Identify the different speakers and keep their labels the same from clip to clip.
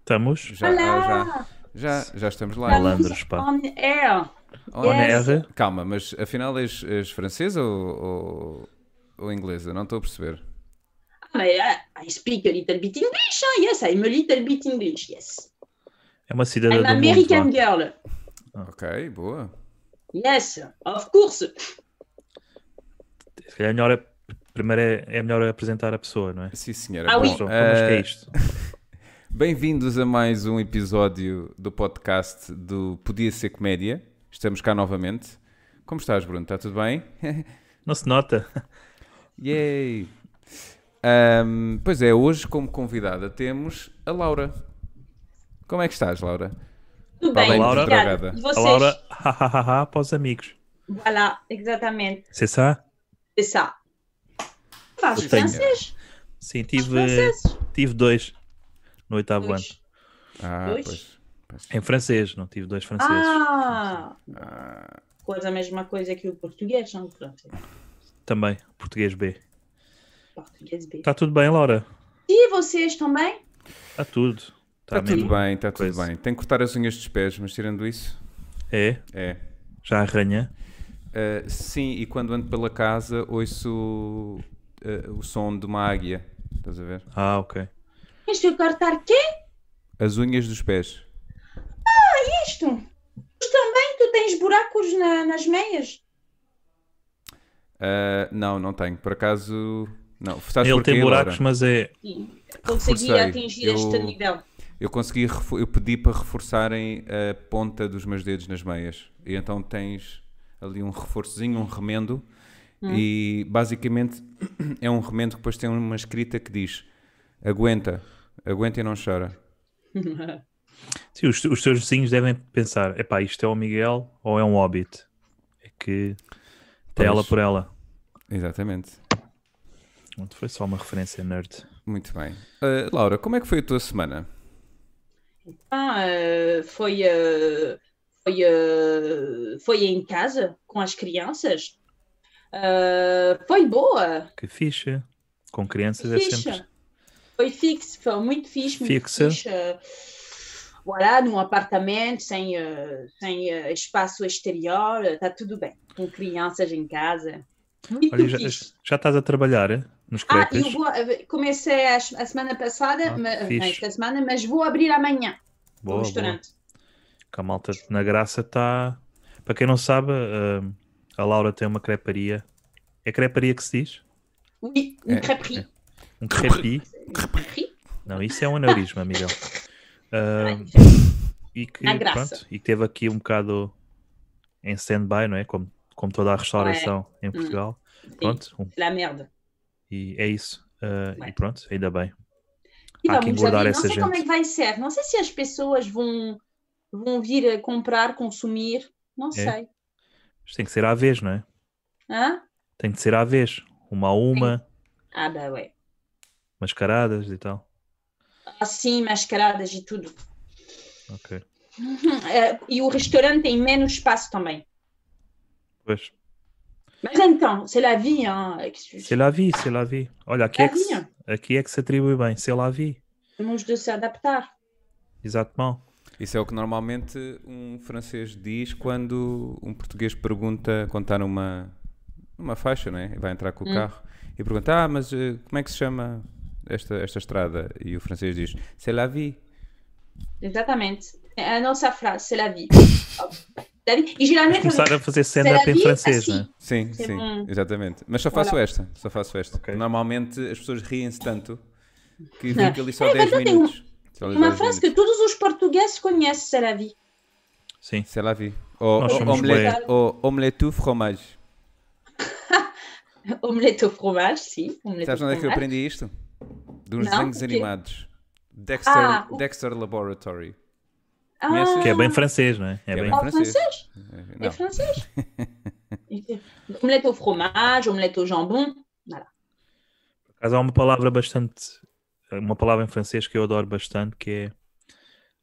Speaker 1: Estamos?
Speaker 2: Já, ah,
Speaker 3: Olá!
Speaker 2: já, já, já estamos lá.
Speaker 1: Malandros, pá.
Speaker 3: On air.
Speaker 2: On
Speaker 1: On
Speaker 3: Yes.
Speaker 1: air.
Speaker 2: Calma, mas afinal és, és francesa ou, ou, ou inglesa? Não estou a perceber.
Speaker 3: Ah, mais, ah, I speak a little bit English. ah, Yes, I'm a little bit English. Yes.
Speaker 1: É uma cidadã
Speaker 3: I'm
Speaker 1: do
Speaker 3: American
Speaker 1: mundo.
Speaker 3: girl.
Speaker 1: Ah.
Speaker 2: Ok, boa.
Speaker 3: Yes, of course.
Speaker 1: vá. Se calhar melhor é- primeiro é, é melhor apresentar a pessoa, não é?
Speaker 2: Sim, senhora.
Speaker 3: Ah,
Speaker 2: Bom,
Speaker 3: oui.
Speaker 1: Mas, oh, mas que é
Speaker 2: eh,
Speaker 1: isto?
Speaker 2: Bem-vindos a mais um episódio do podcast do Podia Ser Comédia. Estamos cá novamente. Como estás, Bruno? Está tudo bem?
Speaker 1: Não se nota.
Speaker 2: Yay! Ahm, pois é, hoje como convidada temos a Laura. Como é que estás, Laura?
Speaker 3: Tudo
Speaker 2: Para
Speaker 3: bem,
Speaker 1: além de
Speaker 3: obrigada.
Speaker 2: drogada.
Speaker 3: E
Speaker 1: A
Speaker 3: vocês?
Speaker 1: Tá Laura, ha, ha, ha, ha, para os amigos.
Speaker 3: Voilà, exatamente.
Speaker 1: C'est ça?
Speaker 3: C'est ça. Faz
Speaker 1: Eu tenho-
Speaker 3: francês?
Speaker 1: Sim,
Speaker 3: Faz
Speaker 1: tive,
Speaker 3: francês?
Speaker 1: tive dois no oitavo ano.
Speaker 3: Pois.
Speaker 2: Ah,
Speaker 3: Pois.
Speaker 2: pois. pois.
Speaker 1: Em francês, não tive dois franceses.
Speaker 3: Ah,
Speaker 2: Ah,
Speaker 3: quase a mesma coisa que o português, não o francês.
Speaker 1: Também, português B.
Speaker 3: Português B.
Speaker 1: Está tudo bem, Laura?
Speaker 3: E vocês também?
Speaker 1: Está tudo. Tá
Speaker 2: Está Tá tudo
Speaker 1: mesmo.
Speaker 2: bem, está tudo
Speaker 1: Coisa.
Speaker 2: bem. Tenho que cortar as unhas dos pés, mas tirando isso,
Speaker 1: É?
Speaker 2: é.
Speaker 1: Já arranha?
Speaker 2: Ah, sim, e quando ando pela casa ouço ah, o som de uma águia. Estás a ver?
Speaker 1: Ah, ok.
Speaker 3: Mas eu cortar é quê?
Speaker 2: As unhas dos pés.
Speaker 3: Isto? Tu também? Tu tens buracos na- nas meias?
Speaker 2: Ah, não, não tenho. Por acaso. Não, sabes
Speaker 1: Ele
Speaker 2: porquê,
Speaker 1: tem buracos,
Speaker 2: Laura?
Speaker 1: mas é.
Speaker 3: Sim. Consegui
Speaker 2: Reforcei.
Speaker 3: atingir
Speaker 2: Eu-
Speaker 3: este nível.
Speaker 2: Eu consegui, refor- eu pedi para reforçarem a ponta dos meus dedos nas meias. E então tens ali um reforçozinho, um remendo. E basicamente é um remendo que depois tem uma escrita que diz: aguenta, aguenta e não chora.
Speaker 1: Sim, os, os seus vizinhos devem pensar: epá, isto é o Miguel ou é um Hobbit? É que é
Speaker 2: Pois.
Speaker 1: ela por ela.
Speaker 2: Exatamente.
Speaker 1: Não Foi só uma referência nerd.
Speaker 2: Muito bem. Ah, Laura, como é que foi a tua semana?
Speaker 3: Ah, eh, foi, eh, foi, eh, foi em casa com as crianças. Eh, foi boa,
Speaker 1: Que ficha. Com crianças é
Speaker 3: fixe.
Speaker 1: sempre.
Speaker 3: Foi fixe, foi muito fixe, muito
Speaker 1: Fixe.
Speaker 3: fixe. Eh, Voilà, num apartamento, sem, eh, sem eh, espaço exterior, está tudo bem. Com crianças em casa. Muito
Speaker 1: Hum? Olha, já,
Speaker 3: fixe.
Speaker 1: já estás a trabalhar eh? nos
Speaker 3: Ah,
Speaker 1: crepas?
Speaker 3: eu vou, eh, comecei a, a semana passada,
Speaker 1: Ah,
Speaker 3: ma- eh,
Speaker 1: fixe.
Speaker 3: esta semana, mas vou abrir amanhã o
Speaker 1: Boa, boa.
Speaker 3: restaurante.
Speaker 1: Que a malta na graça está. Para quem não sabe, hum, a Laura tem uma creparia. É creparia que se diz?
Speaker 3: Oui, une
Speaker 2: É,
Speaker 3: crêperie.
Speaker 1: Um crepi.
Speaker 3: Crêperie.
Speaker 1: Não, isso é um aneurisma, Miguel. Hum, e que,
Speaker 3: Na graça.
Speaker 1: pronto, e que teve aqui um bocado em stand-by, não é? Como, como toda a restauração
Speaker 3: Hum.
Speaker 1: em Portugal. Pronto, um-
Speaker 3: C'est la merde.
Speaker 1: e é isso. Uh,
Speaker 3: Ué.
Speaker 1: E pronto, ainda bem.
Speaker 3: E
Speaker 1: Há que
Speaker 3: vamos
Speaker 1: engordar
Speaker 3: abrir.
Speaker 1: essa
Speaker 3: Não sei como é
Speaker 1: gente.
Speaker 3: que vai ser. Não sei se as pessoas vão, vão vir a comprar, consumir. Não sei.
Speaker 1: Isto tem que ser à vez, não é?
Speaker 3: Hã?
Speaker 1: Tem de ser à vez. Uma a uma,
Speaker 3: Ah, bah, ué.
Speaker 1: mascaradas e tal.
Speaker 3: Assim, mascaradas e tudo.
Speaker 1: Ok.
Speaker 3: Uhum. Eh, E o restaurante tem menos espaço também.
Speaker 1: Pois.
Speaker 3: Mas então, c'est la vie, hein?
Speaker 1: Se lá vi, se lá vi. Olha, aqui é, que se,
Speaker 3: Lavinha.
Speaker 1: aqui é que se atribui bem. Se lá vi.
Speaker 3: Temos de se adaptar.
Speaker 1: Exatamente.
Speaker 2: Isso é o que normalmente um francês diz quando um português pergunta, quando está numa, numa faixa, não é? Vai entrar
Speaker 3: Hum.
Speaker 2: com o carro e pergunta: Ah, mas eh, como é que se chama esta, esta estrada? E o francês diz: C'est la vie.
Speaker 3: Exatamente. É a nossa frase, c'est la vie. La vie. E
Speaker 1: Mas
Speaker 3: geralmente.
Speaker 1: começar a fazer
Speaker 3: C'est
Speaker 1: stand-up
Speaker 3: la
Speaker 1: em
Speaker 3: vie,
Speaker 1: francês,
Speaker 3: assim.
Speaker 1: não é?
Speaker 2: Sim,
Speaker 3: Sim.
Speaker 2: sim,
Speaker 3: Hum.
Speaker 2: exatamente. Mas só faço
Speaker 3: Voilà.
Speaker 2: esta, só faço esta.
Speaker 1: Ok.
Speaker 2: Normalmente as pessoas riem-se tanto que
Speaker 3: Não.
Speaker 2: vêm ali só
Speaker 3: É
Speaker 2: 10
Speaker 3: verdade, tem
Speaker 2: minutos. Só ali
Speaker 3: Uma
Speaker 2: 10 minutos.
Speaker 3: frase que todos os portugueses conhecem, c'est la vie.
Speaker 1: Sim.
Speaker 2: C'est la vie. Ou
Speaker 1: Nós
Speaker 2: ou
Speaker 1: somos
Speaker 2: omelette, ou omelette au fromage.
Speaker 3: Omelete au fromage, sim. Omelete
Speaker 2: Sabes
Speaker 3: au
Speaker 2: onde é que eu
Speaker 3: fromage.
Speaker 2: aprendi isto? De uns
Speaker 3: Não,
Speaker 2: desenhos
Speaker 3: o quê?
Speaker 2: animados. Dexter,
Speaker 3: Ah, o-
Speaker 2: Dexter Laboratory.
Speaker 3: Ah,
Speaker 1: Que é bem francês, não é? É
Speaker 2: É
Speaker 1: bem
Speaker 2: bem-
Speaker 3: ah,
Speaker 2: francês.
Speaker 3: francês.
Speaker 2: Eh,
Speaker 3: É
Speaker 2: Não,
Speaker 3: francês. omelette au fromage, omelette au jambon.
Speaker 1: Por acaso há uma palavra bastante. Uma palavra em francês que eu adoro bastante que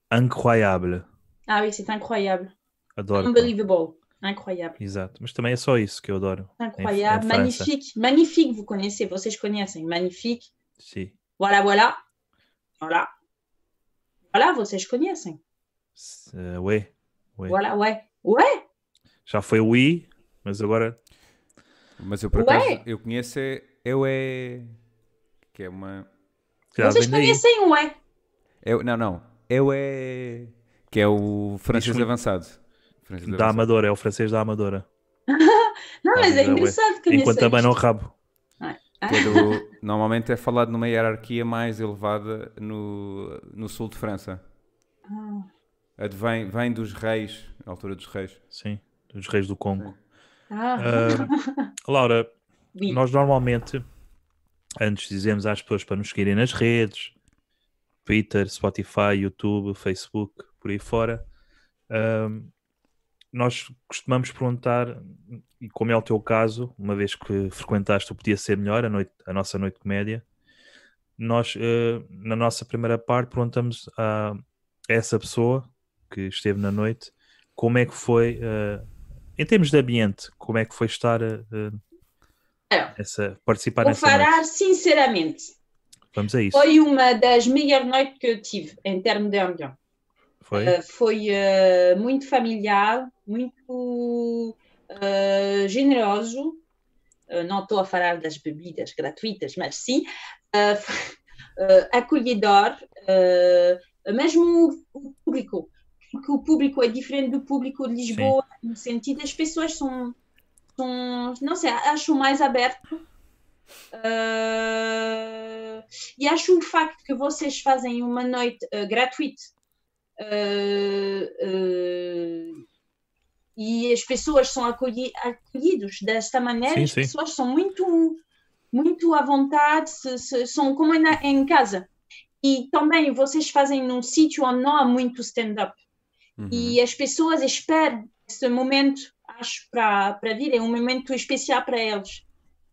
Speaker 1: é incroyable.
Speaker 3: Ah oui, c'est incroyable.
Speaker 1: Adoro.
Speaker 3: Unbelievable. Incroyable.
Speaker 1: Exato. Mas também é só isso que eu adoro.
Speaker 3: Incroyable.
Speaker 1: Em- em França.
Speaker 3: magnifique. Magnifique, vous connaissez. Vocês conhecem. Magnifique.
Speaker 1: Sim.
Speaker 3: Voilà, voilà. Voilà. Olá, vocês conhecem?
Speaker 1: S- eh, ué, ué.
Speaker 3: Olá, ué. Ué?
Speaker 1: Já foi o I, mas agora.
Speaker 2: Mas eu por
Speaker 3: Ué!
Speaker 2: acaso eu conheço é, eu é que é uma
Speaker 1: Já
Speaker 3: vocês
Speaker 1: vem daí.
Speaker 3: conhecem o ué?
Speaker 2: eu não não eu é que é o francês
Speaker 1: muito-
Speaker 2: avançado. Francês
Speaker 1: Da
Speaker 2: avançado.
Speaker 1: Amadora, é o francês da Amadora.
Speaker 3: Não, mas
Speaker 1: mas
Speaker 3: é
Speaker 1: é ué.
Speaker 3: engraçado conhecer.
Speaker 1: Enquanto também
Speaker 3: isto.
Speaker 1: não rabo.
Speaker 2: Que é do- normalmente é falado numa hierarquia mais elevada no, no sul de França.
Speaker 3: Ah,
Speaker 2: Advém, vem dos reis, na altura dos reis.
Speaker 1: Sim, dos reis do Congo.
Speaker 3: ah,
Speaker 1: Ah, Laura,
Speaker 3: vi.
Speaker 1: Nós normalmente, antes dizemos às pessoas para nos seguirem nas redes, Twitter, Spotify, YouTube, Facebook, por aí fora. Ahm, nós costumamos perguntar, e como é o teu caso, uma vez que frequentaste o Podia Ser Melhor, a, noite- a nossa noite de comédia, nós, eh, na nossa primeira parte, perguntamos a essa pessoa que esteve na noite como é que foi, eh, em termos de ambiente, como é que foi estar eh, eh,
Speaker 3: Olha,
Speaker 1: essa, participar
Speaker 3: Vou
Speaker 1: nessa
Speaker 3: falar
Speaker 1: noite.
Speaker 3: sinceramente.
Speaker 1: Vamos a isso.
Speaker 3: Foi uma das melhores noites que eu tive em termos de ambiente.
Speaker 1: Foi?
Speaker 3: Uh, foi uh, muito familiar, muito uh, generoso. Uh, não estou a falar das bebidas gratuitas, mas sim. Uh, f- uh, acolhedor, uh, mesmo o, o público, porque o público é diferente do público de Lisboa, no sentido as pessoas são, são não sei, acho mais aberto. Uh, e acho o facto que vocês fazem uma noite uh, gratuita eh, eh, e as pessoas são acolhi acolhidas desta maneira,
Speaker 1: Sim,
Speaker 3: as
Speaker 1: sim.
Speaker 3: pessoas são muito, muito à vontade, se- se- são como na- em casa. E também vocês fazem num sítio onde não há muito stand-up
Speaker 2: Uhum.
Speaker 3: e as pessoas esperam esse momento, acho, para para vir, é um momento especial para eles.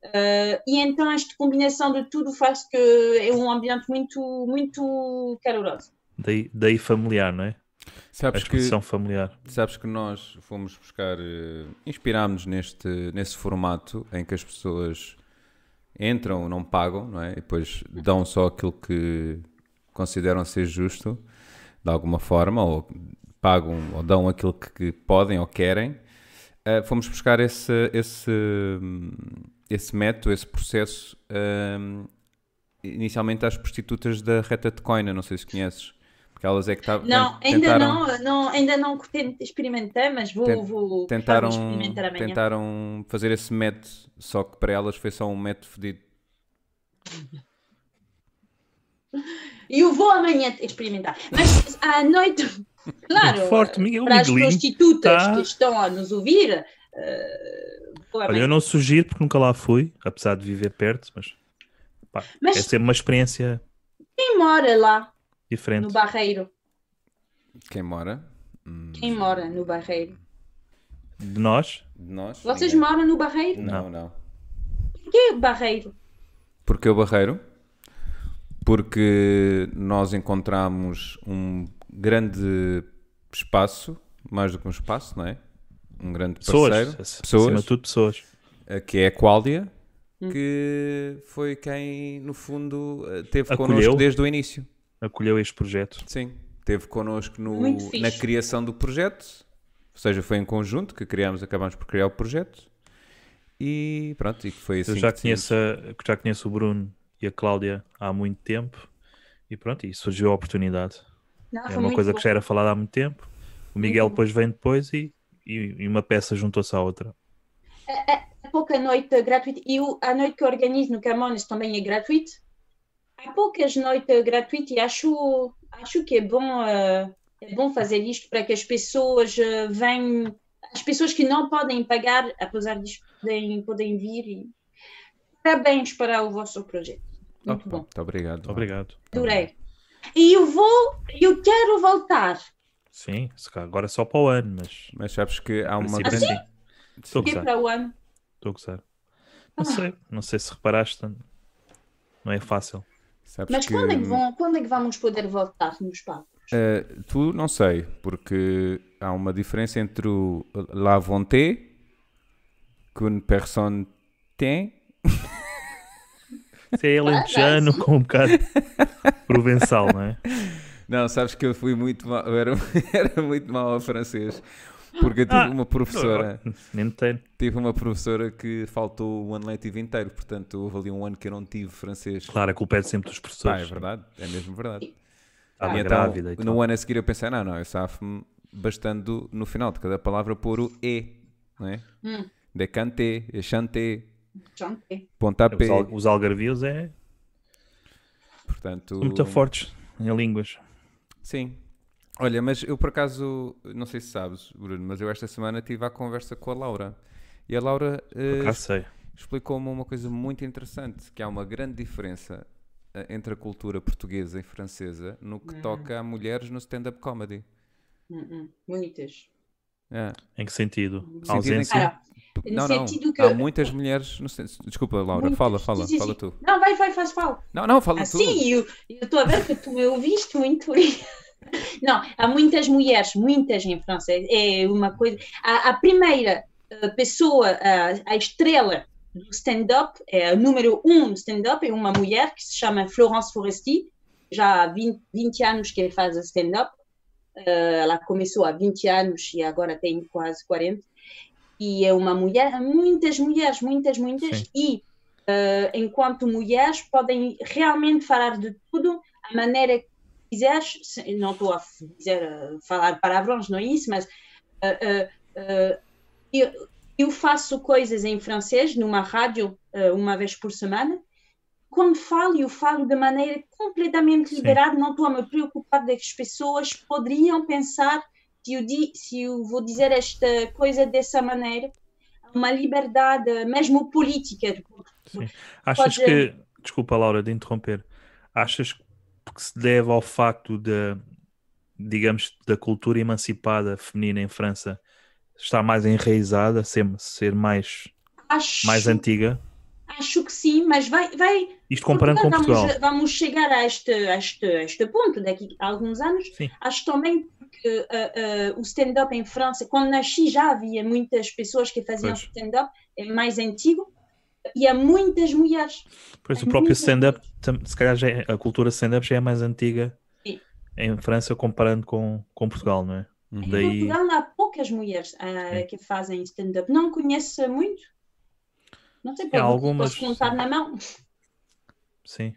Speaker 3: Eh, e então esta combinação de tudo faz que é um ambiente muito, muito caloroso.
Speaker 1: Daí, daí familiar, não é? A
Speaker 2: Sabes, que,
Speaker 1: expressão familiar.
Speaker 2: sabes que nós fomos buscar, eh, inspirámos-nos neste, nesse formato em que as pessoas entram, não pagam, não é? E depois dão só aquilo que consideram ser justo, de alguma forma, ou pagam ou dão aquilo que, que podem ou querem. Eh, fomos buscar esse, esse, hum, esse método, esse processo, hum, inicialmente às prostitutas da Reta de Coina, não sei se conheces. Porque elas é que estavam.
Speaker 3: Não, ainda não, não, ainda não curti- experimentei, mas vou,
Speaker 2: Ten-
Speaker 3: vou
Speaker 2: tentaram,
Speaker 3: gostava de experimentar amanhã.
Speaker 2: tentaram fazer esse método, só que para elas foi só um método fedido.
Speaker 3: E eu vou amanhã experimentar. Mas à noite, claro, eh,
Speaker 1: Forte, Miguel
Speaker 3: para as
Speaker 1: Miguelinho.
Speaker 3: prostitutas
Speaker 1: tá?
Speaker 3: que estão a nos ouvir, eh, vou
Speaker 1: Olha, eu
Speaker 3: amanhã.
Speaker 1: não sugiro porque nunca lá fui, apesar de viver perto, mas
Speaker 3: mas
Speaker 1: é sempre uma experiência
Speaker 3: quem mora lá no
Speaker 1: diferente.
Speaker 3: Barreiro?
Speaker 2: Quem mora? Hum,
Speaker 3: Quem mora no Barreiro?
Speaker 1: De nós,
Speaker 2: De nós?
Speaker 3: Vocês
Speaker 2: Ninguém.
Speaker 3: moram no
Speaker 1: Hum.
Speaker 3: Barreiro?
Speaker 2: Não, não.
Speaker 3: Por que é Barreiro?
Speaker 2: Porque o Barreiro? Porque nós encontramos um grande espaço, mais do que um espaço, não é? Um grande
Speaker 1: pessoas,
Speaker 2: parceiro.
Speaker 1: ac- acima
Speaker 2: pessoas
Speaker 1: de tudo pessoas.
Speaker 2: eh, que é a Qualia,
Speaker 3: Hum.
Speaker 2: que foi quem, no fundo, eh, teve
Speaker 1: Acolheu.
Speaker 2: connosco desde o início.
Speaker 1: Acolheu este projeto.
Speaker 2: Sim, teve connosco no-
Speaker 3: Muito fixe.
Speaker 2: na criação do projeto, ou seja, foi em conjunto que criámos, acabámos por criar o projeto e pronto, e que foi assim.
Speaker 1: eu já
Speaker 2: que
Speaker 1: conheço, a- já conheço o Bruno e a Cláudia há muito tempo e pronto, e surgiu a oportunidade.
Speaker 3: Não, Ah,
Speaker 1: É
Speaker 3: foi
Speaker 1: uma
Speaker 3: muito
Speaker 1: coisa
Speaker 3: bom.
Speaker 1: que já era falada há muito tempo. O Miguel depois vem depois e, e, e uma peça juntou-se à outra.
Speaker 3: Há É pouca noite gratuita. E o- a noite que organizo no Camões também é gratuita. Há poucas noites gratuitas e acho, acho que é bom, eh, é bom fazer isto para que as pessoas eh, venham. As pessoas que não podem pagar, apesar disso, podem, podem vir. E... Parabéns para o vosso projeto.
Speaker 2: sim.
Speaker 3: Muito
Speaker 2: Opa,
Speaker 3: bom.
Speaker 2: Muito obrigado. vá.
Speaker 1: Obrigado.
Speaker 3: Adorei. E eu vou, eu quero voltar.
Speaker 1: Sim, se calhar agora é só para o ano, mas.
Speaker 2: Mas sabes que há
Speaker 1: em
Speaker 2: uma
Speaker 1: princípio,
Speaker 3: Ah,
Speaker 1: sim. Estou a
Speaker 3: Fiquei
Speaker 1: gozar,
Speaker 3: é para o ano.
Speaker 1: estou a gozar.
Speaker 3: Ah.
Speaker 1: Não sei, não sei se reparaste, não é fácil.
Speaker 2: sabes
Speaker 3: Mas quando, é que vão, quando é que vamos poder voltar no espaço?
Speaker 2: eh, tu não sei, porque há uma diferença entre o la volonté que une personne tem
Speaker 1: Se é alentejano com um bocado provençal, não é?
Speaker 2: Não, sabes que eu fui muito mal, eu era, era muito mal ao francês. Porque eu tive
Speaker 1: Ah,
Speaker 2: uma professora,
Speaker 1: Nem tenho.
Speaker 2: tive uma professora que faltou o ano letivo inteiro, portanto houve ali um ano que eu não tive francês.
Speaker 1: Claro, a culpa é de sempre dos
Speaker 2: Pá, é
Speaker 1: professores.
Speaker 2: verdade, é mesmo verdade.
Speaker 1: Estava
Speaker 2: E então,
Speaker 1: grávida e tal.
Speaker 2: no ano a seguir eu pensei, não, não, eu safo-me bastando no final de cada palavra pôr o E, não é?
Speaker 3: Hum.
Speaker 2: Decanté, echante,
Speaker 3: Chante.
Speaker 2: pontapé,
Speaker 1: Os, al- os algarvios é
Speaker 2: portanto...
Speaker 1: são muito fortes em línguas.
Speaker 2: Sim. Olha, mas eu por acaso, não sei se sabes, Bruno, mas eu esta semana tive a conversa com a Laura. E a Laura eh,
Speaker 1: Já Ah, sei.
Speaker 2: explicou-me uma coisa muito interessante, que há uma grande diferença eh, entre a cultura portuguesa e francesa no que toca a mulheres no stand-up comedy.
Speaker 3: Hum, hum. Muitas.
Speaker 2: É.
Speaker 1: Em que sentido?
Speaker 2: sentido
Speaker 1: A
Speaker 2: em
Speaker 1: ausência.
Speaker 2: que-
Speaker 3: Cara,
Speaker 2: Porque-
Speaker 3: No
Speaker 2: Não, não,
Speaker 3: sentido que-
Speaker 2: há muitas mulheres no stand- Desculpa, Laura,
Speaker 3: Muitas.
Speaker 2: fala, fala,
Speaker 3: Sim, sim,
Speaker 2: fala
Speaker 3: sim.
Speaker 2: tu.
Speaker 3: não, vai, vai, faz mal.
Speaker 2: Não, não, fala
Speaker 3: Ah,
Speaker 2: tu.
Speaker 3: sim, eu eu estou a ver que tu me ouviste muito. Não, há muitas mulheres, muitas em França. É uma coisa. A, a primeira eh, pessoa, eh, a, a estrela do stand-up, é a número um do stand-up, é uma mulher que se chama Florence Foresti. Já há 20, 20 anos que faz stand-up. Eh, ela começou há 20 anos e agora tem quase 40. E é uma mulher, há muitas mulheres, muitas, muitas.
Speaker 1: Sim.
Speaker 3: E eh, enquanto mulheres, podem realmente falar de tudo, a maneira que quiseres, se- não estou a f- dizer, eh, falar palavrões, não é isso, mas eh, eh, eh, eu, eu faço coisas em francês numa rádio eh, uma vez por semana. Quando falo, eu falo de maneira completamente
Speaker 1: Sim.
Speaker 3: liberada, não estou a me preocupar de que as pessoas poderiam pensar se eu, di, se eu vou dizer esta coisa dessa maneira. Uma liberdade, mesmo política,
Speaker 1: Achas
Speaker 3: Pode-
Speaker 1: que, desculpa Laura de interromper, achas que se deve ao facto de, digamos, da cultura emancipada feminina em França estar mais enraizada, ser, ser mais,
Speaker 3: Acho,
Speaker 1: mais antiga?
Speaker 3: acho que sim, mas vai, vai
Speaker 1: Isto comparando com Portugal.
Speaker 3: Vamos, vamos chegar a este, a, este, a este ponto daqui a alguns anos.
Speaker 1: Sim.
Speaker 3: Acho também que ah, ah, o stand-up em França, quando nasci já havia muitas pessoas que faziam
Speaker 1: Pois.
Speaker 3: stand-up, é mais antigo, e há muitas mulheres.
Speaker 1: Pois o
Speaker 3: É
Speaker 1: próprio
Speaker 3: muito
Speaker 1: stand-up, tam- se calhar já é- a cultura stand-up já é mais antiga
Speaker 3: Sim.
Speaker 1: em França comparando com, com Portugal, não é?
Speaker 2: Uhum.
Speaker 3: Em
Speaker 1: Daí-
Speaker 3: Portugal há poucas mulheres ah,
Speaker 1: Sim.
Speaker 3: que fazem stand-up. Não conheço muito. Não sei, pode,
Speaker 1: algumas-
Speaker 3: posso contar na mão.
Speaker 1: Sim.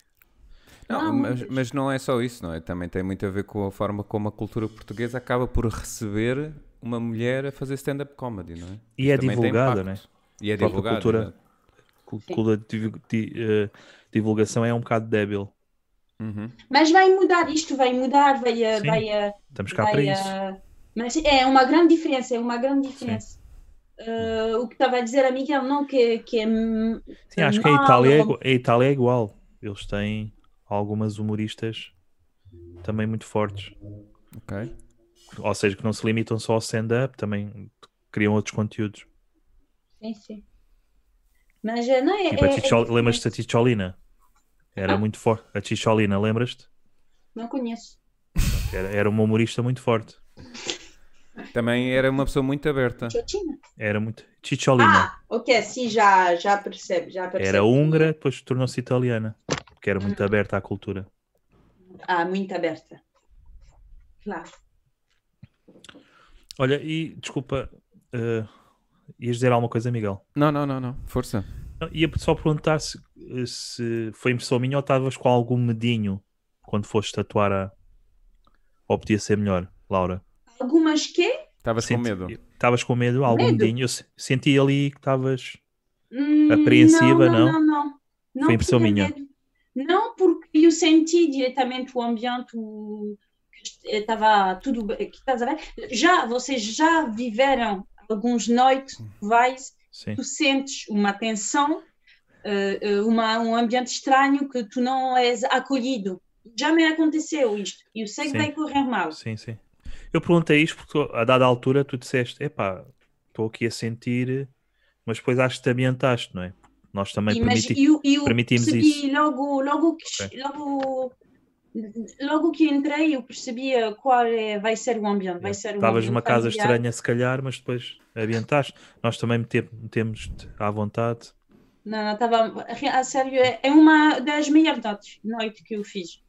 Speaker 2: Não,
Speaker 3: Há
Speaker 2: mas,
Speaker 3: muitas.
Speaker 2: mas não é só isso, não é? Também tem muito a ver com a forma como a cultura portuguesa acaba por receber uma mulher a fazer stand-up comedy, não é?
Speaker 1: E é
Speaker 2: Também tem
Speaker 1: divulgada,
Speaker 2: impacto.
Speaker 1: não é?
Speaker 2: E é
Speaker 1: própria
Speaker 2: divulgada.
Speaker 1: cultura.
Speaker 2: exato.
Speaker 1: Cu- cu- divu- di- eh, divulgação é um bocado débil.
Speaker 2: Uhum.
Speaker 3: Mas vai mudar isto, vai mudar, vai, ah,
Speaker 1: Sim.
Speaker 3: vai ah,
Speaker 1: Estamos cá
Speaker 3: Vai,
Speaker 1: para isso.
Speaker 3: ah, Mas é uma grande diferença, é uma grande diferença. Ah, o que estava a dizer a Miguel, não, que, que é. hum,
Speaker 1: Sim, acho que a
Speaker 3: mal,
Speaker 1: Itália, é,
Speaker 3: ou-
Speaker 1: igu- a Itália é igual. Eles têm algumas humoristas também muito fortes.
Speaker 2: Ok.
Speaker 1: Ou seja, que não se limitam só ao stand-up, também criam outros conteúdos.
Speaker 3: Sim, sim. Mas ah, não é.
Speaker 1: Tipo,
Speaker 3: é-
Speaker 1: a
Speaker 3: é
Speaker 1: Ciccio-
Speaker 3: diferente.
Speaker 1: lembras-te da Cicciolina? Era
Speaker 3: Ah.
Speaker 1: muito forte. A Cicciolina, lembras-te?
Speaker 3: né? Não conheço.
Speaker 1: Era, era uma humorista muito forte.
Speaker 2: Também era uma pessoa muito aberta.
Speaker 3: Tchotina.
Speaker 1: Era muito. Cicciolina.
Speaker 3: Ah, ok, sim, já, já percebo. Já percebo.
Speaker 1: era húngara, depois tornou-se italiana. Porque era
Speaker 3: Hum.
Speaker 1: muito aberta à cultura.
Speaker 3: Ah, muito aberta. Claro.
Speaker 1: Olha, e desculpa, eh, ias dizer alguma coisa, Miguel?
Speaker 2: Não, não, não, não. Força.
Speaker 1: Não, Ia só perguntar se, eh, se foi impressão minha ou estavas com algum medinho quando foste tatuar a. Ou podia ser melhor, Laura?
Speaker 3: Algumas que?
Speaker 2: Estavas com
Speaker 1: Senti-
Speaker 2: medo.
Speaker 1: Estavas com medo? Algum
Speaker 3: Medo?
Speaker 1: medinho? Eu se- senti ali que estavas.
Speaker 3: Hum,
Speaker 1: Apreensiva, não?
Speaker 3: não? Não, não, não.
Speaker 1: Foi impressão
Speaker 3: tinha
Speaker 1: minha.
Speaker 3: medo. Não, porque eu senti diretamente o ambiente, o... que estava tudo bem. que estás a ver? Já, vocês já viveram algumas noites, vais,
Speaker 1: Sim,
Speaker 3: tu sentes uma tensão, eh, eh, uma, um ambiente estranho que tu não és acolhido. Já me aconteceu isto. Eu sei que
Speaker 1: Sim.
Speaker 3: vai correr mal.
Speaker 1: sim, sim. Eu perguntei isto porque a dada altura tu disseste: epá, estou aqui a sentir, mas depois acho que te ambientaste, não é? Nós também
Speaker 3: E, mas
Speaker 1: permiti-
Speaker 3: eu, eu
Speaker 1: permitimos
Speaker 3: percebi logo, logo, que,
Speaker 1: Ok.
Speaker 3: logo, logo que entrei, eu percebi eh, qual é, vai ser o ambiente. Vai ser o
Speaker 1: Estavas
Speaker 3: ambiente
Speaker 1: numa casa
Speaker 3: familiar.
Speaker 1: estranha, se calhar, mas depois ambientaste. Nós também mete- metemos-te à vontade.
Speaker 3: Não, não, estava a sério. É é uma das melhores noites, noite que eu fiz.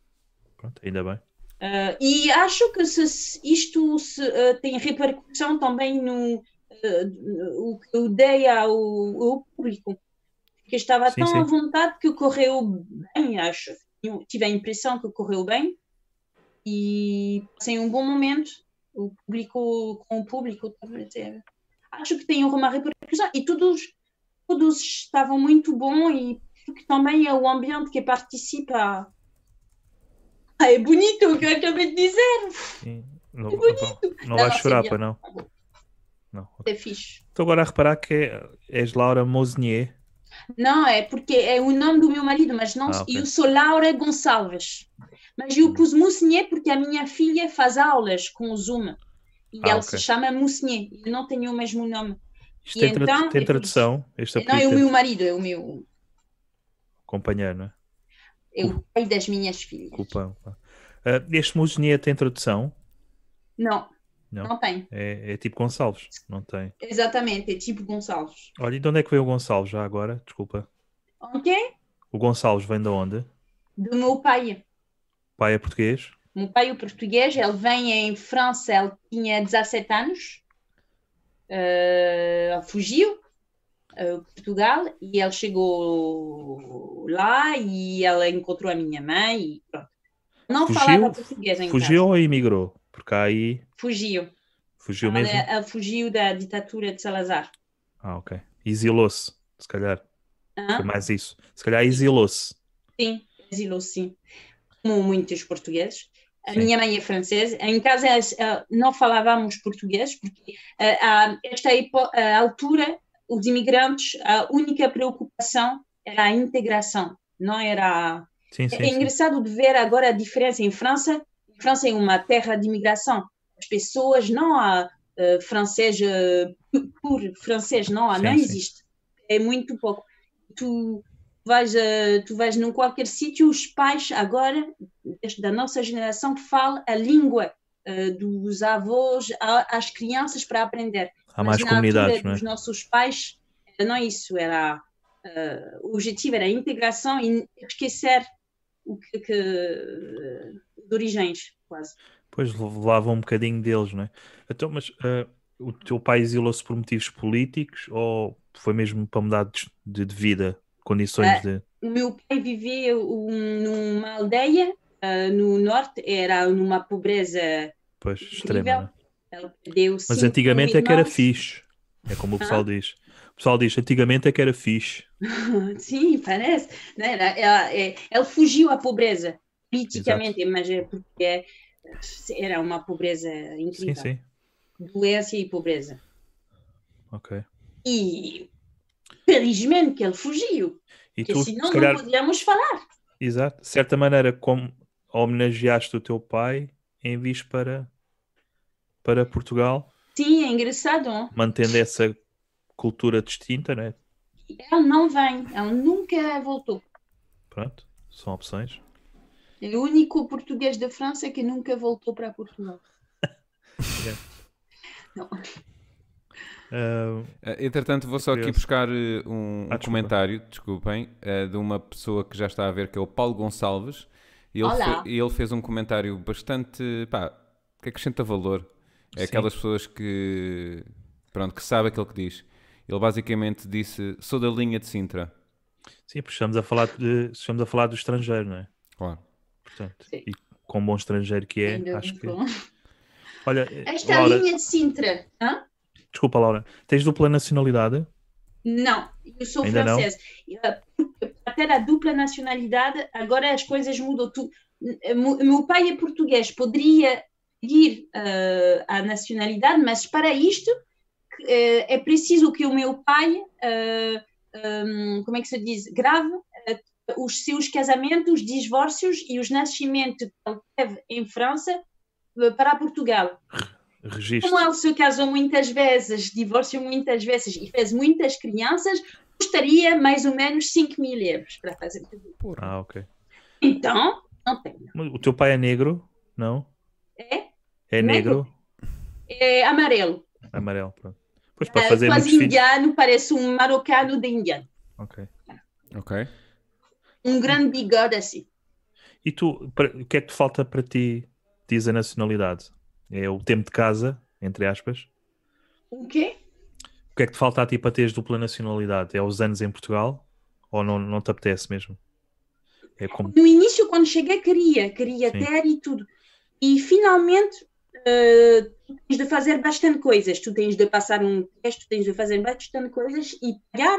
Speaker 1: Pronto, ainda bem.
Speaker 3: Eh, Uh, e acho que se, isto se, uh, tem repercussão também no uh, o que eu dei ao, ao público, que estava
Speaker 1: Sim,
Speaker 3: tão
Speaker 1: sim.
Speaker 3: à vontade que correu bem, acho. Eu tive a impressão que correu bem e passei um bom momento o público com o público. talvez, é. Acho que tem uma repercussão e todos todos estavam muito bom e acho que também é o ambiente que participa. Ah, é bonito o que eu acabei de dizer,
Speaker 1: Sim. Não,
Speaker 3: Que
Speaker 1: não, não
Speaker 3: Não, não,
Speaker 1: vais chorar,
Speaker 3: sim,
Speaker 1: para não. Não.
Speaker 3: é fixe.
Speaker 1: Estou agora a reparar que é- és Laura Mosnier.
Speaker 3: Não, é porque é o nome do meu marido, mas não.
Speaker 1: Ah, ok.
Speaker 3: Eu sou Laura Gonçalves. Mas eu pus Mousnier porque a minha filha faz aulas com o Zoom. E
Speaker 1: Ah,
Speaker 3: ela
Speaker 1: ok.
Speaker 3: se chama Mousnier. Eu não tenho o mesmo nome.
Speaker 1: Isto
Speaker 3: E
Speaker 1: tem, tra-
Speaker 3: então,
Speaker 1: tem
Speaker 3: é por isso.
Speaker 1: tradução. Este
Speaker 3: não é
Speaker 1: apelido
Speaker 3: o
Speaker 1: tem
Speaker 3: meu marido, é o meu.
Speaker 1: companheiro, não é?
Speaker 3: É o pai das minhas filhas.
Speaker 1: Culpão. pá. Ah, este Mosnier tem tradução.
Speaker 3: Não,
Speaker 1: Não.
Speaker 3: não, tem.
Speaker 1: É, é tipo Gonçalves. Não tem.
Speaker 3: Exatamente, é tipo Gonçalves.
Speaker 1: Olha, e de onde é que veio o Gonçalves já agora? Desculpa.
Speaker 3: Ok?
Speaker 1: O Gonçalves vem de onde?
Speaker 3: Do meu pai.
Speaker 1: Pai é português?
Speaker 3: Meu pai é português, ele vem em França, ele tinha 17 anos, eh, fugiu eh, Portugal e ele chegou lá e ela encontrou a minha mãe e pronto. Não
Speaker 1: Fugiu?
Speaker 3: falava português em
Speaker 1: Fugiu
Speaker 3: casa.
Speaker 1: ou imigrou? Porque há aí
Speaker 3: Fugiu.
Speaker 1: fugiu
Speaker 3: Ela-
Speaker 1: mesmo.
Speaker 3: ela fugiu da ditadura de Salazar.
Speaker 1: Ah, ok. Exilou-se, se calhar.
Speaker 3: Hã?
Speaker 1: Foi mais isso. Se calhar exilou-se.
Speaker 3: Sim, exilou sim, como muitos portugueses. A
Speaker 1: Sim.
Speaker 3: minha mãe é francesa. Em casa eh, não falávamos português, porque eh, a esta epo- a altura, os imigrantes, a única preocupação era a integração, não era...
Speaker 1: Sim,
Speaker 3: é
Speaker 1: sim. sim.
Speaker 3: engraçado de ver agora a diferença em França. A França é uma terra de imigração. As pessoas não há eh, francês, eh, pu- puro francês, não há,
Speaker 1: Sim,
Speaker 3: não
Speaker 1: sim.
Speaker 3: existe. É muito pouco. Tu vais, eh, tu vais num qualquer sítio, os pais agora, desde da nossa geração, falam a língua eh, dos avós a- às crianças para aprender.
Speaker 1: Há
Speaker 3: Mas
Speaker 1: mais
Speaker 3: na
Speaker 1: comunidades,
Speaker 3: altura
Speaker 1: não é?
Speaker 3: dos nossos pais, era não isso, era eh, o objetivo era a integração e esquecer o que, que eh, de origens, quase.
Speaker 1: Pois levava um bocadinho deles, não é? Então, mas ah, o teu pai exilou-se por motivos políticos ou foi mesmo para mudar de, de- de vida, condições
Speaker 3: É.
Speaker 1: de.
Speaker 3: O meu pai vivia um- numa aldeia eh, no norte, era numa pobreza,
Speaker 1: Pois,
Speaker 3: Incrível.
Speaker 1: extrema, não é?
Speaker 3: ele perdeu
Speaker 1: Mas
Speaker 3: cinco
Speaker 1: antigamente é que era
Speaker 3: irmãos.
Speaker 1: fixe. É como o pessoal diz. O pessoal diz, antigamente é que era fixe.
Speaker 3: Sim, parece. Né? Ela, ela, é- ela fugiu à pobreza, politicamente, mas é porque é- era uma pobreza
Speaker 1: Sim,
Speaker 3: incrível.
Speaker 1: sim.
Speaker 3: Doença e pobreza.
Speaker 1: Ok.
Speaker 3: E felizmente que ele fugiu,
Speaker 1: E
Speaker 3: porque
Speaker 1: tu,
Speaker 3: senão
Speaker 1: se calhar,
Speaker 3: não podíamos falar.
Speaker 1: exato, de certa maneira, como homenageaste o teu pai, em vis para, para Portugal,
Speaker 3: Sim, é engraçado. hein?
Speaker 1: mantendo essa cultura distinta, né?
Speaker 3: Ele não vem, ele nunca voltou.
Speaker 1: Pronto, são opções.
Speaker 3: É o único português da França que nunca voltou para Portugal.
Speaker 1: Ah,
Speaker 2: Eh, Entretanto, vou só aqui
Speaker 1: Curioso.
Speaker 2: buscar eh, um, um
Speaker 1: Ah, desculpa.
Speaker 2: comentário, desculpem, eh, de uma pessoa que já está a ver, que é o Paulo Gonçalves. E ele,
Speaker 3: Olá.
Speaker 2: fe- e ele fez um comentário bastante, pá, que acrescenta valor. É
Speaker 1: Sim.
Speaker 2: aquelas pessoas que, pronto, que sabe aquilo que diz. Ele basicamente disse, sou da linha de Sintra.
Speaker 1: sim, porque estamos a falar de, estamos a falar do estrangeiro, não é?
Speaker 2: Claro.
Speaker 1: Portanto,
Speaker 3: Sim.
Speaker 1: e com bom estrangeiro que é,
Speaker 3: Ainda
Speaker 1: acho que.
Speaker 3: não.
Speaker 1: Olha, eh,
Speaker 3: Esta é
Speaker 1: Laura,
Speaker 3: linha de Sintra. hã?
Speaker 1: desculpa, Laura, tens dupla nacionalidade?
Speaker 3: Não, eu sou
Speaker 1: Ainda não?
Speaker 3: francesa. ah, Até a dupla nacionalidade, agora as coisas mudam. Tu, mu- meu pai é português, poderia seguir eh, a nacionalidade, mas para isto que, eh, é preciso que o meu pai, eh, hum, como é que se diz, grave eh, os seus casamentos, os divórcios e os nascimentos que ele teve em França eh, para Portugal.
Speaker 1: Registro.
Speaker 3: Como é ele se casou muitas vezes, divórcio muitas vezes e fez muitas crianças, custaria mais ou menos 5 mil euros para fazer tudo.
Speaker 1: Ah, ok.
Speaker 3: Então, não tem.
Speaker 1: Mas O teu pai é negro? Não?
Speaker 3: É?
Speaker 1: É negro?
Speaker 3: Negro. É amarelo.
Speaker 1: Amarelo, pronto. Pois para
Speaker 3: É
Speaker 1: fazer muitos
Speaker 3: quase
Speaker 1: filhos.
Speaker 3: indiano, parece um marocano de indiano.
Speaker 1: Ok.
Speaker 2: Ok.
Speaker 3: Um grande bigode assim.
Speaker 1: E tu, para- o que é que te falta para ti diz a nacionalidade. É o tempo de casa, entre aspas.
Speaker 3: O quê?
Speaker 1: O que é que te falta a ti para teres dupla nacionalidade? É os anos em Portugal? Ou não, não te apetece mesmo? É como.
Speaker 3: No início, quando cheguei, queria, queria
Speaker 1: Sim.
Speaker 3: ter e tudo. E finalmente, eh, tu tens de fazer bastante coisas. Tu tens de passar um teste, tu tens de fazer bastante coisas e pagar.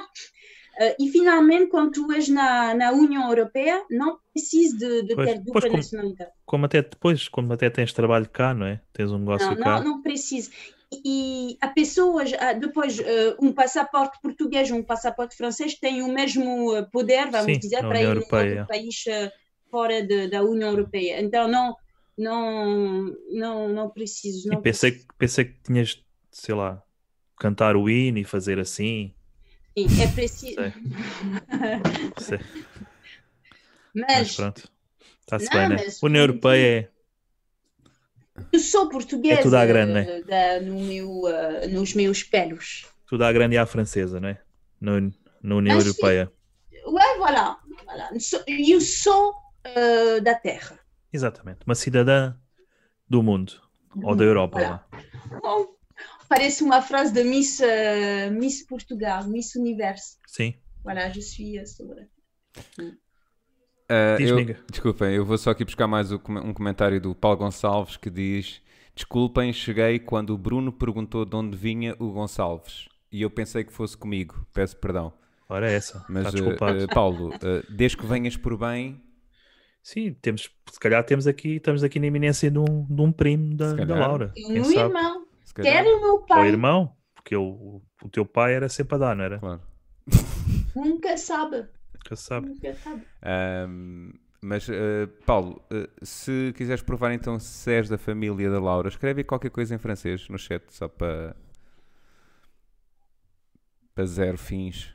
Speaker 3: Eh, e finalmente, quando tu és na, na União Europeia, não precisas de, de
Speaker 1: Pois,
Speaker 3: ter
Speaker 1: pois,
Speaker 3: dupla
Speaker 1: como-
Speaker 3: nacionalidade.
Speaker 1: Como até depois, como até tens trabalho cá, não é? Tens um negócio
Speaker 3: Não,
Speaker 1: cá.
Speaker 3: não, não precisa. E a pessoa, já- depois, eh, um passaporte português, um passaporte francês têm o mesmo eh, poder, vamos
Speaker 1: Sim,
Speaker 3: dizer,
Speaker 1: na
Speaker 3: para ir
Speaker 1: União
Speaker 3: em
Speaker 1: Europeia.
Speaker 3: outro país eh, fora de- da União Europeia. Então, não, não, não, não preciso. Não
Speaker 1: E pensei que, pensei que tinhas, sei lá, cantar o hino e fazer assim.
Speaker 3: preciso. Sim, é preciso.
Speaker 1: Sei. Sei. Mas
Speaker 3: Mas
Speaker 1: pronto. Está-se
Speaker 3: Não,
Speaker 1: bem, né?
Speaker 3: mas-
Speaker 1: União Europeia é.
Speaker 3: eu sou portuguesa
Speaker 1: É tudo à grande,
Speaker 3: eh, da- no meu, eh, nos meus pelos.
Speaker 1: é Tudo à grande e à francesa, não é? No- Na União
Speaker 3: Mas sim.
Speaker 1: Europeia.
Speaker 3: Ué, voilà. voilà. Sou- Eu sou eh, da terra.
Speaker 1: Exatamente. Uma cidadã do mundo. Ou da
Speaker 3: Hum.
Speaker 1: Europa.
Speaker 3: Voilà.
Speaker 1: lá.
Speaker 3: Bom, parece uma frase de Miss, eh, Miss Portugal, Miss Universo.
Speaker 1: Sim.
Speaker 3: Voilà, je suis eh, sobre.
Speaker 2: Ah,
Speaker 1: Diz,
Speaker 2: Eh, eu-
Speaker 1: nega.
Speaker 2: desculpem, eu vou só aqui buscar mais o com- um comentário do Paulo Gonçalves que diz: Desculpem, cheguei quando o Bruno perguntou de onde vinha o Gonçalves e eu pensei que fosse comigo. Peço perdão.
Speaker 1: Ora, é essa. Tá, Está
Speaker 2: Mas,
Speaker 1: desculpado.
Speaker 2: eh, eh, Paulo, eh, desde que venhas por bem,
Speaker 1: Sim, temos, se calhar temos aqui, estamos aqui na iminência de um, de um primo da,
Speaker 2: Se
Speaker 1: da
Speaker 2: calhar.
Speaker 1: Laura.
Speaker 3: E o
Speaker 1: Quem
Speaker 3: meu
Speaker 1: sabe?
Speaker 3: irmão,
Speaker 2: se calhar.
Speaker 3: quero o meu
Speaker 1: Ou
Speaker 3: pai,
Speaker 1: irmão, porque o, o teu pai era sempre a dar, não era?
Speaker 2: Claro.
Speaker 3: nunca sabe.
Speaker 1: Nunca se sabe.
Speaker 3: Nunca sabe.
Speaker 2: Ahm, Ehm, mas, eh, Paulo, eh, se quiseres provar então se és da família da Laura, escreve aí qualquer coisa em francês no chat, só para. para zero fins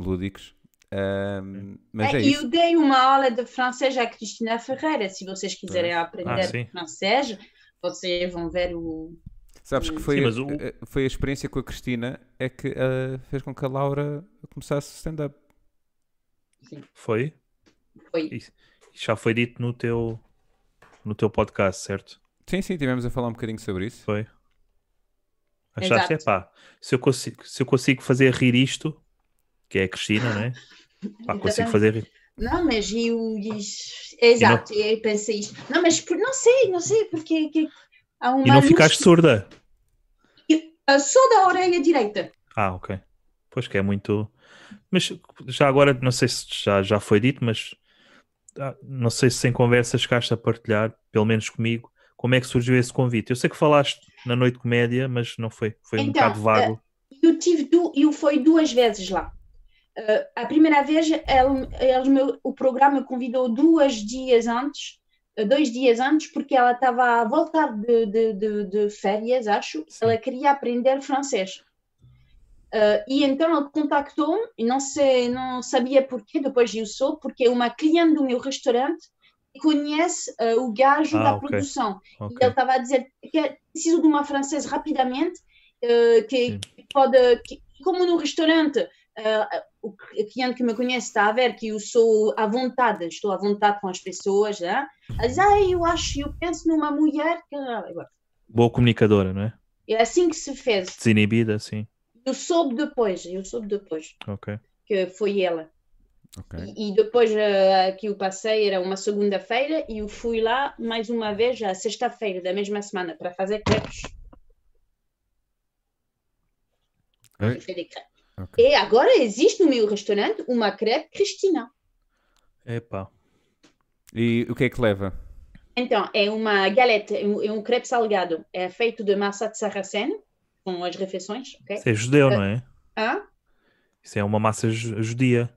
Speaker 2: lúdicos. Ahm, mas é,
Speaker 3: É,
Speaker 2: isso.
Speaker 3: eu dei uma aula de francês à Cristina Ferreira. Se vocês quiserem
Speaker 1: Ah,
Speaker 3: aprender
Speaker 1: sim.
Speaker 3: francês, vocês vão ver o.
Speaker 2: Sabes que foi,
Speaker 1: Sim, mas o-
Speaker 2: eh, foi a experiência com a Cristina é que eh, fez com que a Laura começasse stand-up.
Speaker 3: Hum.
Speaker 1: Foi?
Speaker 3: Foi.
Speaker 1: Isso já foi dito no teu, no teu podcast, certo?
Speaker 2: Sim, sim, tivemos a falar um bocadinho sobre isso.
Speaker 1: Foi. Achaste,
Speaker 3: Exato.
Speaker 1: epá, se eu, consigo, se eu consigo fazer rir isto, que é a Cristina, não é? Pá, consigo
Speaker 3: Exatamente.
Speaker 1: fazer rir.
Speaker 3: Não, mas eu disse. Exato, eu pensei isto. Não, mas por- não sei, não sei, porque é que- há uma
Speaker 1: E não
Speaker 3: luz
Speaker 1: ficaste surda.
Speaker 3: que- ah, só da orelha direita.
Speaker 1: Ah, ok. Pois que é muito. Mas já agora, não sei se já, já foi dito, mas ah, não sei se em conversas chegaste a partilhar, pelo menos comigo, como é que surgiu esse convite. Eu sei que falaste na noite de comédia, mas não foi. Foi um
Speaker 3: Então,
Speaker 1: bocado vago.
Speaker 3: eu tive du eu fui duas vezes lá. Eh, a primeira vez, ele, eles me- o programa me convidou duas dias antes, eh, dois dias antes, porque ela estava a voltar de, de, de, de férias, acho.
Speaker 1: Sim.
Speaker 3: Ela queria aprender francês. Eh, e então ele contactou-me, e não sei, não sabia porquê, depois eu sou, porque é uma cliente do meu restaurante conhece eh, o gajo
Speaker 1: Ah,
Speaker 3: da
Speaker 1: ok.
Speaker 3: produção. eh, E
Speaker 1: Ok.
Speaker 3: ele estava a dizer que é preciso de uma francesa rapidamente, eh, que,
Speaker 1: Sim.
Speaker 3: que pode, que- como no restaurante, eh, o cliente que me conhece está a ver que eu sou à vontade, estou à vontade com as pessoas, né? Ele diz, ah, eu acho, eu penso numa mulher que...
Speaker 1: Boa comunicadora, não é?
Speaker 3: É assim que se fez.
Speaker 1: Desinibida, sim.
Speaker 3: Eu soube depois, eu soube depois
Speaker 1: Ok.
Speaker 3: que foi ela.
Speaker 2: Ok.
Speaker 3: E, e depois eh, que eu passei, era uma segunda-feira, e eu fui lá mais uma vez, à sexta-feira da mesma semana, para fazer crepes.
Speaker 2: Oi?
Speaker 3: Eu fiz de crepe.
Speaker 2: Ok.
Speaker 3: E agora existe no meu restaurante uma crepe Cristina.
Speaker 1: Epá.
Speaker 2: E o que é que leva?
Speaker 3: Então, é uma galette, é um, é um crepe salgado. É feito de massa de sarraceno, com as refeições, ok? Ah,
Speaker 1: Isso é judeu, não é?
Speaker 3: Hã?
Speaker 1: Isso é uma massa ju- judia.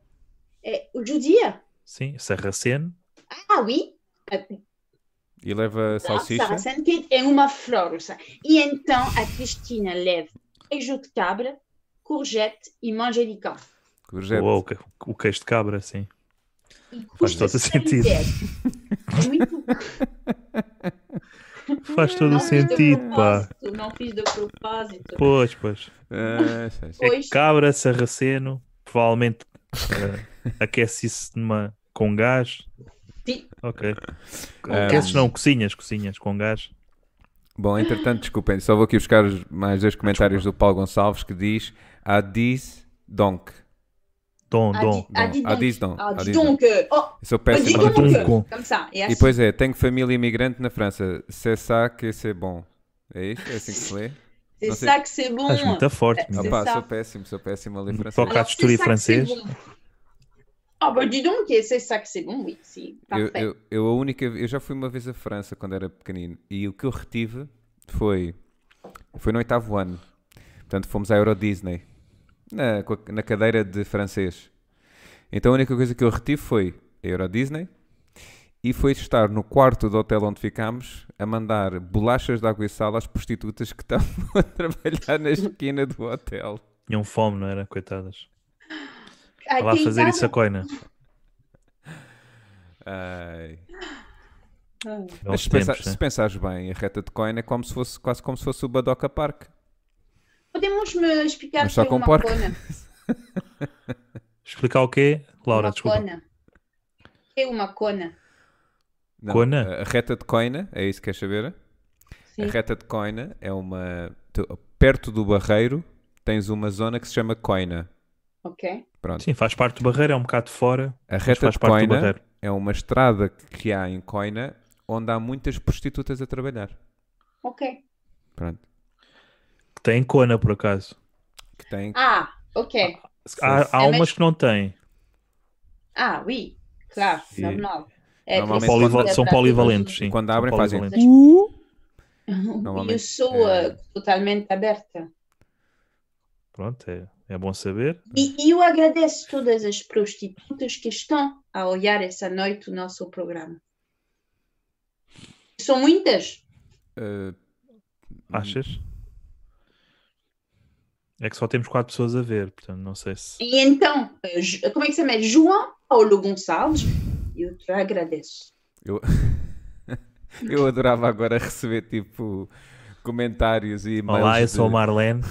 Speaker 3: É o judia.
Speaker 1: Sim. é Sarraceno.
Speaker 3: Ah, oui.
Speaker 2: E leva salsicha?
Speaker 3: Saracen Kid é uma flor. sabe? E então a Cristina leva queijo de cabra, courgette e manjericão.
Speaker 2: Courgette.
Speaker 1: Uou, o que- o queijo de cabra, sim.
Speaker 3: E
Speaker 1: Faz
Speaker 3: custa
Speaker 1: todo sentido.
Speaker 3: 100 euros. É muito
Speaker 1: Faz todo
Speaker 3: Hum, não
Speaker 1: o
Speaker 3: fiz de
Speaker 1: sentido, pá.
Speaker 3: propósito, Não fiz de propósito.
Speaker 1: Pois, pois.
Speaker 2: Ah, sei, sei.
Speaker 3: Pois,
Speaker 1: É cabra, sarraceno, provavelmente eh, aquece isso numa, com gás.
Speaker 3: Sim.
Speaker 1: Ok.
Speaker 2: Ah,
Speaker 1: Aqueles não, cozinhas, cozinhas com gás.
Speaker 2: Bom, entretanto, desculpem, só vou aqui buscar os- mais dois comentários do Paulo Gonçalves que diz Adis Donk.
Speaker 1: Dom,
Speaker 3: Ah,
Speaker 1: dom.
Speaker 3: di- ah, dis
Speaker 2: Bom, ah, diz
Speaker 3: donc.
Speaker 2: donc,
Speaker 3: Ah,
Speaker 2: ah,
Speaker 3: dis
Speaker 2: diz
Speaker 3: donc. euh, Oh,
Speaker 2: Eu sou
Speaker 3: ah, dis
Speaker 2: péssimo.
Speaker 1: Péssima.
Speaker 3: donc.
Speaker 1: Dis donc.
Speaker 3: Comme ça.
Speaker 2: E depois é, tenho família imigrante na França. C'est ça que c'est bom. É isso? É assim que se lê?
Speaker 3: C'est
Speaker 2: não sei.
Speaker 3: ça que c'est bon.
Speaker 1: Estás muito forte,
Speaker 3: É,
Speaker 1: meu.
Speaker 3: sim.
Speaker 2: Opa,
Speaker 3: ça.
Speaker 2: sou péssimo, sou péssimo a ler
Speaker 1: No
Speaker 2: francês.
Speaker 1: toca- Casturi
Speaker 3: c'est ça que c'est
Speaker 1: française.
Speaker 3: bon. Ah, bah dis donc, et c'est ça que c'est bon, oui, si.
Speaker 2: Eu,
Speaker 3: Parfait.
Speaker 2: eu- eu a única, eu já fui uma vez à França quando era pequenino e o que eu retive foi, foi no oitavo ano. Portanto, fomos à Euro Disney na, com a- na cadeira de francês. Então a única coisa que eu retive foi a Euro Disney e foi estar no quarto do hotel onde ficámos a mandar bolachas de água e sal às prostitutas que estavam a trabalhar na esquina do hotel.
Speaker 1: Tinham fome, não era? Coitadas.
Speaker 3: Ah,
Speaker 1: Vai lá
Speaker 3: quem
Speaker 1: fazer
Speaker 3: sabe?
Speaker 1: isso a coina.
Speaker 2: Ai.
Speaker 3: Ah,
Speaker 2: Mas
Speaker 1: Bons
Speaker 2: se, pensa-
Speaker 1: tempos,
Speaker 2: se
Speaker 1: né?
Speaker 2: pensares bem, a reta de coin é como se fosse, quase como se fosse o Badoca Park.
Speaker 3: Podemos me explicar
Speaker 2: Mas só
Speaker 3: sobre
Speaker 2: com
Speaker 3: uma
Speaker 2: porco.
Speaker 3: cona?
Speaker 1: Explicar o quê? Laura,
Speaker 3: uma
Speaker 1: desculpa.
Speaker 3: cona. O que é uma cona?
Speaker 2: Não,
Speaker 1: Coina?
Speaker 2: A reta de coina, é isso que queres saber? A
Speaker 3: Sim.
Speaker 2: reta de coina é uma. tu- Perto do barreiro tens uma zona que se chama coina.
Speaker 3: Ok.
Speaker 2: Pronto.
Speaker 1: Sim, faz parte do barreiro, é um bocado de fora.
Speaker 2: A
Speaker 1: Mas
Speaker 2: reta
Speaker 1: faz
Speaker 2: de
Speaker 1: parte do
Speaker 2: coina
Speaker 1: barreiro.
Speaker 2: é uma estrada que há em coina onde há muitas prostitutas a trabalhar.
Speaker 3: Ok.
Speaker 2: Pronto.
Speaker 1: Que tem cona, por acaso.
Speaker 2: Que tem.
Speaker 3: Ah, ok.
Speaker 1: Há, há
Speaker 3: É, mas-
Speaker 1: umas que não têm.
Speaker 3: Ah, oui. Claro, É
Speaker 1: Sim.
Speaker 3: normal.
Speaker 1: São,
Speaker 2: Normalmente- Mas
Speaker 1: poliva-
Speaker 2: quando-
Speaker 1: são polivalentes, sim.
Speaker 2: Quando
Speaker 1: são
Speaker 2: abrem, fazem-
Speaker 1: polivalentes.
Speaker 3: Eu
Speaker 2: Normalmente,
Speaker 3: sou
Speaker 2: é-
Speaker 3: eh, totalmente aberta.
Speaker 1: Pronto, é, é bom saber.
Speaker 3: E eu agradeço todas as prostitutas que estão a olhar essa noite o nosso programa. São muitas.
Speaker 2: eh,
Speaker 1: Achas?
Speaker 2: Hum.
Speaker 1: É que só temos quatro pessoas a ver, portanto, não sei se.
Speaker 3: E então, eh, Ju- como é que se chama? João Paulo Gonçalves, eu te agradeço.
Speaker 2: Eu, eu adorava agora receber tipo comentários e e-mails
Speaker 1: Olá, eu
Speaker 2: de,
Speaker 1: sou o Marlene.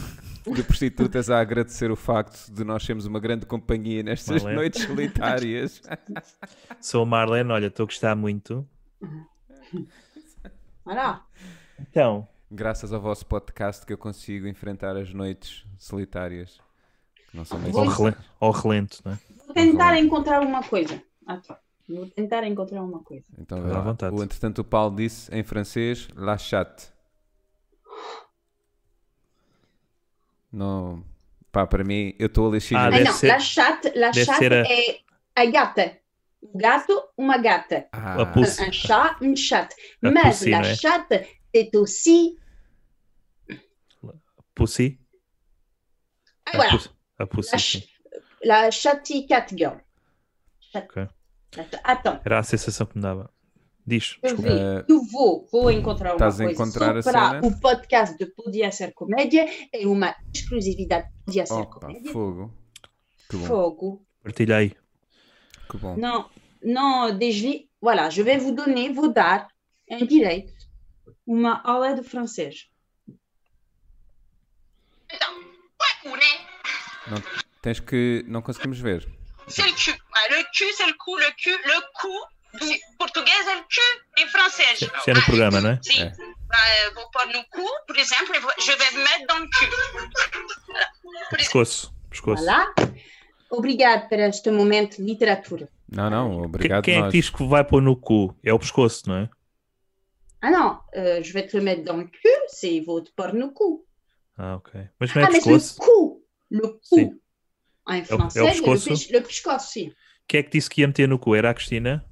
Speaker 2: de prostitutas a agradecer o facto de nós sermos uma grande companhia nestas
Speaker 1: Valeu.
Speaker 2: noites solitárias.
Speaker 1: Sou o Marlene, olha, estou a gostar muito.
Speaker 3: Olha lá.
Speaker 1: Então,
Speaker 2: Graças ao vosso podcast que eu consigo enfrentar as noites solitárias. Não são bem
Speaker 1: ao,
Speaker 3: Pois.
Speaker 1: relen- ao relento, não é?
Speaker 3: Vou tentar encontrar uma coisa. Ah, tá. Vou tentar encontrar uma coisa.
Speaker 2: Então,
Speaker 1: Fica à
Speaker 2: vá lá.
Speaker 1: vontade.
Speaker 2: O, entretanto, o Paulo disse em francês, la chatte. Não, pá, para mim, eu estou a lixir.
Speaker 1: Ah,
Speaker 3: Ah,
Speaker 1: deve
Speaker 3: não,
Speaker 1: ser-
Speaker 3: la chatte, la
Speaker 1: deve
Speaker 3: chatte
Speaker 1: ser a-
Speaker 3: é a gata. O gato, uma gata.
Speaker 2: Ah,
Speaker 1: a pulse.
Speaker 3: Un chat, une chatte.
Speaker 1: La
Speaker 3: Mas
Speaker 1: pussy,
Speaker 3: la
Speaker 1: né?
Speaker 3: chatte, c'est aussi...
Speaker 1: Pussy?
Speaker 3: Ah,
Speaker 1: A
Speaker 3: voilà.
Speaker 1: pussy, a pussy,
Speaker 3: La,
Speaker 1: sim.
Speaker 3: ch- la chatty cat girl. Chat-
Speaker 1: Ok.
Speaker 3: La ch- Attends,
Speaker 1: Era a sensação que me dava. Diz,
Speaker 3: eu,
Speaker 1: desculpa.
Speaker 3: vi.
Speaker 2: Eh,
Speaker 3: eu vou, vou encontrar uma
Speaker 2: estás a
Speaker 3: coisa
Speaker 2: encontrar a
Speaker 3: só para
Speaker 2: cena?
Speaker 3: o podcast de Podia Ser Comédia é uma exclusividade de Podia Ser
Speaker 2: Opa,
Speaker 3: Comédia.
Speaker 2: fogo. Que bom,
Speaker 3: Fogo.
Speaker 1: Partilha aí.
Speaker 2: que bom.
Speaker 3: Non, non, desli. Voilà, je vais vous donner, vou dar em direito uma aula de francês.
Speaker 2: Não, tens que. Não conseguimos ver.
Speaker 4: c'est le cul. Ouais, le cul, c'est le cou, le cul, le cou. Português é o cul em francês.
Speaker 1: Isso é no programa, não é?
Speaker 4: Sim.
Speaker 2: É.
Speaker 4: Ah, eu vou pôr no cu, por exemplo, eu vou- je vais mettre dans le cul.
Speaker 1: O pescoço. pescoço.
Speaker 3: Voilà. Obrigado por este momento de literatura.
Speaker 2: Não, não,
Speaker 1: Que-
Speaker 2: obrigado.
Speaker 1: Quem é
Speaker 2: nós.
Speaker 1: que diz que vai pôr no cu? É o pescoço, não é?
Speaker 3: Ah não, euh, je vais te mettre dans le cul, c'est vou te pôr no cu.
Speaker 1: Ah, ok. Mas não é
Speaker 3: Ah, mas
Speaker 1: pescoço?
Speaker 3: le cou, le
Speaker 1: Sim.
Speaker 3: cou. Ah, Em
Speaker 1: é o
Speaker 3: francês, le
Speaker 1: pescoço?
Speaker 3: pes- le pescoço, sim.
Speaker 1: Quem é que disse que ia meter no cu? Era a Cristina?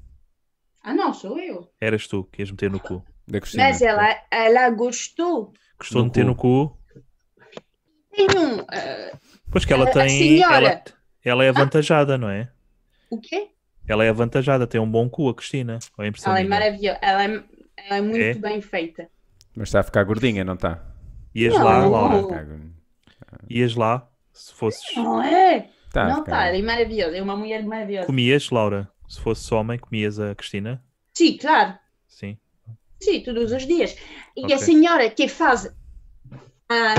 Speaker 3: Ah não, sou eu.
Speaker 1: Eras tu que ias meter no cu?
Speaker 2: Da Cristina.
Speaker 1: né?
Speaker 3: Mas ela, ela gostou.
Speaker 1: Gostou
Speaker 2: No
Speaker 1: de meter
Speaker 2: cu.
Speaker 1: no cu?
Speaker 3: Tem um... eh,
Speaker 1: Pois que ela
Speaker 3: A- a
Speaker 1: tem.
Speaker 3: senhora.
Speaker 1: Ela, ela é avantajada, não é?
Speaker 3: o quê?
Speaker 1: Ela é avantajada, tem um bom cu, a Cristina. Ou a impressão
Speaker 3: Ela é
Speaker 1: minha.
Speaker 3: maravilhosa. Ela é, ela é muito
Speaker 1: É?
Speaker 3: bem feita.
Speaker 2: Mas está a ficar gordinha, não está?
Speaker 1: Ias
Speaker 3: Não.
Speaker 1: lá,
Speaker 3: Não.
Speaker 1: Tá, Laura.
Speaker 2: Está a ficar gordinha.
Speaker 1: Ias lá, se fosses.
Speaker 3: Não é?
Speaker 1: Ah,
Speaker 2: Está a
Speaker 3: não
Speaker 2: ficar-
Speaker 3: tá, ela é maravilhosa. É uma mulher maravilhosa.
Speaker 1: Comias, Laura? Se fosses homem, comias a Cristina?
Speaker 3: Sim, claro.
Speaker 1: Sim.
Speaker 3: Sim, todos os dias. E
Speaker 1: Ok.
Speaker 3: a senhora que faz a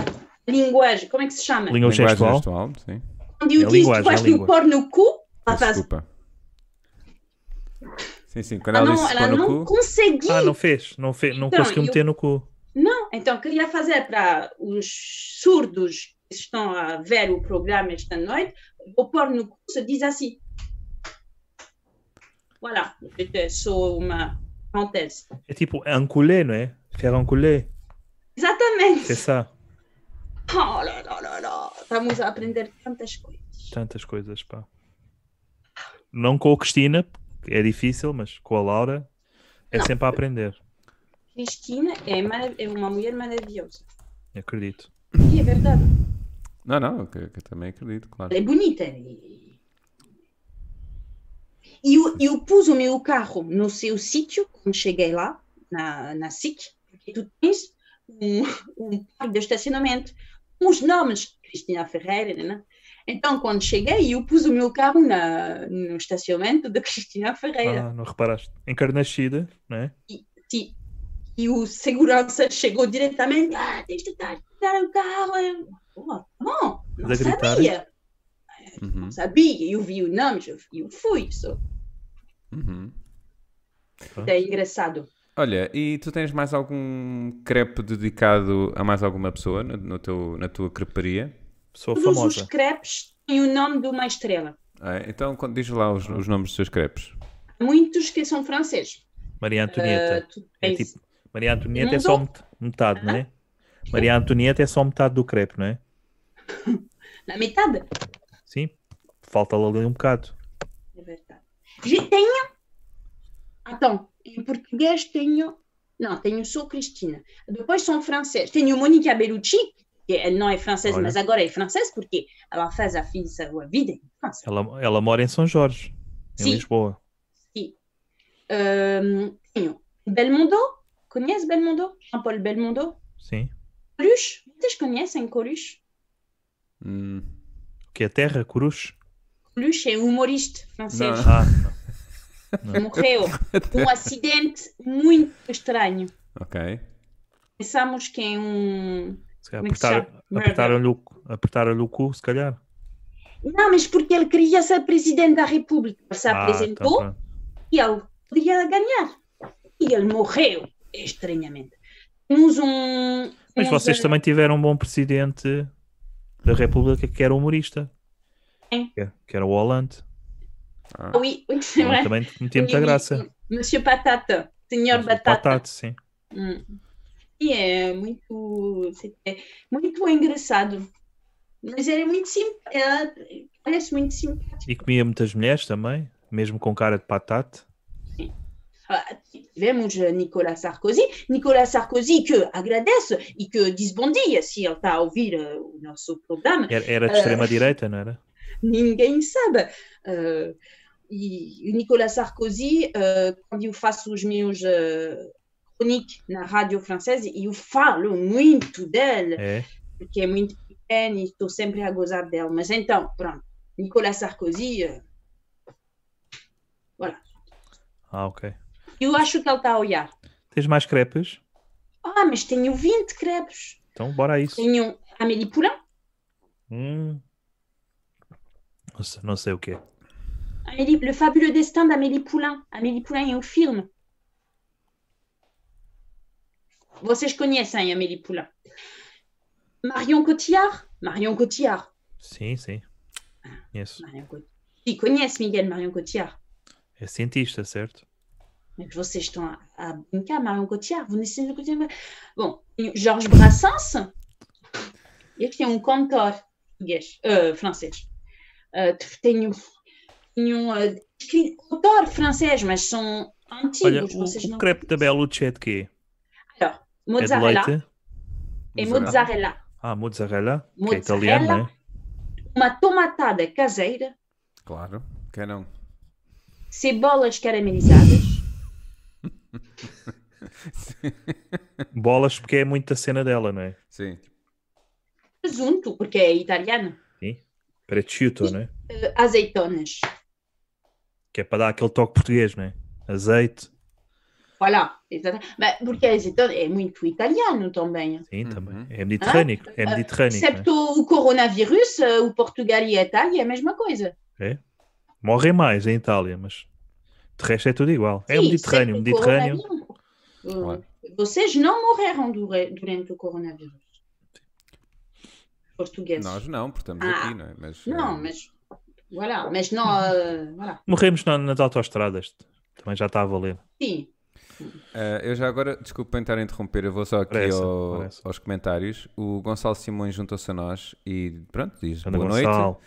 Speaker 3: linguagem, como é que se chama?
Speaker 1: Língua
Speaker 2: Linguagem
Speaker 1: gestual?
Speaker 2: gestual, sim.
Speaker 3: Quando eu
Speaker 1: É
Speaker 3: disse
Speaker 1: linguagem,
Speaker 3: que vais
Speaker 1: é
Speaker 3: me
Speaker 1: língua.
Speaker 3: pôr no cu, ela
Speaker 2: Peço
Speaker 3: faz
Speaker 2: Desculpa. Sim, sim. Quando
Speaker 3: Ah,
Speaker 2: ela
Speaker 3: não,
Speaker 2: disse
Speaker 3: ela
Speaker 2: pôr no
Speaker 3: não
Speaker 2: cu.
Speaker 3: conseguia.
Speaker 1: Ah, não fez. Não, fez, não
Speaker 3: Então,
Speaker 1: conseguiu
Speaker 3: eu-
Speaker 1: meter no cu.
Speaker 3: Não, então queria fazer para os surdos que estão a ver o programa esta noite, o pôr no curso diz assim. Voilà, c'était só uma parenthèse.
Speaker 1: É tipo encolher, não é? Faire encolher.
Speaker 3: Exatamente.
Speaker 1: É ça.
Speaker 3: Oh lá, lá, lá, lá. Estamos a aprender tantas coisas.
Speaker 1: Tantas coisas, pá. Não com a Cristina, porque é difícil, mas com a Laura é
Speaker 3: Não.
Speaker 1: sempre a aprender.
Speaker 3: Cristina é, marav- é uma mulher maravilhosa.
Speaker 1: Eu Acredito.
Speaker 3: E é verdade.
Speaker 2: Não, não, que, que eu também acredito, claro.
Speaker 3: Ela é bonita. E eu, eu pus o meu carro no seu sítio, quando cheguei lá, na, na SIC, porque tu tens um, um parque de estacionamento com os nomes, Cristina Ferreira, né, né? Então, quando cheguei, eu pus o meu carro na, no estacionamento de Cristina Ferreira.
Speaker 1: Ah, não reparaste. Encarnascida, não é?
Speaker 3: E, e o segurança chegou diretamente, ah, tens de dar, dar o carro. Eu, "Oh, tá bom, não
Speaker 1: Mas a gritar? Hum.
Speaker 3: sabia.
Speaker 2: Uhum,
Speaker 3: Não sabia, eu vi o nome, eu, eu fui. Só.
Speaker 2: uhum.
Speaker 1: Uhum.
Speaker 3: É engraçado.
Speaker 2: Olha, e tu tens mais algum crepe dedicado a mais alguma pessoa no, no teu, na tua creparia?
Speaker 1: Pessoa
Speaker 3: Todos os
Speaker 1: famosa.
Speaker 3: crepes têm o nome de uma estrela.
Speaker 2: Ah, é? então quando- diz lá os, os nomes dos teus crepes.
Speaker 3: Há muitos que são franceses.
Speaker 1: Maria
Speaker 3: Ah,
Speaker 1: Antonieta.
Speaker 3: tu
Speaker 1: É
Speaker 3: tens-
Speaker 1: tipo, Maria Antonieta é
Speaker 3: Não Ah.
Speaker 1: só met- metade, não é? Maria Antonieta é só metade do crepe, não é?
Speaker 3: Na metade?
Speaker 1: Sim. Falta ali um bocado.
Speaker 3: É verdade. Já tenho. Então, em português tenho. Não, tenho só Cristina. Depois são franceses. Tenho Monica Bellucci, que ela não é francesa,
Speaker 1: Olha.
Speaker 3: mas agora é francesa porque ela fez a, fi- a vida em França.
Speaker 1: Ela, ela mora em São Jorge, em
Speaker 3: Sim.
Speaker 1: Lisboa.
Speaker 3: Ahm, tenho Belmondo. Conhece Belmondo? Jean-Paul Belmondo?
Speaker 1: Sim.
Speaker 3: Coluche, vocês conhecem Coluche?
Speaker 2: Hum,
Speaker 1: O que é terra? Coruche?
Speaker 3: Coluche é humorista francês.
Speaker 2: Não.
Speaker 1: Ah,
Speaker 3: Morreu num acidente muito estranho.
Speaker 2: ok.
Speaker 3: Pensamos que é um.
Speaker 1: se calhar
Speaker 3: Como é que se
Speaker 1: apertar-
Speaker 3: chama?
Speaker 1: apertaram-lhe o, apertaram o cu, se calhar.
Speaker 3: Não, mas porque ele queria ser presidente da República. Ele se
Speaker 1: Ah, então
Speaker 3: apresentou
Speaker 1: pronto.
Speaker 3: e ele podia ganhar. E ele morreu, estranhamente. Temos um.
Speaker 1: Mas
Speaker 3: temos
Speaker 1: vocês
Speaker 3: um-
Speaker 1: também tiveram um bom presidente da República que era humorista.
Speaker 3: Quem?
Speaker 1: Que, que era o Hollande.
Speaker 2: Ah,
Speaker 3: Oui, oui,
Speaker 1: O
Speaker 3: c'est
Speaker 1: Hollande também
Speaker 3: vrai.
Speaker 1: metia muita
Speaker 3: Oui, oui,
Speaker 1: graça.
Speaker 3: Monsieur Patata, Senhor
Speaker 1: Mas o
Speaker 3: Batata.
Speaker 1: Patata, sim.
Speaker 3: Hum. E é muito, é muito engraçado. Mas era muito simpático. Ela parece muito simpático.
Speaker 1: E comia muitas mulheres também, mesmo com cara de patate.
Speaker 3: Ah, Vemos eh, Nicolas Sarkozy. Nicolas Sarkozy que agradece e que diz bom dia se ele está a ouvir eh, o nosso programa.
Speaker 1: Era, era de
Speaker 3: Ah.
Speaker 1: extrema-direita, não era?
Speaker 3: Ninguém sabe. Eh, e o Nicolas Sarkozy, eh, quando eu faço os meus eh, chroniques na rádio francesa, eu falo muito dele.
Speaker 1: É.
Speaker 3: porque é muito pequeno e estou sempre a gozar dela. Mas então, pronto, Nicolas Sarkozy, eh,
Speaker 1: Ah, ok.
Speaker 3: eu acho que ele está a olhar.
Speaker 1: Tens mais crepes?
Speaker 3: Ah, mas tenho 20 crepes.
Speaker 1: Então bora a isso.
Speaker 3: Tenho Amélie Poulain.
Speaker 1: Hum. Não sei, não sei o que é.
Speaker 3: Amélie, Le Fabuleux Destin d'Amélie Poulain. Amélie Poulain é um filme. Vocês conhecem hein, Amélie Poulain. Marion Cotillard. Marion Cotillard.
Speaker 1: Sim, sim. Conheço.
Speaker 3: Marion Cotillard. Sim, conhece Miguel Marion Cotillard.
Speaker 1: É cientista, certo?
Speaker 3: Mas vocês estão a, a brincar, Marion Cotillard, vous n'essayez de Cotillard. Bom, e o Jorge Brassens, ele é um cantor português, eh, francês. Eh, tenho tenho eh, escri- autor francês, mas são
Speaker 1: Olha,
Speaker 3: antigos,
Speaker 1: o,
Speaker 3: vocês não.
Speaker 1: o crepe da Bellucci é de quê? É de
Speaker 3: Mozzarella
Speaker 1: leite?
Speaker 3: e
Speaker 2: Mozzarella.
Speaker 3: mozzarella.
Speaker 1: Ah, mozzarella, que é
Speaker 3: Mozzarella.
Speaker 1: italiano, não é?
Speaker 3: Uma tomatada caseira,
Speaker 2: Claro, quem não?
Speaker 3: cebolas caramelizadas.
Speaker 1: Bolas porque é muito a cena dela, não é?
Speaker 2: Sim.
Speaker 3: Presunto, porque é italiano.
Speaker 1: Prosciutto, não é?
Speaker 3: eh, azeitonas.
Speaker 1: Que é para dar aquele toque português, não é? Azeite,
Speaker 3: Voilà, exatamente. Mas porque azeitonas é muito italiano também.
Speaker 1: sim,
Speaker 2: Uhum.
Speaker 1: também. É mediterrâneo,
Speaker 3: Ah,
Speaker 1: é mediterrâneo, não é?
Speaker 3: Excepto o coronavírus, eh, o Portugal e a Itália é a mesma coisa.
Speaker 1: Morrem mais em Itália, mas De resto é tudo igual. É o
Speaker 3: Sim,
Speaker 1: Mediterrâneo. O
Speaker 3: sempre o
Speaker 1: Mediterrâneo.
Speaker 3: coronavírus.
Speaker 2: Claro.
Speaker 3: Hum, Vocês não morreram dura- durante o coronavírus. Portugueses.
Speaker 2: Nós não, porque estamos
Speaker 3: Ah.
Speaker 2: aqui, não é? Mas,
Speaker 3: Não,
Speaker 2: eh,
Speaker 3: mas. Voilà, mas não. eh, voilà.
Speaker 1: Morremos na- nas autoestradas. Também já está a valer.
Speaker 3: Sim.
Speaker 2: Eh, eu já agora, desculpem estar a interromper, eu vou só aqui
Speaker 1: Parece,
Speaker 2: ao-
Speaker 1: parece.
Speaker 2: aos comentários. O Gonçalo Simões juntou-se a nós e pronto, diz
Speaker 1: Ana
Speaker 2: boa
Speaker 1: Gonçalo.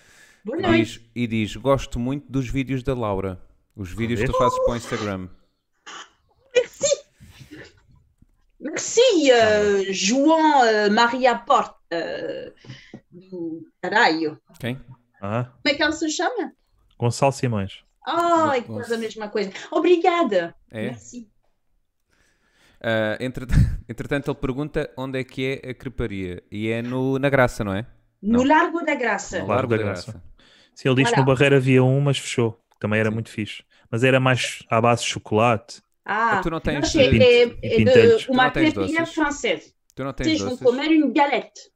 Speaker 3: Boa
Speaker 2: noite.
Speaker 3: noite.
Speaker 2: Diz- e diz, gosto muito dos vídeos da Laura. Os vídeos que tu fazes para o Instagram.
Speaker 3: Merci, euh, João euh, Maria Porta. euh, do caralho.
Speaker 2: Quem?
Speaker 1: Ah,
Speaker 3: Como é que ela se chama?
Speaker 1: Gonçalo Simões.
Speaker 3: Ai, que
Speaker 2: Nossa.
Speaker 3: faz a mesma coisa. Obrigada.
Speaker 2: É?
Speaker 3: Merci.
Speaker 2: Ah, entret- entretanto, ele pergunta onde é que é a creparia. E é no, na Graça, não é?
Speaker 3: No
Speaker 2: Não.
Speaker 3: Largo da Graça.
Speaker 2: No
Speaker 1: Largo da Graça. Se ele diz que
Speaker 3: Olá.
Speaker 1: no Barreiro havia um, mas fechou. Também era
Speaker 2: Sim.
Speaker 1: muito fixe. Mas era mais à base de chocolate.
Speaker 3: Ah,
Speaker 2: Tu não tens,
Speaker 3: mas é,
Speaker 2: eh,
Speaker 3: é-
Speaker 1: pint-
Speaker 3: é
Speaker 1: pintantes.
Speaker 3: euh, de uma
Speaker 2: Tu não tens
Speaker 3: crepinha
Speaker 2: doces?
Speaker 3: francesa.
Speaker 2: Tu não tens
Speaker 3: Vocês vão
Speaker 2: doces?
Speaker 3: comer uma galette.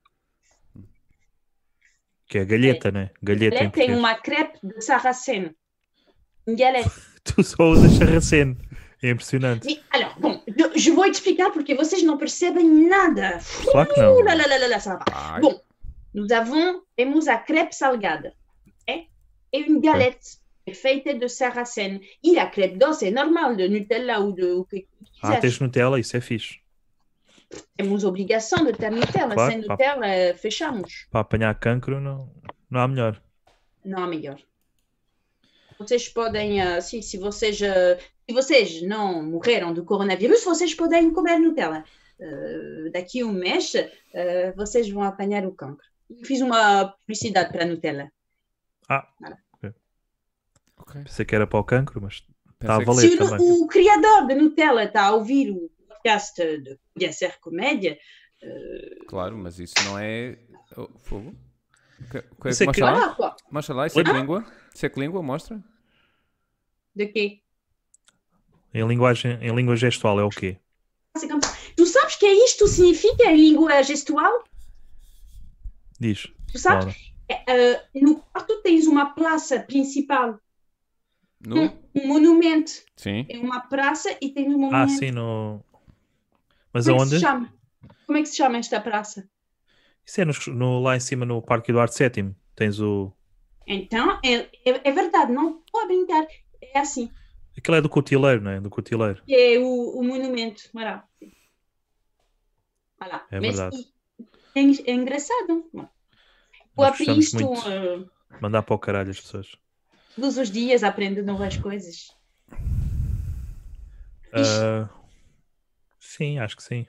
Speaker 1: Que é galheta, né? Galheta em
Speaker 3: Galette é
Speaker 1: português.
Speaker 3: uma crepe de sarraceno. Une galette.
Speaker 1: Tu só usas sarraceno. É impressionante.
Speaker 3: Mais, alors, bom, eu, je hein, vou explicar porque vocês não percebem nada.
Speaker 1: Claro que não.
Speaker 3: Ouh là là là là là, ça va pas.
Speaker 2: Ai,
Speaker 3: Bom, nous avons, temos a crepe salgada ok? et une galette feita de sarraceno. E a crepe doce é normal, de Nutella ou de o que
Speaker 1: Ah,
Speaker 3: quiser.
Speaker 1: tens Nutella, isso é fixe.
Speaker 3: Temos obrigação de ter Nutella,
Speaker 1: Claro,
Speaker 3: sem
Speaker 1: claro.
Speaker 3: Nutella eh, fechamos.
Speaker 1: Para apanhar cancro não, não há melhor.
Speaker 3: Não há melhor. Vocês podem, eh, sim, se vocês, eh, se vocês não morreram do coronavírus, vocês podem comer Nutella. Eh, daqui um mês, eh, vocês vão apanhar o cancro. Eu fiz uma publicidade para a Nutella.
Speaker 2: ok.
Speaker 1: Pensei que era para o cancro, mas está Tá é a
Speaker 2: Pensei que-
Speaker 1: valer
Speaker 3: Se o,
Speaker 1: também.
Speaker 3: o criador da Nutella está a ouvir o podcast de Conhecer Comédia, eh,
Speaker 2: Claro, mas isso não é. Oh, fogo. Que- que-
Speaker 1: Isso é
Speaker 2: mostra,
Speaker 1: que-
Speaker 2: lá,
Speaker 3: olha pô,
Speaker 2: mostra lá, isso é que
Speaker 1: Ah.
Speaker 2: língua? Isso é que língua? Mostra.
Speaker 3: de quê?
Speaker 1: Em, linguagem, em língua gestual é o quê?
Speaker 3: Assim como- Tu sabes que é isto significa em língua gestual?
Speaker 1: Diz.
Speaker 3: Tu sabes?
Speaker 1: Laura.
Speaker 3: Eh, no quarto tens uma praça principal,
Speaker 2: No?
Speaker 3: um monumento.
Speaker 2: Sim.
Speaker 3: É uma praça e tem um monumento.
Speaker 1: Ah, sim, no. Mas
Speaker 3: Como é que
Speaker 1: aonde?
Speaker 3: se chama? Como é que se chama esta praça?
Speaker 1: Isso é nos- no- lá em cima no Parque Eduardo VII. Tens o.
Speaker 3: Então, é, é- é verdade, não estou a brincar. É assim,
Speaker 1: Aquilo é do Cotileiro, não é? Do Cotileiro.
Speaker 3: que é o, o monumento. Olha lá. Olha lá.
Speaker 1: É
Speaker 3: Mas
Speaker 1: verdade.
Speaker 3: e- É, en- é engraçado. Eu
Speaker 1: Nós
Speaker 3: aprendi
Speaker 1: gostamos
Speaker 3: isto
Speaker 1: muito.
Speaker 3: eh,
Speaker 1: Mandar para o caralho as pessoas.
Speaker 3: todos os dias, aprendo novas coisas.
Speaker 1: Ah, sim, acho que sim.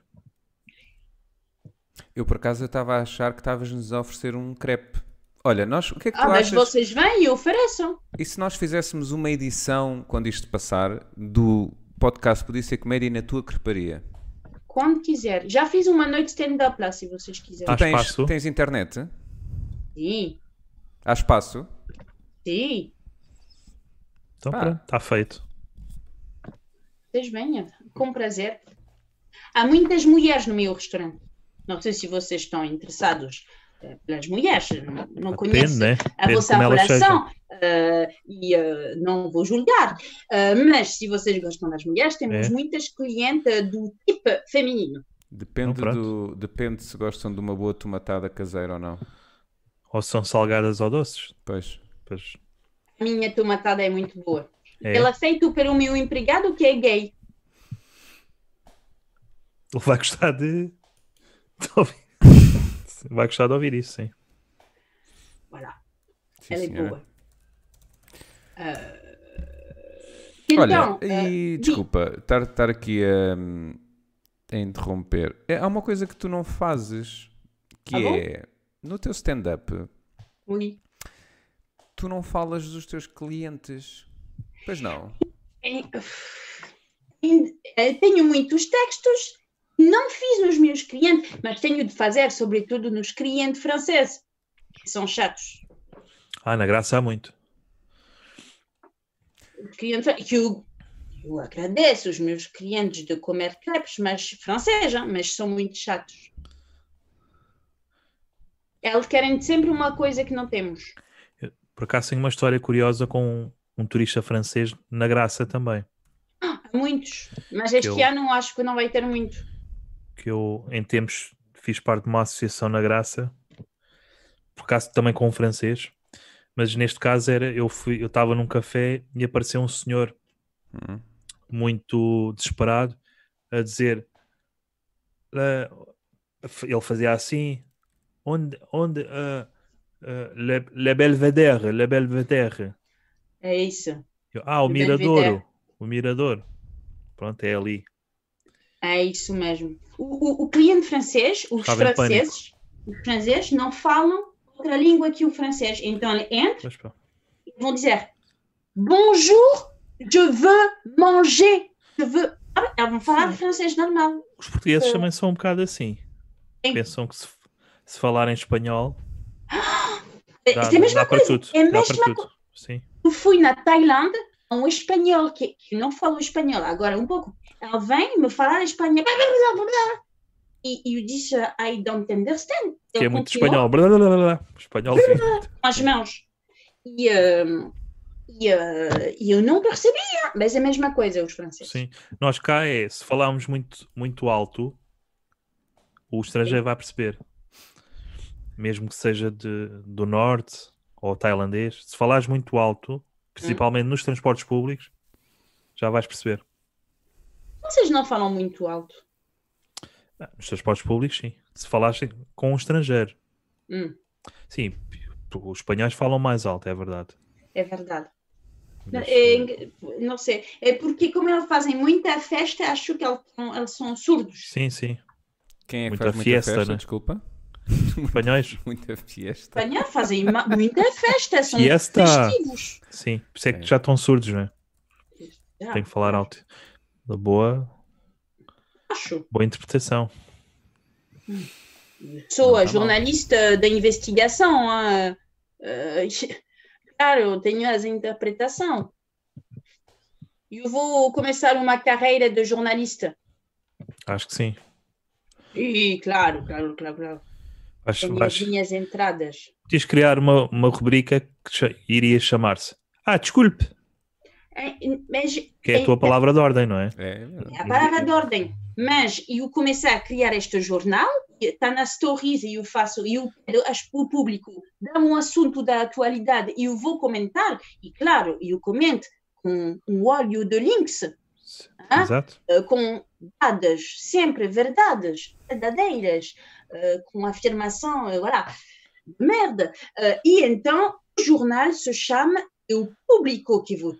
Speaker 2: Eu por acaso eu estava a achar que estavas-nos a oferecer um crepe. Olha, nós, o que é que tu
Speaker 3: Ah, mas
Speaker 2: achas?
Speaker 3: vocês vêm e ofereçam.
Speaker 2: E se nós fizéssemos uma edição, quando isto passar, do podcast Podia Ser Comédia na tua creparia?
Speaker 3: Quando quiser. Já fiz uma noite stand-up lá, se vocês quiserem.
Speaker 1: Há
Speaker 2: Tu tens,
Speaker 1: espaço?
Speaker 2: tens internet?
Speaker 1: Ah.
Speaker 3: Sim,
Speaker 2: Há espaço?
Speaker 3: sim.
Speaker 1: Então
Speaker 2: Ah.
Speaker 1: pronto, está feito.
Speaker 3: Vocês venham, com prazer. Há muitas mulheres no meu restaurante. Não sei se vocês estão interessados eh, pelas mulheres, não, não
Speaker 1: Depende,
Speaker 3: conheço
Speaker 1: né?
Speaker 3: a
Speaker 1: Depende
Speaker 3: vossa
Speaker 1: como elas sejam.
Speaker 3: relação eh, e eh, não vou julgar. Eh, mas se vocês gostam das mulheres, temos
Speaker 1: É.
Speaker 3: muitas clientes do tipo feminino.
Speaker 2: Depende,
Speaker 1: Então,
Speaker 2: do, depende se gostam de uma boa tomatada caseira ou não.
Speaker 1: Ou são salgadas ou doces.
Speaker 2: Pois.
Speaker 1: Pois
Speaker 3: A minha tomatada é muito boa.
Speaker 1: é.
Speaker 3: Ela é feita pelo meu empregado que é gay.
Speaker 1: Ele vai gostar de. de ouvir. Vai gostar de ouvir isso, sim.
Speaker 3: Voilà,
Speaker 2: Sim,
Speaker 3: ela
Speaker 2: senhora.
Speaker 3: é boa. Eh,
Speaker 2: Olha,
Speaker 3: então, eh,
Speaker 2: e desculpa, estar, estar aqui a, hum, a interromper. É, há uma coisa que tu não fazes, que
Speaker 3: Ah, bom?
Speaker 2: é no teu stand-up,
Speaker 3: oui.
Speaker 2: tu não falas dos teus clientes. Pois não.
Speaker 3: Em- em- eh, Tenho muitos textos, não fiz nos meus clientes, mas tenho de fazer, sobretudo nos clientes franceses, que são chatos.
Speaker 1: Ah, na graça há muito.
Speaker 3: Os clientes fran- que eu, eu agradeço os meus clientes de comer crepes, mas franceses, hein, mas são muito chatos. Eles querem sempre uma coisa que não temos.
Speaker 1: Por acaso tenho uma história curiosa com um turista francês na graça também.
Speaker 3: Há muitos, mas este
Speaker 1: Eu-
Speaker 3: ano acho que não vai ter muito.
Speaker 1: que eu em tempos fiz parte de uma associação na Graça, por acaso também com um francês, mas neste caso era eu fui, eu estava num café e apareceu um senhor
Speaker 2: Hum.
Speaker 1: muito desesperado a dizer "Ah", ele fazia assim onde onde ah, ah, le, le Belvedere, le Belvedere.
Speaker 3: É isso.
Speaker 1: Eu, ah, o
Speaker 3: Le
Speaker 1: Miradouro,
Speaker 3: Belvedere.
Speaker 1: o Miradouro. Pronto, é ali.
Speaker 3: É isso mesmo. O, o- o cliente francês, os
Speaker 1: Estava em
Speaker 3: franceses, os franceses não falam outra língua que o francês. Então ele entra
Speaker 1: Mas pá,
Speaker 3: e vão dizer Bonjour, je veux manger. Je veux. Ah, eles vão falar de francês normal.
Speaker 1: os portugueses
Speaker 3: Eh,
Speaker 1: também são um bocado assim.
Speaker 3: Em-
Speaker 1: pensam que se, se falar em espanhol
Speaker 3: É,
Speaker 1: dá,
Speaker 3: isto é a mesma
Speaker 1: dá para
Speaker 3: coisa.
Speaker 1: tudo.
Speaker 3: É
Speaker 1: dá
Speaker 3: a mesma
Speaker 1: para tudo. Sim.
Speaker 3: Eu fui na Tailândia a um espanhol que, que não falou espanhol agora um pouco. Ele vem me falar espanhol. blá, blá, blá, blá. E e eu disse, I don't understand.
Speaker 1: Que
Speaker 3: Ele
Speaker 1: é muito
Speaker 3: continuou
Speaker 1: espanhol. Blá, blá, blá, blá, blá. Espanhol, sim.
Speaker 3: com as mãos. E, ah, e, ah, e eu não percebia, mas é a mesma coisa os franceses.
Speaker 1: sim. Nós cá é, se falarmos muito, muito alto, o estrangeiro vai perceber. Mesmo que seja de, do norte ou tailandês, se falares muito
Speaker 3: Hum.
Speaker 1: alto, principalmente nos transportes públicos, já vais perceber.
Speaker 3: Vocês não falam muito alto.
Speaker 1: Ah, Nos transportes públicos, sim. Se falares com um estrangeiro.
Speaker 3: Hum,
Speaker 1: Sim, os espanhóis falam mais alto, é verdade.
Speaker 3: é verdade. Não,
Speaker 1: Mas, eh,
Speaker 3: é eng- não sei. É porque, como eles fazem muita festa, acho que eles são, eles são surdos.
Speaker 1: Sim, sim.
Speaker 2: Quem é que
Speaker 1: Muita
Speaker 2: faz muita
Speaker 1: fiesta,
Speaker 2: festa?
Speaker 1: né?
Speaker 2: Desculpa.
Speaker 1: Espanhóis?
Speaker 2: Muita fiesta.
Speaker 3: Espanhol fazem ma- muita festa, são
Speaker 1: Fiesta.
Speaker 3: festivos.
Speaker 1: Sim. Por isso é que
Speaker 2: É.
Speaker 1: já estão surdos, não é?
Speaker 3: Ah,
Speaker 1: Tem que falar alto. Uma Boa,
Speaker 3: Acho.
Speaker 1: boa interpretação.
Speaker 3: Sou
Speaker 1: Não
Speaker 3: a
Speaker 1: tá mal.
Speaker 3: jornalista da investigação. hein. Eh, claro, eu tenho as interpretações. Eu vou começar uma carreira de jornalista.
Speaker 1: Acho que sim.
Speaker 3: E claro, claro, claro, claro.
Speaker 1: Acho,
Speaker 3: Tenho as
Speaker 1: acho...
Speaker 3: minhas entradas.
Speaker 1: Podias criar uma, uma rubrica que cha- iria chamar-se Ah, desculpe,
Speaker 3: Eh, Mas
Speaker 1: que é a tua palavra de ordem, não é?
Speaker 2: É, verdade.
Speaker 3: A palavra de ordem. Mas eu comecei a criar este jornal, está nas stories e eu faço, eu pedo às- ao público, dá-me um assunto da atualidade e eu vou comentar, e claro, eu comento com um óleo de links, Ah.
Speaker 1: Exato.
Speaker 3: eh, com dados, sempre verdades, verdadeiras, eh, com afirmação, eh, voilà, de merda. Eh, e então, o jornal se chama O Público que Votou,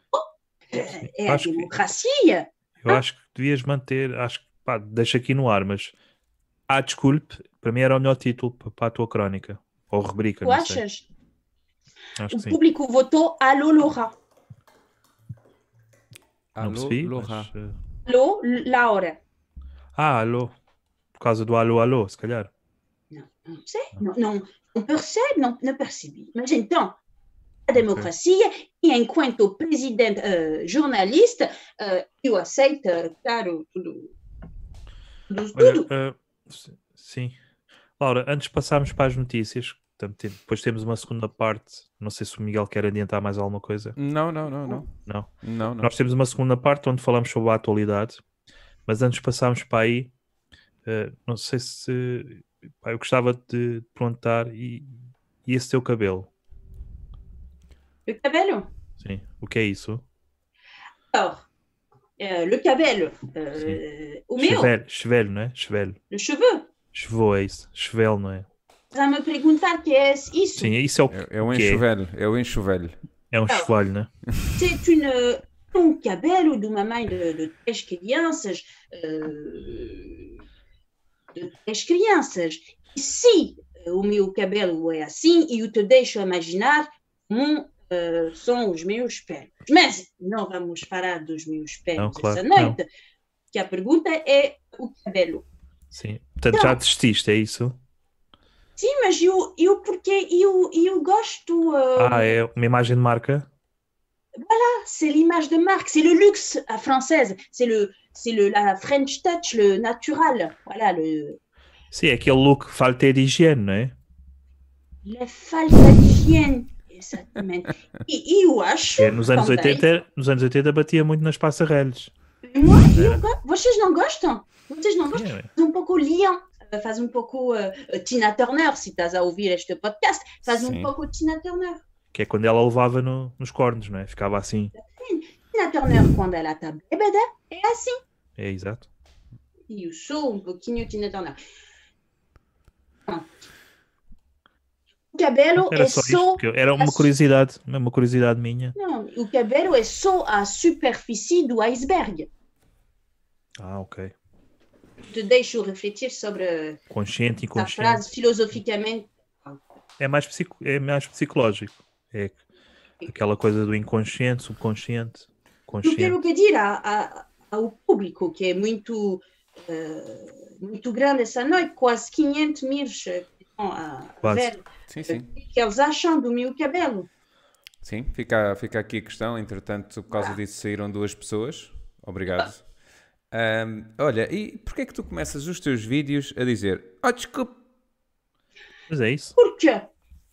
Speaker 3: eh, é a
Speaker 1: Acho que-
Speaker 3: democracia.
Speaker 1: Eu acho que devias manter, acho que pá, deixa aqui no ar, mas Ah, desculpe, para mim era o melhor título pa- para a tua crónica. Ou rubrica,
Speaker 3: Tu
Speaker 1: não sei.
Speaker 3: achas?
Speaker 1: Acho que
Speaker 3: O
Speaker 1: sim.
Speaker 3: público votou alô Laura.
Speaker 1: Não
Speaker 2: Alô,
Speaker 1: percebi.
Speaker 2: Laura.
Speaker 1: mas, eh,
Speaker 3: Alô Laura.
Speaker 1: Ah, alô. Por causa do alô, alô, se calhar.
Speaker 3: Não sei, não, não, não percebe, não, não percebi. Mas então, a democracia, e enquanto presidente eh, jornalista, eh, eu aceito, eh, claro, tudo. Tudo.
Speaker 1: Olha,
Speaker 3: tudo.
Speaker 1: eh, s- sim. Laura, antes de passarmos para as notícias, portanto, tem- depois temos uma segunda parte. Não sei se o Miguel quer adiantar mais alguma coisa.
Speaker 2: Não, não, não, não.
Speaker 1: Não.
Speaker 2: Não, não.
Speaker 1: Nós temos uma segunda parte onde falamos sobre a atualidade, mas antes de passarmos para aí, eh, não sei se. pá, eu gostava de perguntar e, e esse teu cabelo?
Speaker 3: Le cabelo.
Speaker 1: Sim. O que é isso?
Speaker 3: Alors, eh, le cabelo. eh, o meu,
Speaker 1: Chevelho, chevelho, não é? Chevelho.
Speaker 3: le cheveu.
Speaker 1: Chevô é isso. Chevelho, não é?
Speaker 3: Vai me perguntar que é isso.
Speaker 1: Sim, isso é o que
Speaker 2: É, é um
Speaker 1: o que é?
Speaker 2: enxovelho. É o enxovelho.
Speaker 1: É um chevelho, né?
Speaker 3: C'est une, um cabelo de uma mãe de, de três crianças. eh, de três crianças. E se eh, o meu cabelo é assim, eu te deixo imaginar como eh, são os meus pés. Mas não vamos falar dos meus pés
Speaker 1: Não, claro,
Speaker 3: essa
Speaker 1: não.
Speaker 3: noite, que a pergunta é o cabelo.
Speaker 1: Sim. Portanto, já desististe, é isso?
Speaker 3: Sim, mas eu, eu porque eu, eu gosto. eh,
Speaker 1: Ah, é uma imagem de marca?
Speaker 3: c'est l'image de marque, c'est le luxe à française, c'est le, c'est le la French touch, le natural, voilà le
Speaker 1: Sim, é aquele look falta de higiene, não é?
Speaker 3: la falta d'hygiène. Exatamente. E, e eu acho.
Speaker 1: É, nos, anos
Speaker 3: também-
Speaker 1: 80, nos anos 80 batia muito nas passarelhas.
Speaker 3: Não, eu go- Vocês não gostam? Vocês não gostam?
Speaker 1: É,
Speaker 3: Faz um pouco Leon, faz um pouco eh, Tina Turner, se estás a ouvir este podcast, faz
Speaker 2: Sim.
Speaker 3: um pouco Tina Turner.
Speaker 1: que é quando ela levava no- nos cornos, não é? Ficava assim.
Speaker 3: Tina Turner, quando ela está bêbada, é assim.
Speaker 1: É exato.
Speaker 3: E eu sou um pouquinho Tina Turner. Hein. Bom. O cabelo
Speaker 1: Era
Speaker 3: é
Speaker 1: só isto.
Speaker 3: só.
Speaker 1: porque eu- Era uma
Speaker 3: a-
Speaker 1: curiosidade, uma curiosidade minha.
Speaker 3: Não, o cabelo é só a superfície do iceberg.
Speaker 1: Ah, ok.
Speaker 3: Te deixo refletir sobre
Speaker 1: Consciente e
Speaker 3: essa
Speaker 1: inconsciente.
Speaker 3: Tá, frase filosoficamente.
Speaker 1: É mais, psico... é mais psicológico. É aquela coisa do inconsciente, subconsciente,
Speaker 3: Eu
Speaker 1: consciente.
Speaker 3: quero pedir a- a- ao público, que é muito, eh, muito grande essa noite, quase 500 mil che- que estão a
Speaker 1: Quase.
Speaker 3: ver o
Speaker 2: Sim, sim.
Speaker 3: que eles acham do meu cabelo.
Speaker 2: Sim, fica, fica aqui a questão. Entretanto, por causa disso saíram duas pessoas. Obrigado. Ahm, olha, e porquê é que tu começas os teus vídeos a dizer Oh, desculpe,
Speaker 1: Mas é isso.
Speaker 3: Por quê?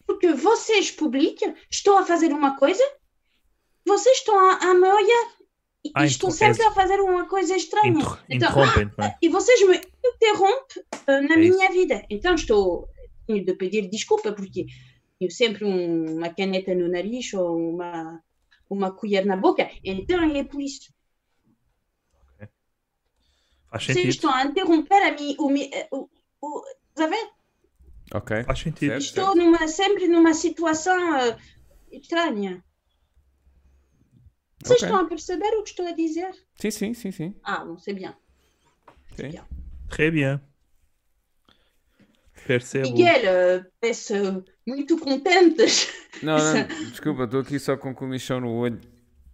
Speaker 3: Porque vocês, público, estão a fazer uma coisa, vocês estão a, a me olhar e
Speaker 1: Ah,
Speaker 3: estão
Speaker 1: então,
Speaker 3: sempre
Speaker 1: és-
Speaker 3: a fazer uma coisa estranha.
Speaker 1: Inter...
Speaker 3: Então,
Speaker 1: Interrompem-te, não é?
Speaker 3: e vocês me interrompem eh, na
Speaker 1: É
Speaker 3: minha vida. Então estou tenho de pedir desculpa porque tenho sempre um- uma caneta no nariz ou uma uma colher na boca. Então é por isso.
Speaker 1: Faz
Speaker 3: Vocês
Speaker 1: sentido.
Speaker 3: estão a interromper a mim. O, mi- eh, o, o, sabe?
Speaker 2: Ok.
Speaker 1: Faz sentido.
Speaker 2: Certo.
Speaker 3: Estou numa, sempre numa situação eh, estranha. Vocês
Speaker 2: Ok.
Speaker 3: estão a perceber o que estou a dizer?
Speaker 2: Sim, sim, sim, sim.
Speaker 3: Ah, não sei bem.
Speaker 2: sim.
Speaker 3: Yeah.
Speaker 1: Très bien. Percebo.
Speaker 3: Miguel, eh, parece muito contentes.
Speaker 2: Não, não, desculpa, estou aqui só com comichão no olho.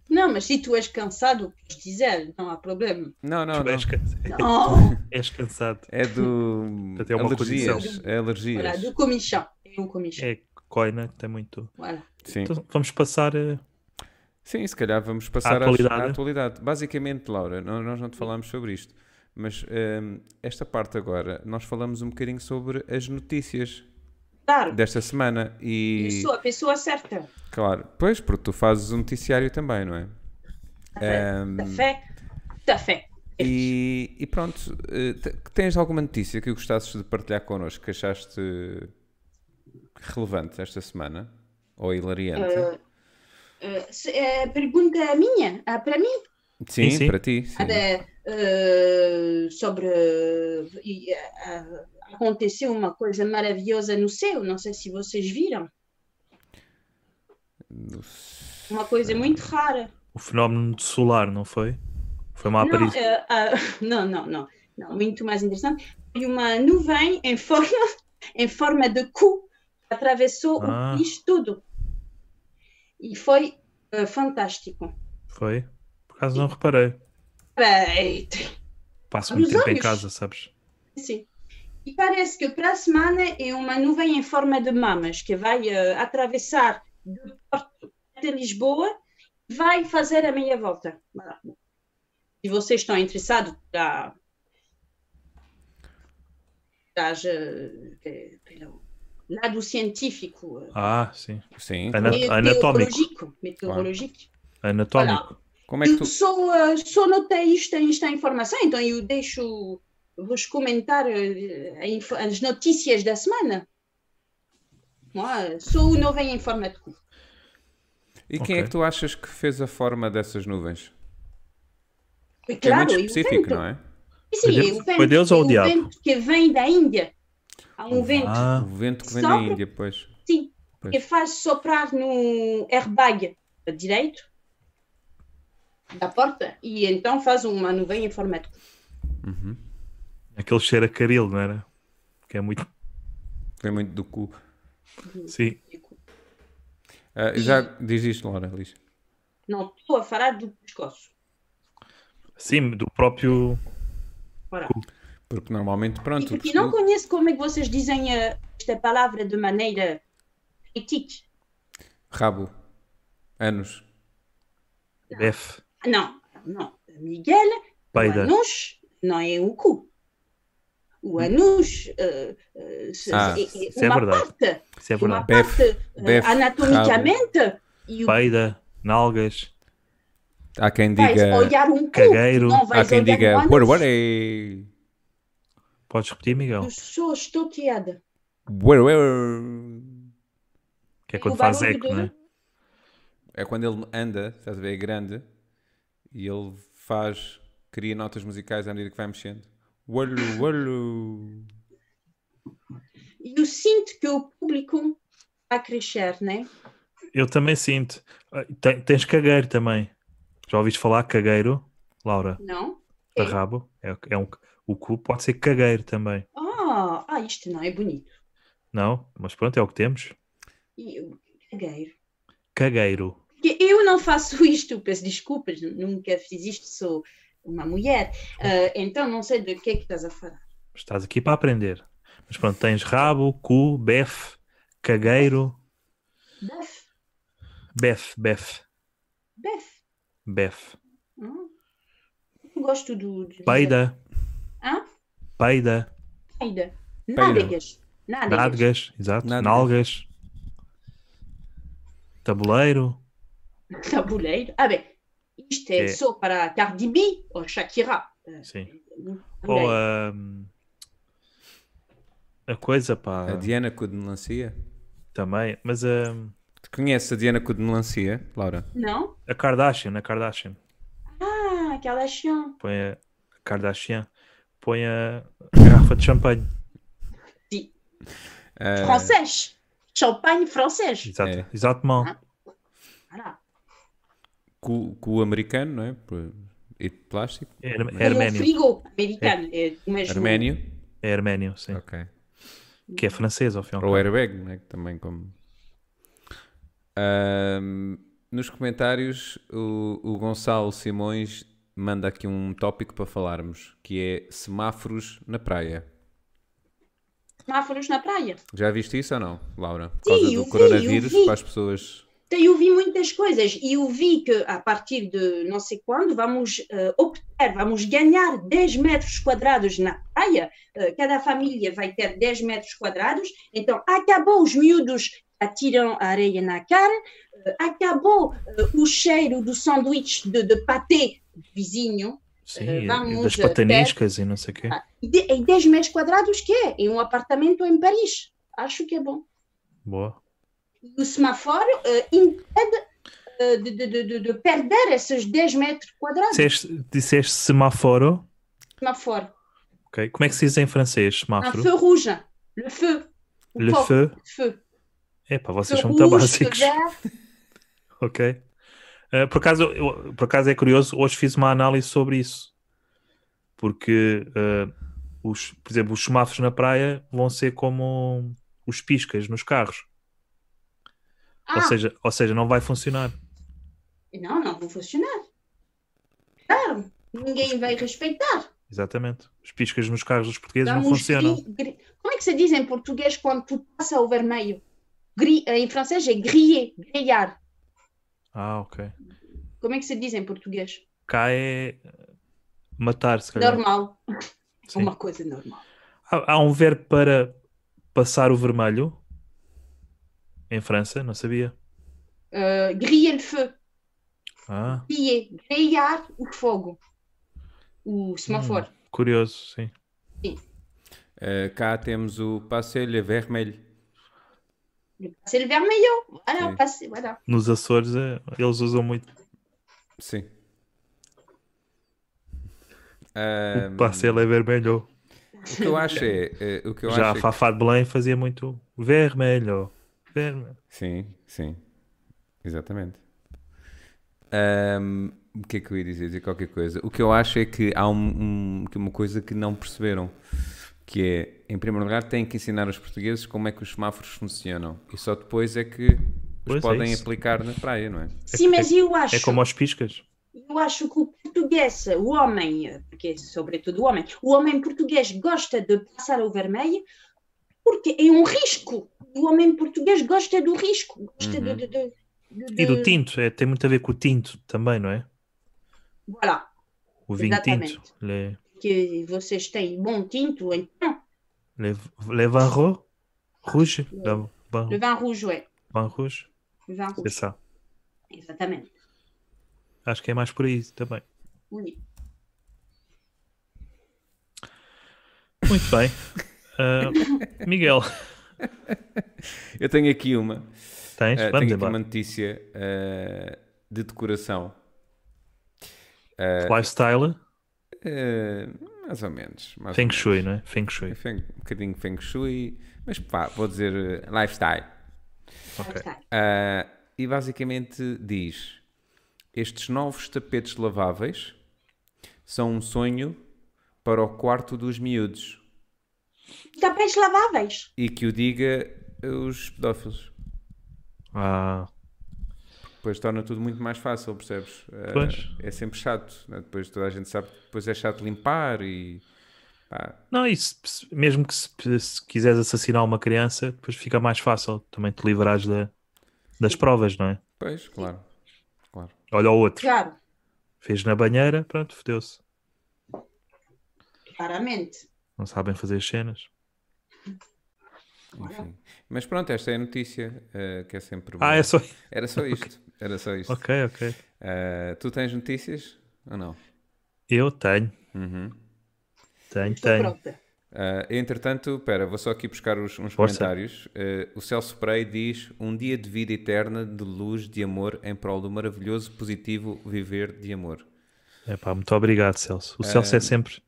Speaker 3: Não, mas se tu és cansado, podes dizer, não há problema.
Speaker 2: Não, não,
Speaker 1: Tu
Speaker 2: não.
Speaker 1: és, cansado.
Speaker 2: Oh,
Speaker 3: Não!
Speaker 1: és cansado.
Speaker 2: É do.
Speaker 1: Portanto, é uma
Speaker 2: alergias.
Speaker 1: condição.
Speaker 2: É alergias.
Speaker 3: Voilà, do comichão. É um comichão.
Speaker 1: É coina, tem muito.
Speaker 3: Voilà.
Speaker 2: Sim.
Speaker 1: Então, vamos passar. eh,
Speaker 2: Sim, se calhar vamos passar às-
Speaker 1: atualidade.
Speaker 2: à atualidade. Basicamente, Laura, nó- nós não te falámos sobre isto, mas hum, esta parte agora, nós falamos um bocadinho sobre as notícias
Speaker 3: Claro,
Speaker 2: desta semana
Speaker 3: eu
Speaker 2: e,
Speaker 3: sou a pessoa certa.
Speaker 2: claro, pois, porque tu fazes um noticiário também, não é? Hum,
Speaker 3: Tá fé? Tá fé.
Speaker 2: e, e pronto, eh, te- tens alguma notícia que gostasses de partilhar connosco, que achaste relevante esta semana? Ou hilariante?
Speaker 3: Eh, se- eh, pergunta é minha, ah, para mim,
Speaker 2: sim,
Speaker 1: sim.
Speaker 2: para ti, sim.
Speaker 3: Ah, de- eh, sobre. eh, e, eh, ah, aconteceu uma coisa maravilhosa no céu, não sei se vocês viram. Uma coisa muito rara.
Speaker 1: o fenómeno solar, não foi? Foi uma
Speaker 3: Não,
Speaker 1: aparição.
Speaker 3: eh, ah, não, não, não, não. Muito mais interessante. Foi uma nuvem em forma, em forma de cu que atravessou
Speaker 1: Ah.
Speaker 3: o país todo. E foi eh, fantástico.
Speaker 1: Foi? Por acaso não reparei.
Speaker 3: Bem,
Speaker 1: Passo
Speaker 3: Ah,
Speaker 1: muito
Speaker 3: nos
Speaker 1: tempo em
Speaker 3: olhos.
Speaker 1: casa, sabes?
Speaker 3: sim. E parece que para a semana é uma nuvem em forma de mamas que vai eh, atravessar de Porto até Lisboa e vai fazer a meia volta. Voilà. Se vocês estão interessados, já. já je- eh, que- pelo lado científico, eh,
Speaker 1: Ah, sim.
Speaker 2: Sim.
Speaker 1: Ana-
Speaker 3: e
Speaker 1: Anatómico.
Speaker 3: teológico, meteorológico.
Speaker 1: Anatómico.
Speaker 2: Como é que tu.
Speaker 3: Eu sou, eh, sou noteísta em esta informação, então eu deixo vos comentar eh, a info- as notícias da semana. Não é? Sou o novo em forma de cu.
Speaker 2: E quem é
Speaker 1: Ok.
Speaker 2: que tu achas que fez a forma dessas nuvens?
Speaker 3: E
Speaker 2: Que é
Speaker 3: claro,
Speaker 2: muito
Speaker 3: e o
Speaker 2: específico,
Speaker 3: vento.
Speaker 2: não é?
Speaker 3: E sim,
Speaker 1: Foi Deus-
Speaker 3: e o vento,
Speaker 1: foi Deus ou
Speaker 3: e
Speaker 1: o diabo?
Speaker 3: vento que vem da Índia. Há um vento,
Speaker 1: Ah,
Speaker 2: O vento que vem da
Speaker 3: Sopra.
Speaker 2: Índia, pois.
Speaker 3: sim,
Speaker 2: pois.
Speaker 3: que faz soprar no airbag direito da porta e então faz uma nuvem em forma de cu.
Speaker 1: aquele cheiro a caril, não era? Que é muito.
Speaker 2: Vem muito do cu.
Speaker 1: Sim.
Speaker 2: Ah, já diz isto, Laura, Liz.
Speaker 3: Não estou a falar do pescoço.
Speaker 1: Sim, do próprio.
Speaker 3: Ora.
Speaker 2: Porque normalmente,
Speaker 3: E
Speaker 2: pronto.
Speaker 3: porque
Speaker 2: o-
Speaker 3: não conheço como é que vocês dizem eh, esta palavra de maneira crítica.
Speaker 2: Rabo. Anos.
Speaker 3: Ah.
Speaker 1: F.
Speaker 3: Não, não. Miguel, é o
Speaker 1: Peida.
Speaker 3: anus não é o cu. O anus eh, eh, se-
Speaker 2: Ah,
Speaker 3: é- é
Speaker 1: Hum. isso é
Speaker 3: uma
Speaker 1: verdade.
Speaker 3: parte.
Speaker 1: Isso é
Speaker 3: de uma
Speaker 1: verdade.
Speaker 2: Bef,
Speaker 3: parte eh,
Speaker 2: bef,
Speaker 3: anatomicamente e o
Speaker 1: Peida, nalgas,
Speaker 3: Uh,
Speaker 2: Há quem
Speaker 3: vais
Speaker 2: diga.
Speaker 3: olhar um cu,
Speaker 1: Cagueiro.
Speaker 3: não
Speaker 2: Há
Speaker 3: vais
Speaker 2: quem
Speaker 3: olhar
Speaker 2: diga. eh,
Speaker 3: um ânus.
Speaker 2: Warware.
Speaker 1: podes repetir, Miguel?
Speaker 3: Eu sou estoqueada.
Speaker 2: Warware.
Speaker 1: Que é
Speaker 3: E
Speaker 1: quando
Speaker 3: o
Speaker 1: faz
Speaker 3: barulho
Speaker 1: eco, não é?
Speaker 3: dele?
Speaker 2: É quando ele anda, estás a ver, é grande, e ele faz, cria notas musicais à medida que vai mexendo. Wallu, wallu.
Speaker 3: E eu sinto que o público está a crescer, né?
Speaker 1: Eu também sinto. Ah, te- Tens cagueiro também. Já ouviste falar cagueiro, Laura?
Speaker 3: Não?
Speaker 1: Da
Speaker 3: Sim.
Speaker 1: rabo? É, é um, o cu pode ser cagueiro também.
Speaker 3: Ah, ah, isto não é bonito.
Speaker 1: Não? Mas pronto, é o que temos.
Speaker 3: E eu- cagueiro.
Speaker 1: Cagueiro.
Speaker 3: Porque eu não faço isto, peço desculpas, nunca fiz isto, sou uma mulher. Ah, então não sei do que é que estás a falar.
Speaker 1: Estás aqui para aprender. Mas pronto, tens rabo, cu, bef, cagueiro,
Speaker 3: Bef,
Speaker 1: bef, bef,
Speaker 3: bef.
Speaker 1: bef.
Speaker 3: Hum. Eu gosto do... do
Speaker 1: Peida,
Speaker 3: Hã?
Speaker 1: peida,
Speaker 3: Peida.
Speaker 2: Peida.
Speaker 3: Nádegas. Nádegas.
Speaker 1: nádegas, exato,
Speaker 2: Nádegas.
Speaker 1: nalgas, tabuleiro.
Speaker 3: Tabuleiro. Ah, bem, isto é,
Speaker 1: É.
Speaker 3: só para Cardi B ou Shakira. Eh,
Speaker 1: Sim.
Speaker 3: também.
Speaker 1: Ou a. A coisa, pá,
Speaker 2: A Diana Codemelancia.
Speaker 1: também. Mas hum, a.
Speaker 2: Tu conheces a Diana Codemelancia, Laura?
Speaker 3: Não?
Speaker 1: A Kardashian, a Kardashian.
Speaker 3: Ah, Kardashian.
Speaker 1: Põe a Kardashian. Põe a a garrafa de champanhe.
Speaker 3: É.
Speaker 2: Ah,
Speaker 3: Francês. Champagne francês.
Speaker 1: Exato,
Speaker 2: É.
Speaker 1: exato mal.
Speaker 3: Voilà.
Speaker 2: cu, cu americano, não é? Por- E de plástico.
Speaker 1: Her-
Speaker 3: É um
Speaker 1: Herménio.
Speaker 3: frigo americano. É. do mesmo.
Speaker 2: Arménio.
Speaker 1: É Herménio, sim.
Speaker 2: Ok.
Speaker 1: Que é francês, ao fim e ao
Speaker 2: Ou airbag, né? que também como. Ahm, nos comentários, o, o Gonçalo Simões manda aqui um tópico para falarmos, que é semáforos na praia.
Speaker 3: Semáforos na praia.
Speaker 2: Já viste isso ou não, Laura? Por
Speaker 3: Sim,
Speaker 2: causa
Speaker 3: eu
Speaker 2: do
Speaker 3: vi,
Speaker 2: coronavírus,
Speaker 3: eu vi.
Speaker 2: para as pessoas.
Speaker 3: Então, eu vi muitas coisas e eu vi que a partir de não sei quando vamos eh, obter, vamos ganhar 10 metros quadrados na praia. Eh, cada família vai ter 10 metros quadrados. Então, acabou os miúdos que atiram a areia na cara, eh, acabou eh, o cheiro do sanduíche de, de patê do vizinho.
Speaker 1: Sim,
Speaker 3: Eh,
Speaker 1: e- e
Speaker 3: vamos,
Speaker 1: das
Speaker 3: eh,
Speaker 1: pataniscas e não sei o quê.
Speaker 3: Ah, E, de, e 10 metros quadrados que é? Em um apartamento em Paris. Acho que é bom.
Speaker 1: Boa.
Speaker 3: o semáforo eh, impede eh, de, de- de- de- de perder esses 10 metros quadrados.
Speaker 1: Disseste, disseste semáforo.
Speaker 3: Semáforo.
Speaker 1: ok? Como é que se diz em francês
Speaker 3: Un
Speaker 1: semáforo?
Speaker 3: feu rouge. Le feu. O
Speaker 1: Le
Speaker 3: foco
Speaker 1: feu.
Speaker 3: de feu.
Speaker 1: Epá,
Speaker 3: Feu
Speaker 1: vocês são muito
Speaker 3: rouge, feu
Speaker 1: básicos.
Speaker 3: vert.
Speaker 1: Ok. Eh, por, acaso, eu- por acaso é curioso, hoje fiz uma análise sobre isso. Porque, eh, os, por exemplo, os semáforos na praia vão ser como os piscas nos carros.
Speaker 3: Ah,
Speaker 1: Ou, seja, ou seja, não vai funcionar.
Speaker 3: não, não vão funcionar. Claro, ninguém vai respeitar.
Speaker 1: Exatamente. Os piscas nos carros dos portugueses não
Speaker 3: Vamos
Speaker 1: funcionam.
Speaker 3: gri- gri- Como é que se diz em português quando tu passa o vermelho? Gri- eh, Em francês é griller, grelhar.
Speaker 1: Ah, ok.
Speaker 3: Como é que se diz em português?
Speaker 1: Cá é matar, se calhar.
Speaker 3: Normal.
Speaker 1: Sim.
Speaker 3: Uma coisa normal.
Speaker 1: Há, há um verbo para passar o vermelho em França, não sabia.
Speaker 3: Eh, griller le feu.
Speaker 1: Ah,
Speaker 3: e é criar o fogo, o semáforo.
Speaker 1: curioso, sim.
Speaker 2: Ah, cá temos o Passeio Vermelho.
Speaker 3: Hum. Passei le vermelho. Ah, Voilà,
Speaker 2: Sim.
Speaker 3: passei, voilà.
Speaker 1: Nos Açores eh, eles usam muito
Speaker 2: Sim.
Speaker 1: o
Speaker 2: Ahm,
Speaker 1: parcelo é vermelho.
Speaker 2: o que eu acho é. eh, o que Hum. eu
Speaker 1: Já a
Speaker 2: acho é que-
Speaker 1: Fafá de Belém fazia muito vermelho. vermelho.
Speaker 2: Sim, sim. Exatamente. Ahm, o que é que eu ia dizer? Dizer qualquer coisa. O que eu acho é que há um- um- que uma coisa que não perceberam, que é, em primeiro lugar, têm que ensinar aos portugueses como é que os semáforos funcionam. E só depois é que os
Speaker 1: Pois é
Speaker 2: podem
Speaker 1: isso.
Speaker 2: aplicar na praia, não é?
Speaker 3: Sim, mas eu acho,
Speaker 1: É como aos piscas.
Speaker 3: eu acho que o português, o homem, eh, porque é sobretudo o homem, o homem português gosta de passar o vermelho porque é um risco. O homem português gosta do risco, gosta
Speaker 2: Uhum.
Speaker 3: de, de, de, de-
Speaker 1: E do
Speaker 3: de-
Speaker 1: tinto, é, tem muito a ver com o tinto também, não é?
Speaker 3: Voilà,
Speaker 1: O vinho
Speaker 3: Exatamente.
Speaker 1: tinto. Le,
Speaker 3: que vocês têm bom tinto, então
Speaker 1: le, le vin rouge? Rouge? Não. Ban,
Speaker 3: Le vin rouge, ouais.
Speaker 1: ban rouge,
Speaker 3: Le vin
Speaker 1: é
Speaker 3: rouge.
Speaker 1: ça.
Speaker 3: Exatamente.
Speaker 1: Acho que é mais por aí também.
Speaker 3: Oui.
Speaker 1: Muito bem. Ah, Miguel,
Speaker 2: Eu tenho aqui uma.
Speaker 1: tens?
Speaker 2: Eh,
Speaker 1: Vamos
Speaker 2: tenho aqui uma
Speaker 1: embora.
Speaker 2: notícia eh, de decoração. Eh,
Speaker 1: Lifestyle,
Speaker 2: eh, mais ou menos. mais ou
Speaker 1: Feng
Speaker 2: menos.
Speaker 1: Shui, não é? Feng Shui.
Speaker 2: Feng- um bocadinho Feng Shui, mas pá, vou dizer eh, lifestyle.
Speaker 1: Ok.
Speaker 3: Está.
Speaker 2: Ah, e basicamente diz: estes novos tapetes laváveis são um sonho para o quarto dos miúdos.
Speaker 3: Tapetes laváveis.
Speaker 2: E que o diga eh, os pedófilos.
Speaker 1: Ah,
Speaker 2: Depois torna tudo muito mais fácil, percebes? Ah,
Speaker 1: Pois.
Speaker 2: É sempre chato. né? Depois toda a gente sabe que depois é chato limpar e. pá,
Speaker 1: não, e se- se- mesmo que se, se quiseres assassinar uma criança, depois fica mais fácil. Também te livrares da- das provas, não é?
Speaker 2: pois, claro. claro.
Speaker 1: Olha o outro.
Speaker 3: Claro,
Speaker 1: Fez na banheira, pronto, fodeu-se.
Speaker 3: claramente.
Speaker 1: Não sabem fazer as cenas.
Speaker 2: Enfim. Mas pronto, esta é a notícia ah, que é sempre. boa.
Speaker 1: Ah, é só.
Speaker 2: Era só isto. Era só isto.
Speaker 1: Ok, ok.
Speaker 2: Ah, tu tens notícias ou não?
Speaker 1: Eu tenho,
Speaker 2: Uhum.
Speaker 1: tenho,
Speaker 3: Estou
Speaker 1: tenho.
Speaker 3: pronta.
Speaker 2: Ah, entretanto, pera, vou só aqui buscar os, uns
Speaker 1: Força.
Speaker 2: comentários. Ah, o Celso Prey diz: Um dia de vida eterna, de luz, de amor, em prol do maravilhoso, positivo viver de amor.
Speaker 1: Epá, É muito obrigado, Celso. O Celso é sempre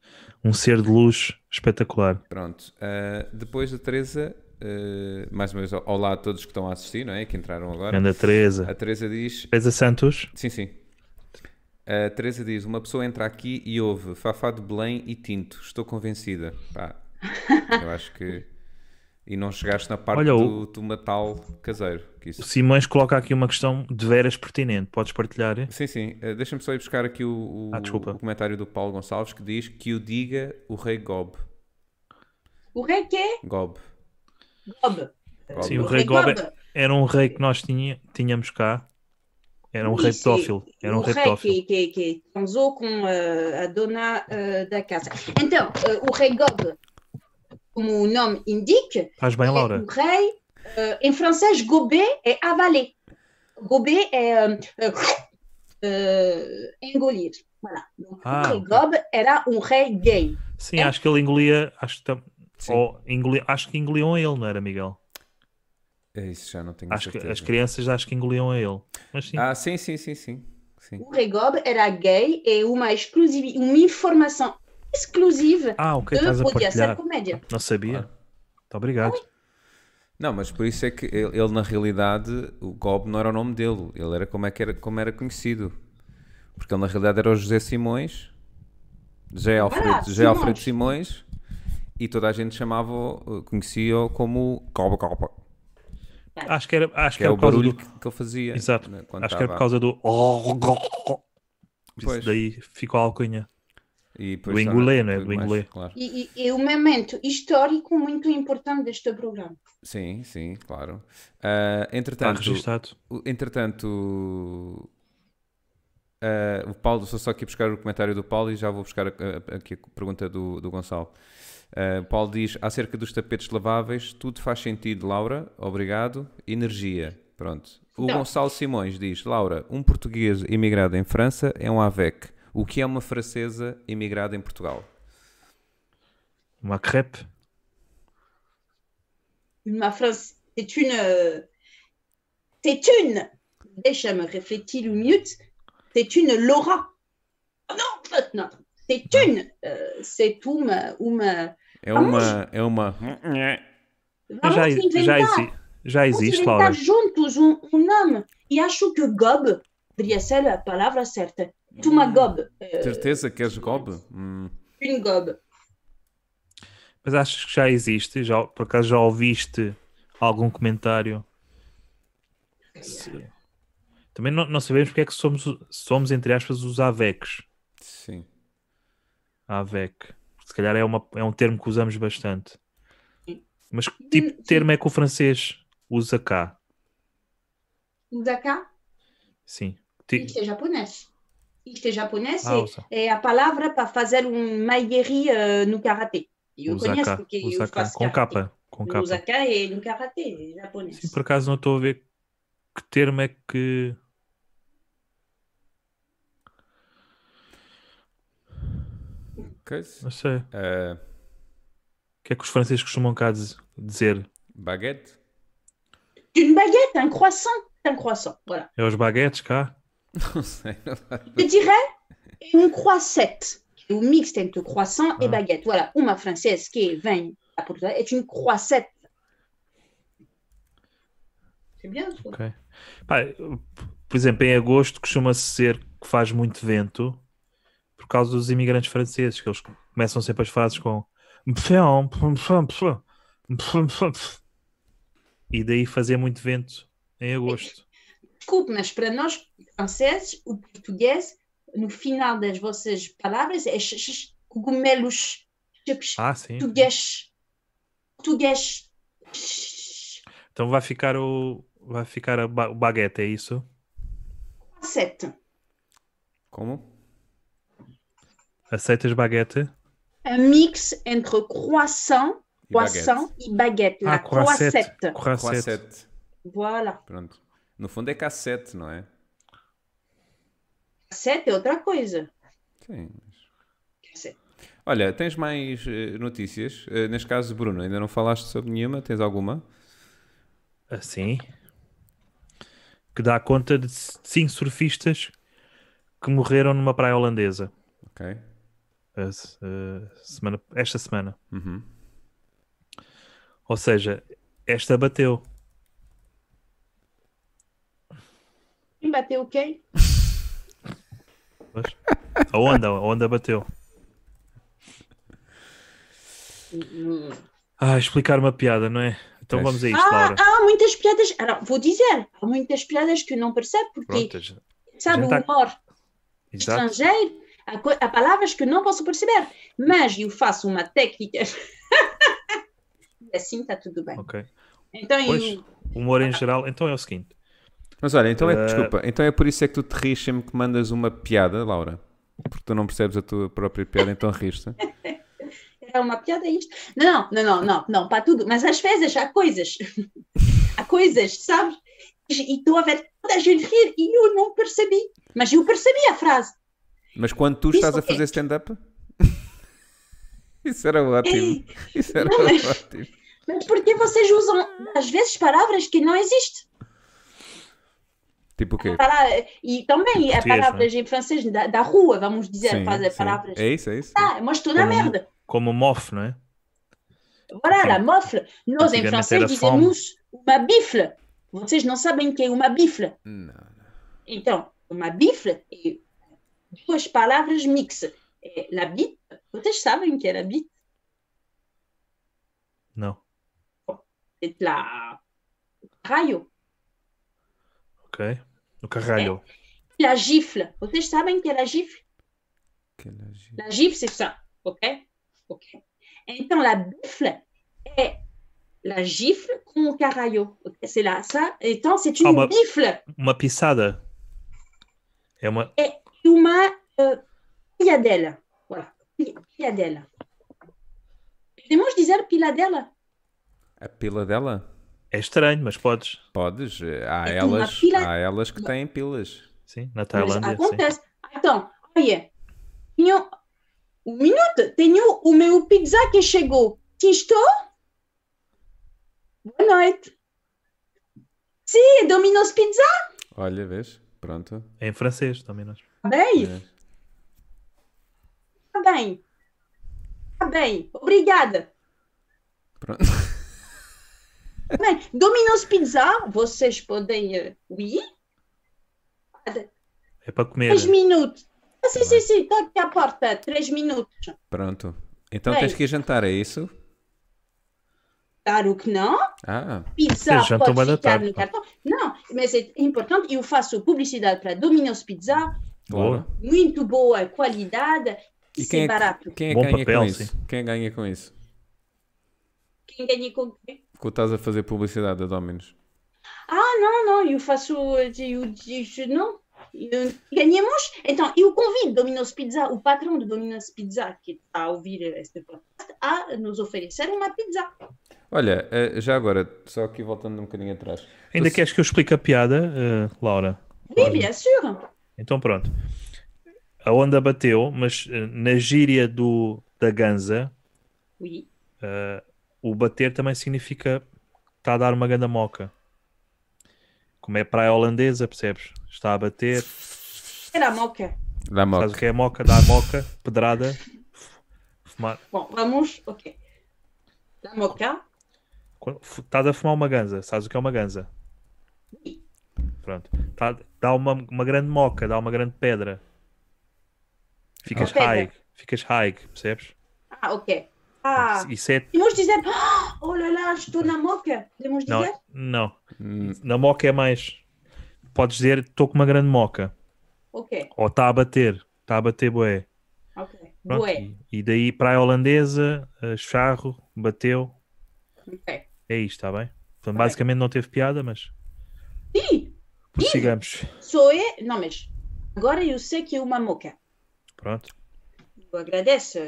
Speaker 1: um ser de luz espetacular.
Speaker 2: Pronto. Ah, depois a Teresa, ah, mais uma vez, olá a todos que estão a assistir, não é? Que entraram agora.
Speaker 1: Anda, Teresa.
Speaker 2: A Teresa diz:
Speaker 1: Teresa Santos,
Speaker 2: Sim, sim. A Teresa diz: Uma pessoa entra aqui e ouve Fafá de Belém e Tinto. Estou convencida. Pá, eu acho que. E não chegaste na parte
Speaker 1: Olha,
Speaker 2: do,
Speaker 1: o-
Speaker 2: do Natal caseiro. Que isso...
Speaker 1: o Simões coloca aqui uma questão de veras pertinente. Podes partilhar? é?
Speaker 2: Sim, sim. Eh, Deixa-me só ir buscar aqui o, o-
Speaker 1: Ah, desculpa.
Speaker 2: o comentário do Paulo Gonçalves que diz que o diga o rei Gob.
Speaker 3: O rei que é
Speaker 2: Gob.
Speaker 3: Gob.
Speaker 2: Gob.
Speaker 1: Sim, o rei Gobe era um rei que nós tinha- tínhamos cá. Era um rei
Speaker 3: Sim,
Speaker 1: pedófilo. Era um
Speaker 3: o
Speaker 1: rei
Speaker 3: rei
Speaker 1: pedófilo.
Speaker 3: que, que, que transou com eh, a dona eh, da casa. Então, eh, o rei Gob, como o nome indica,
Speaker 1: Estás bem,
Speaker 3: É,
Speaker 1: Laura?
Speaker 3: o rei, eh, em francês, gober é avaler. Gober é eh, eh, engolir. Voilà. Donc,
Speaker 1: Ah,
Speaker 3: o rei
Speaker 1: ok.
Speaker 3: Gob era um rei gay.
Speaker 1: Sim, acho que ele engolia. Acho que, tam-
Speaker 2: Sim.
Speaker 1: ou engolia- acho que engoliam a ele, não era, Miguel?
Speaker 2: É isso, já não tenho
Speaker 1: Acho que
Speaker 2: certeza.
Speaker 1: as crianças acho que engoliam a ele. Mas sim,
Speaker 2: Ah, sim, sim, sim, sim. sim.
Speaker 3: O rei Gob era gay e uma, exclusivi- uma informação exclusiva
Speaker 1: Ah, ok, estás
Speaker 3: de
Speaker 1: a
Speaker 3: podia ser
Speaker 1: partilhar.
Speaker 3: comédia.
Speaker 1: Não sabia.
Speaker 2: Claro.
Speaker 1: Muito obrigado.
Speaker 2: Não, mas por isso é que ele, ele, na realidade, o Gob não era o nome dele. Ele era como, é que era como era conhecido. Porque ele na realidade era o José Simões. José Alfredo, José
Speaker 3: Simões.
Speaker 2: Alfredo Simões. E toda a gente chamava, conhecia-o como Gob Gob.
Speaker 1: Acho que era, acho que
Speaker 2: Que é
Speaker 1: era
Speaker 2: o
Speaker 1: por causa
Speaker 2: barulho
Speaker 1: do.
Speaker 2: que- que ele fazia.
Speaker 1: Exato.
Speaker 2: né,
Speaker 1: Acho
Speaker 2: quando
Speaker 1: que era por
Speaker 2: estava-
Speaker 1: causa do. "Oh,
Speaker 2: Pois.
Speaker 1: Isso daí ficou a alcunha.
Speaker 2: E depois
Speaker 1: do
Speaker 2: está
Speaker 1: engolê, não é?
Speaker 2: tudo
Speaker 1: Do
Speaker 2: mais,
Speaker 1: engolê.
Speaker 2: Claro.
Speaker 3: E, e, e um momento histórico muito importante deste programa.
Speaker 2: Sim, sim, claro. Ah,
Speaker 1: Está
Speaker 2: entretanto,
Speaker 1: registado.
Speaker 2: o- entretanto ah, o Paulo, sou só aqui buscar o comentário do Paulo e já vou buscar a- a- aqui a pergunta do, do Gonçalo. Ah, o Paulo diz, acerca dos tapetes laváveis, tudo faz sentido, Laura, obrigado, energia, pronto. O
Speaker 3: Não.
Speaker 2: Gonçalo Simões diz, Laura, um português imigrado em França é um AVEC, o que é uma francesa imigrada em Portugal?
Speaker 1: Uma crepe.
Speaker 3: Ma France, c'est une. euh, C'est une. Deixa me réfléchir au mute. C'est une Laura. Oh non, pas- non. C'est
Speaker 1: Ah.
Speaker 3: une. euh, c'est uma. uma...
Speaker 2: É
Speaker 3: Vamos.
Speaker 2: uma, é uma...
Speaker 1: Mas já,
Speaker 3: Vamos inventar.
Speaker 1: já, exi- já
Speaker 3: Vamos
Speaker 1: existe,
Speaker 3: inventar
Speaker 1: Laura.
Speaker 3: juntos um, um nome. E acho que gob poderia ser a palavra certa. Tu
Speaker 1: Hum,
Speaker 3: uma gob. eh,
Speaker 2: Certeza que és Gob? Hum.
Speaker 3: Une gob.
Speaker 1: Mas achas que já existe? Já, por acaso já ouviste algum comentário? Se- Também não, não sabemos porque é que somos, somos, entre aspas, os AVECs.
Speaker 2: Sim.
Speaker 1: AVEC. Se calhar é, uma, é um termo que usamos bastante.
Speaker 3: Sim.
Speaker 1: Mas que tipo de
Speaker 3: Sim.
Speaker 1: termo é que o francês usa cá?
Speaker 3: Uzaka,
Speaker 1: Sim. Ti-
Speaker 3: isto é japonês. Isto é japonês
Speaker 1: Ah,
Speaker 3: e-
Speaker 1: usa.
Speaker 3: é a palavra para fazer um maierie eh, no karatê. E Eu
Speaker 1: Usa
Speaker 3: conheço
Speaker 1: cá.
Speaker 3: porque eu
Speaker 1: Usa cá.
Speaker 3: faço
Speaker 1: Com
Speaker 3: karatê.
Speaker 1: capa. Com
Speaker 3: No
Speaker 1: capa.
Speaker 3: Osaka e no Karate, japonês.
Speaker 1: Sim, por acaso não estou a ver que termo é que.
Speaker 2: Coisa.
Speaker 1: Não sei. O
Speaker 2: Ah,
Speaker 1: que é que os franceses costumam cá diz- dizer?
Speaker 2: baguete.
Speaker 3: Une baguette, un croissant, un croissant, voilà.
Speaker 1: É os baguetes cá?
Speaker 2: Não sei. não dá.
Speaker 3: Je dirais une croissette, ou mixte entre croissant et
Speaker 1: Ah.
Speaker 3: baguette. Voilà, uma française que vem à Portugal est une croissette. C'est bien, je trouve.
Speaker 1: Ok. Pá, eu- por exemplo, em agosto costuma-se ser que faz muito vento por causa dos imigrantes franceses, que eles começam sempre as frases com e daí fazer muito vento em agosto.
Speaker 3: Desculpe, mas para nós franceses, o português, no final das vossas palavras, é x- x- cogumelos. X-
Speaker 1: Ah, sim.
Speaker 3: Português. Português. X-
Speaker 1: Então vai ficar o vai ficar a ba- o baguete, é isso?
Speaker 3: Croissette.
Speaker 2: Como?
Speaker 1: Aceitas baguete?
Speaker 3: Un mix entre croissant
Speaker 2: E
Speaker 3: Croissant
Speaker 2: baguete.
Speaker 3: et baguette. La
Speaker 1: Ah,
Speaker 3: croissette.
Speaker 1: croissette. Croissette.
Speaker 2: Croissette.
Speaker 3: Voilà.
Speaker 2: Pronto. No fundo é cassete, não é?
Speaker 3: Croissette é outra coisa.
Speaker 2: Sim. mas-
Speaker 3: Croissette.
Speaker 2: Olha, tens mais eh, notícias? Eh, neste caso, Bruno, ainda não falaste sobre nenhuma? Tens alguma?
Speaker 1: Assim. Que dá conta de cinco surfistas que morreram numa praia holandesa.
Speaker 2: Ok.
Speaker 1: a se- a semana- esta semana.
Speaker 2: Uhum.
Speaker 1: Ou seja, esta bateu.
Speaker 3: Quem bateu o quê?
Speaker 1: Pois. A onda, a onda bateu. Ah, explicar uma piada, não é? Então
Speaker 2: Pois.
Speaker 1: vamos a isto,
Speaker 3: Ah,
Speaker 1: Laura.
Speaker 3: há muitas piadas. Alors, vou dizer, há muitas piadas que não percebe, porque
Speaker 1: Prontas.
Speaker 3: sabe
Speaker 1: gente tá-
Speaker 3: o humor
Speaker 1: Exato.
Speaker 3: estrangeiro. Há, co- há palavras que não posso perceber, mas eu faço uma técnica. assim está tudo bem.
Speaker 1: Ok.
Speaker 3: Então
Speaker 1: Pois.
Speaker 3: eu.
Speaker 1: Humor em geral. Então é o seguinte.
Speaker 2: Mas olha, então é,
Speaker 1: Eh,
Speaker 2: desculpa, então é por isso é que tu te rires sempre que mandas uma piada, Laura? Porque tu não percebes a tua própria piada, então riste.
Speaker 3: Era É uma piada isto? Não, não, não, não, não, para tudo. Mas às vezes há coisas. há coisas, sabes? E estou a ver toda a gente rir e eu não percebi. Mas eu percebi a frase.
Speaker 2: Mas quando tu
Speaker 3: Isso é
Speaker 2: estás a
Speaker 3: o quê?
Speaker 2: fazer stand-up? Isso era ótimo.
Speaker 3: Ei,
Speaker 2: Isso era
Speaker 3: Não, mas-
Speaker 2: ótimo.
Speaker 3: mas porque vocês usam, às vezes, palavras que não existem?
Speaker 2: Tipo o quê?
Speaker 3: Para- E também há
Speaker 1: Português,
Speaker 3: palavras em francês da, da rua, vamos dizer,
Speaker 2: Sim,
Speaker 3: fazer
Speaker 2: sim.
Speaker 3: palavras.
Speaker 2: É isso, é isso.
Speaker 3: Ah, mas estou na
Speaker 1: Como-
Speaker 3: merda.
Speaker 1: Como mof, não é?
Speaker 3: Voilà, la mofle. Nós em
Speaker 1: Antigamente
Speaker 3: francês
Speaker 1: era fome.
Speaker 3: dizemos uma bifle. Vocês não sabem o que é uma bifle.
Speaker 2: Não, não.
Speaker 3: Então, uma bifle e duas palavras mixas. É la bite, vocês sabem o que é la bite?
Speaker 1: Não.
Speaker 3: É la raio.
Speaker 1: Ok. O carralho.
Speaker 3: La gifle, vocês sabem o que é la gifle?
Speaker 2: Que elogio.
Speaker 3: La gifle, c'est ça, ok? Ok. Então, la bifle é la gifle com o caralho. ok? C'est là, ça. Então, c'est une
Speaker 1: Ah, mas-
Speaker 3: bifle
Speaker 1: Uma pisada. É uma.
Speaker 3: e uma euh, pilhadela. Voilà, pi- pilhadela. Podemos dizer pilhadela?
Speaker 2: A pila dela?
Speaker 1: É estranho, mas podes.
Speaker 2: Podes. eh, Há
Speaker 3: É que uma
Speaker 2: elas,
Speaker 3: pila-
Speaker 2: há elas que têm pilas.
Speaker 1: Sim, na
Speaker 3: Mas
Speaker 1: Tailândia. Sim.
Speaker 3: acontece. Então, olha, tenho um minuto, tenho o meu pizza que chegou. Sim, estou? Boa noite. Sim, é Domino's Pizza.
Speaker 2: Olha, vês? Pronto.
Speaker 1: É
Speaker 2: É.
Speaker 1: Em francês também nós.
Speaker 3: Tá bem,
Speaker 2: Vês?
Speaker 3: tá bem. Tá bem, obrigada.
Speaker 2: Pronto.
Speaker 3: Tá Bem, Domino's Pizza, vocês podem eh, ir?
Speaker 1: É para comer.
Speaker 3: Três minutos. Ah, sim,
Speaker 2: Tá
Speaker 3: sim,
Speaker 2: bem.
Speaker 3: sim, estou aqui à porta. Três minutos.
Speaker 2: Pronto. Então
Speaker 3: Bem.
Speaker 2: tens que ir jantar, é isso?
Speaker 3: Claro que não.
Speaker 2: Ah,
Speaker 3: pizza
Speaker 1: Vocês jantam
Speaker 3: pode
Speaker 1: bem da
Speaker 3: ficar
Speaker 1: tarde,
Speaker 3: no
Speaker 1: pá.
Speaker 3: cartão. Não, mas é importante. Eu faço publicidade para Domino's Pizza,
Speaker 2: boa.
Speaker 1: Boa.
Speaker 3: muito boa qualidade e,
Speaker 2: E quem
Speaker 3: sem
Speaker 2: é,
Speaker 3: barato.
Speaker 2: que- quem é que
Speaker 1: Bom
Speaker 2: ganha
Speaker 1: papel,
Speaker 2: com
Speaker 1: sim.
Speaker 2: isso? Quem ganha com isso?
Speaker 3: Quem ganha com quem?
Speaker 2: Porque estás a fazer publicidade da Dominos.
Speaker 3: Não, não, eu faço. Eu, eu, não. Eu- Ganhamos? Então, eu convido Domino's Pizza, o euh, patrão do Domino's Pizza, que está a ouvir este podcast, a nos oferecer uma pizza.
Speaker 2: Olha, eh, já agora, só aqui voltando um bocadinho atrás.
Speaker 1: Ainda
Speaker 2: Tu-
Speaker 1: queres que eu explique a piada, eh, Laura?
Speaker 3: Oui, bien sûr.
Speaker 1: Então pronto. A onda bateu, mas eh, na gíria do, da ganza,
Speaker 3: Oui.
Speaker 1: eh, o bater também significa está a dar uma ganda moca. Como é praia holandesa, percebes? Está a bater,
Speaker 3: C'est la moque.
Speaker 2: Dá
Speaker 1: sabes o
Speaker 2: moca.
Speaker 1: que é moca? Dar moca, pedrada, f- fumar.
Speaker 3: Bon, vamos, ok. La hein. moca,
Speaker 1: Quando- fu- Estás a fumar uma ganza, sabes o que é uma ganza? Pronto. Tá- dá uma, uma grande moca, dá uma grande pedra. Ficas
Speaker 3: Uma pedra.
Speaker 1: high, ficas high, percebes?
Speaker 3: ah, ok. Ah,
Speaker 1: Isso é.
Speaker 3: et moi je disais, oh, oh là là, je donne la moque. Et moi je
Speaker 1: Não,
Speaker 3: disais,
Speaker 1: não.
Speaker 2: Hum,
Speaker 1: Na moca é mais. Podes dizer, estou com uma grande moca.
Speaker 3: ok,
Speaker 1: Ou está a bater, está a bater boé.
Speaker 3: ok,
Speaker 1: Pronto,
Speaker 3: ouais,
Speaker 1: E, e daí praia holandesa, eh, charro, bateu.
Speaker 3: ok.
Speaker 1: É isto, está bem? Portanto,
Speaker 3: Tá bem.
Speaker 1: basicamente não teve piada, mas
Speaker 3: Si,
Speaker 1: prossigamos.
Speaker 3: sou eu, não, mas agora eu sei que é uma moca.
Speaker 1: Pronto.
Speaker 3: Eu agradeço.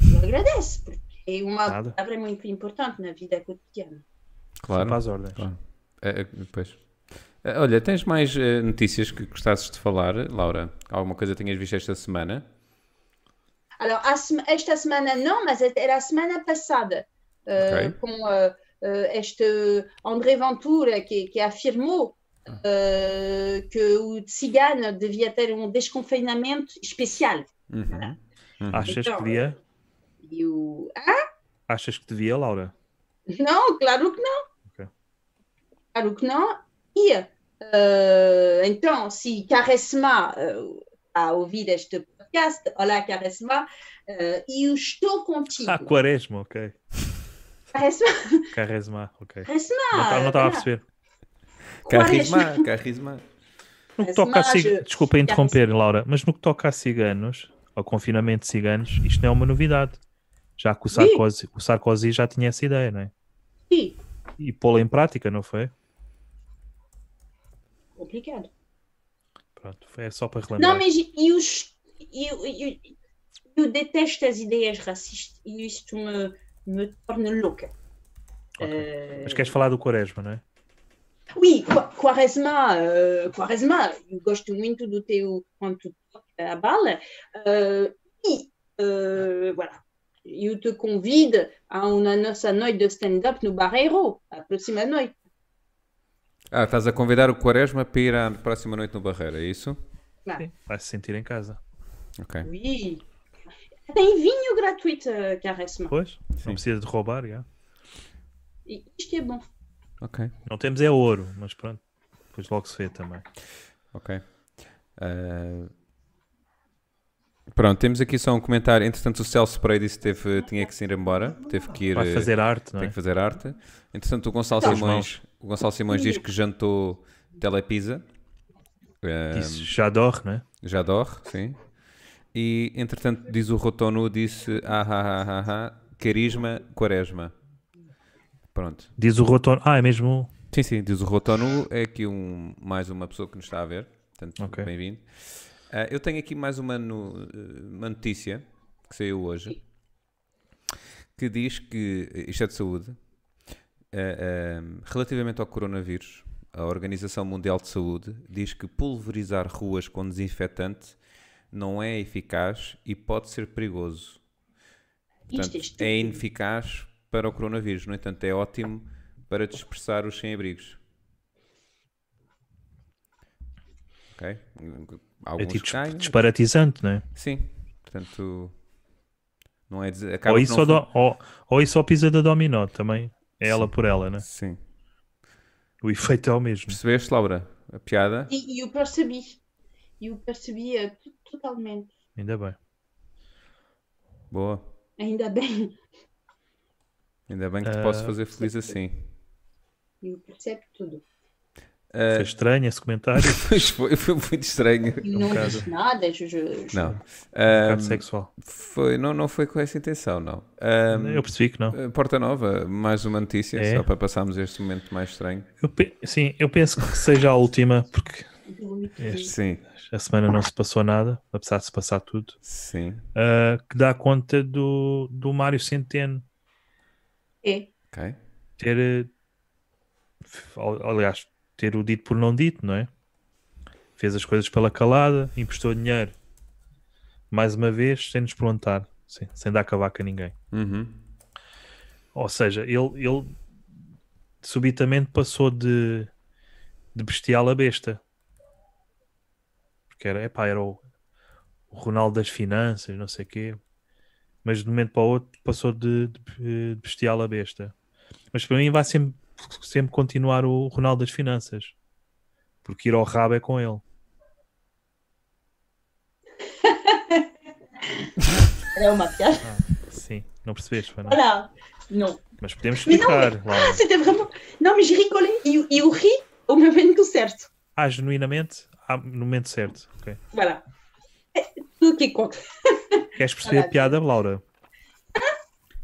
Speaker 3: Eu agradeço, porque é uma
Speaker 1: Nada.
Speaker 3: palavra muito importante na vida cotidiana.
Speaker 1: Para
Speaker 2: claro.
Speaker 1: as ordens.
Speaker 2: Claro. Eh, eh, pois. Eh, olha, tens mais eh, notícias que gostasses de falar, Laura? Alguma coisa que tenhas visto esta semana?
Speaker 3: Alors, a sem- esta semana não, mas era a semana passada, eh,
Speaker 2: Ok.
Speaker 3: com eh, eh, este André Ventura que, que afirmou eh, que o cigano devia ter um desconfinamento especial.
Speaker 2: Uhum.
Speaker 1: Achas
Speaker 3: Então,
Speaker 1: que devia?
Speaker 3: E o... Ah,
Speaker 1: Achas que devia, Laura?
Speaker 3: não, claro que não.
Speaker 1: Ok.
Speaker 3: Claro que não. E, eh, então, se Caresma a ouvir este podcast, olá Caresma, eh, eu estou contigo.
Speaker 1: Ah, quaresma, ok.
Speaker 3: Caresma,
Speaker 1: Quaresma, ok.
Speaker 3: Caresma,
Speaker 1: Não tá- não estava a
Speaker 3: olá.
Speaker 1: perceber.
Speaker 3: Quaresma.
Speaker 2: Carrisma, carrisma.
Speaker 1: No que toca a
Speaker 3: Quaresma,
Speaker 1: cig...
Speaker 3: je-
Speaker 1: Desculpa interromper, Laura, mas no que toca a ciganos, ao confinamento de ciganos, isto não é uma novidade. Já que o
Speaker 3: Sim.
Speaker 1: Sarkozy, o Sarkozy já tinha essa ideia, não é?
Speaker 3: Sim,
Speaker 1: E pô-la em prática, não foi?
Speaker 3: complicado.
Speaker 1: Pronto, foi é só para relembrar.
Speaker 3: Não, mas eu, es- eu, eu, eu detesto as ideias racistas e isto me, me torna louca.
Speaker 1: Ok.
Speaker 3: Eh,
Speaker 1: Mas queres falar do quaresma, não é?
Speaker 3: Oui, Qua- Quaresma, eh, Quaresma, eu gosto muito do teu quanto toca a bala. Eh, e, eh, voilà, eu te convido a uma nossa noite de stand-up no Barreiro, a próxima noite.
Speaker 2: Ah, estás a convidar o Quaresma para ir à próxima noite no Barreiro, é isso?
Speaker 1: Sim. Vai se sentir em casa.
Speaker 2: Ok.
Speaker 3: Oui. Tem vinho gratuito, eh, Quaresma.
Speaker 1: Pois?
Speaker 2: Sim.
Speaker 1: Não precisa de roubar, já.
Speaker 3: E isto é bom.
Speaker 2: Ok,
Speaker 1: Não temos é ouro, mas pronto. Depois logo se vê também.
Speaker 2: ok. Ah, Pronto, temos aqui só um comentário. Entretanto, o Celso Pereira disse que teve, tinha que se ir embora, teve que ir.
Speaker 1: Vai
Speaker 2: eh,
Speaker 1: fazer arte, não
Speaker 2: Tem
Speaker 1: é?
Speaker 2: que fazer arte. Entretanto, o Gonçalo
Speaker 1: Então,
Speaker 2: Simões, o Gonçalo Simões diz que jantou telepizza. Ah,
Speaker 1: Isso já dorre, não é?
Speaker 2: já dorre, sim. E entretanto, diz o Rotonu, disse ah, ah, ah, ah, ah, carisma, quaresma. Pronto.
Speaker 1: Diz o Rotono. Ah, é mesmo.
Speaker 2: Sim, sim, diz o Rotonu, é aqui um, mais uma pessoa que nos está a ver. Portanto,
Speaker 1: Ok.
Speaker 2: bem-vindo. Ah, eu tenho aqui mais uma, no- uma notícia que saiu hoje que diz que, isto é de saúde, ah, ah, relativamente ao coronavírus, a Organização Mundial de Saúde diz que pulverizar ruas com desinfetante não é eficaz e pode ser perigoso.
Speaker 3: Isto
Speaker 2: Portanto,
Speaker 3: é
Speaker 2: é
Speaker 3: estúpido.
Speaker 2: ineficaz para o coronavírus. No entanto, é ótimo para dispersar os sem-abrigos. Ok?
Speaker 1: É
Speaker 2: Alguns né?"
Speaker 1: tipo dis-
Speaker 2: ganham.
Speaker 1: disparatizante, não é?
Speaker 2: Sim. Portanto, não é dizer. Acaba
Speaker 1: Ou
Speaker 2: que
Speaker 1: isso
Speaker 2: não
Speaker 1: ou,
Speaker 2: foi-
Speaker 1: do- ou, ou isso ou pisa da dominó também. É ela por ela, né?
Speaker 2: Sim.
Speaker 1: O efeito é o mesmo.
Speaker 2: Percebeste, Laura? A piada?
Speaker 3: E e eu percebi. Eu percebi eh, to- totalmente.
Speaker 1: Ainda bem.
Speaker 2: Boa.
Speaker 3: Ainda bem.
Speaker 2: Ainda bem que te
Speaker 1: Ah.
Speaker 2: posso fazer feliz assim.
Speaker 3: Eu percebo tudo.
Speaker 2: Ah,
Speaker 1: Foi estranho esse comentário. um
Speaker 2: pois foi, foi muito estranho.
Speaker 3: Eu não disse nada. Je, je- je-
Speaker 2: Não.
Speaker 1: um
Speaker 2: Ah,
Speaker 1: bocado sexual.
Speaker 2: foi, não, não foi com essa intenção, não. Ah,
Speaker 1: Eu percebi que não.
Speaker 2: Uh, Porta Nova, mais uma notícia,
Speaker 1: É?
Speaker 2: só para passarmos este momento mais estranho.
Speaker 1: Eu pe- Sim, eu penso que seja a última, porque
Speaker 3: eu vou me pedir.
Speaker 2: Sim,
Speaker 1: a semana não se passou nada, apesar de se passar tudo.
Speaker 2: sim.
Speaker 1: Ah, que dá conta do, do Mário Centeno.
Speaker 3: É.
Speaker 2: Ok.
Speaker 1: ter. eh, f- al- Aliás, ter o dito por não dito, não é? Fez as coisas pela calada, emprestou dinheiro. Mais uma vez, sem nos perguntar, sem, sem dar cavaca a ninguém.
Speaker 2: Uhum.
Speaker 1: Ou seja, ele, ele subitamente passou de, de bestial a besta. Porque era, epá, era o, o Ronaldo das finanças, não sei quê. Mas de um momento para o outro passou de, de- de bestial a besta. Mas para mim vai sempre, sempre continuar o Ronaldo das finanças. Porque ir ao rabo é com ele.
Speaker 3: Era uma piada.
Speaker 1: Sim, não percebeste, Fana?
Speaker 3: Voilà. Non.
Speaker 1: Mas podemos
Speaker 3: Mais não,
Speaker 1: explicar,
Speaker 3: Ah,
Speaker 1: Laura.
Speaker 3: c'était vraiment. Non, mais j'ai rigolé. Eu, eu ri au momento certo.
Speaker 1: Ah, genuinamente, ah, no momento certo. ok.
Speaker 3: Voilà. É Tudo o que conta.
Speaker 1: Queres perceber a piada, Laura?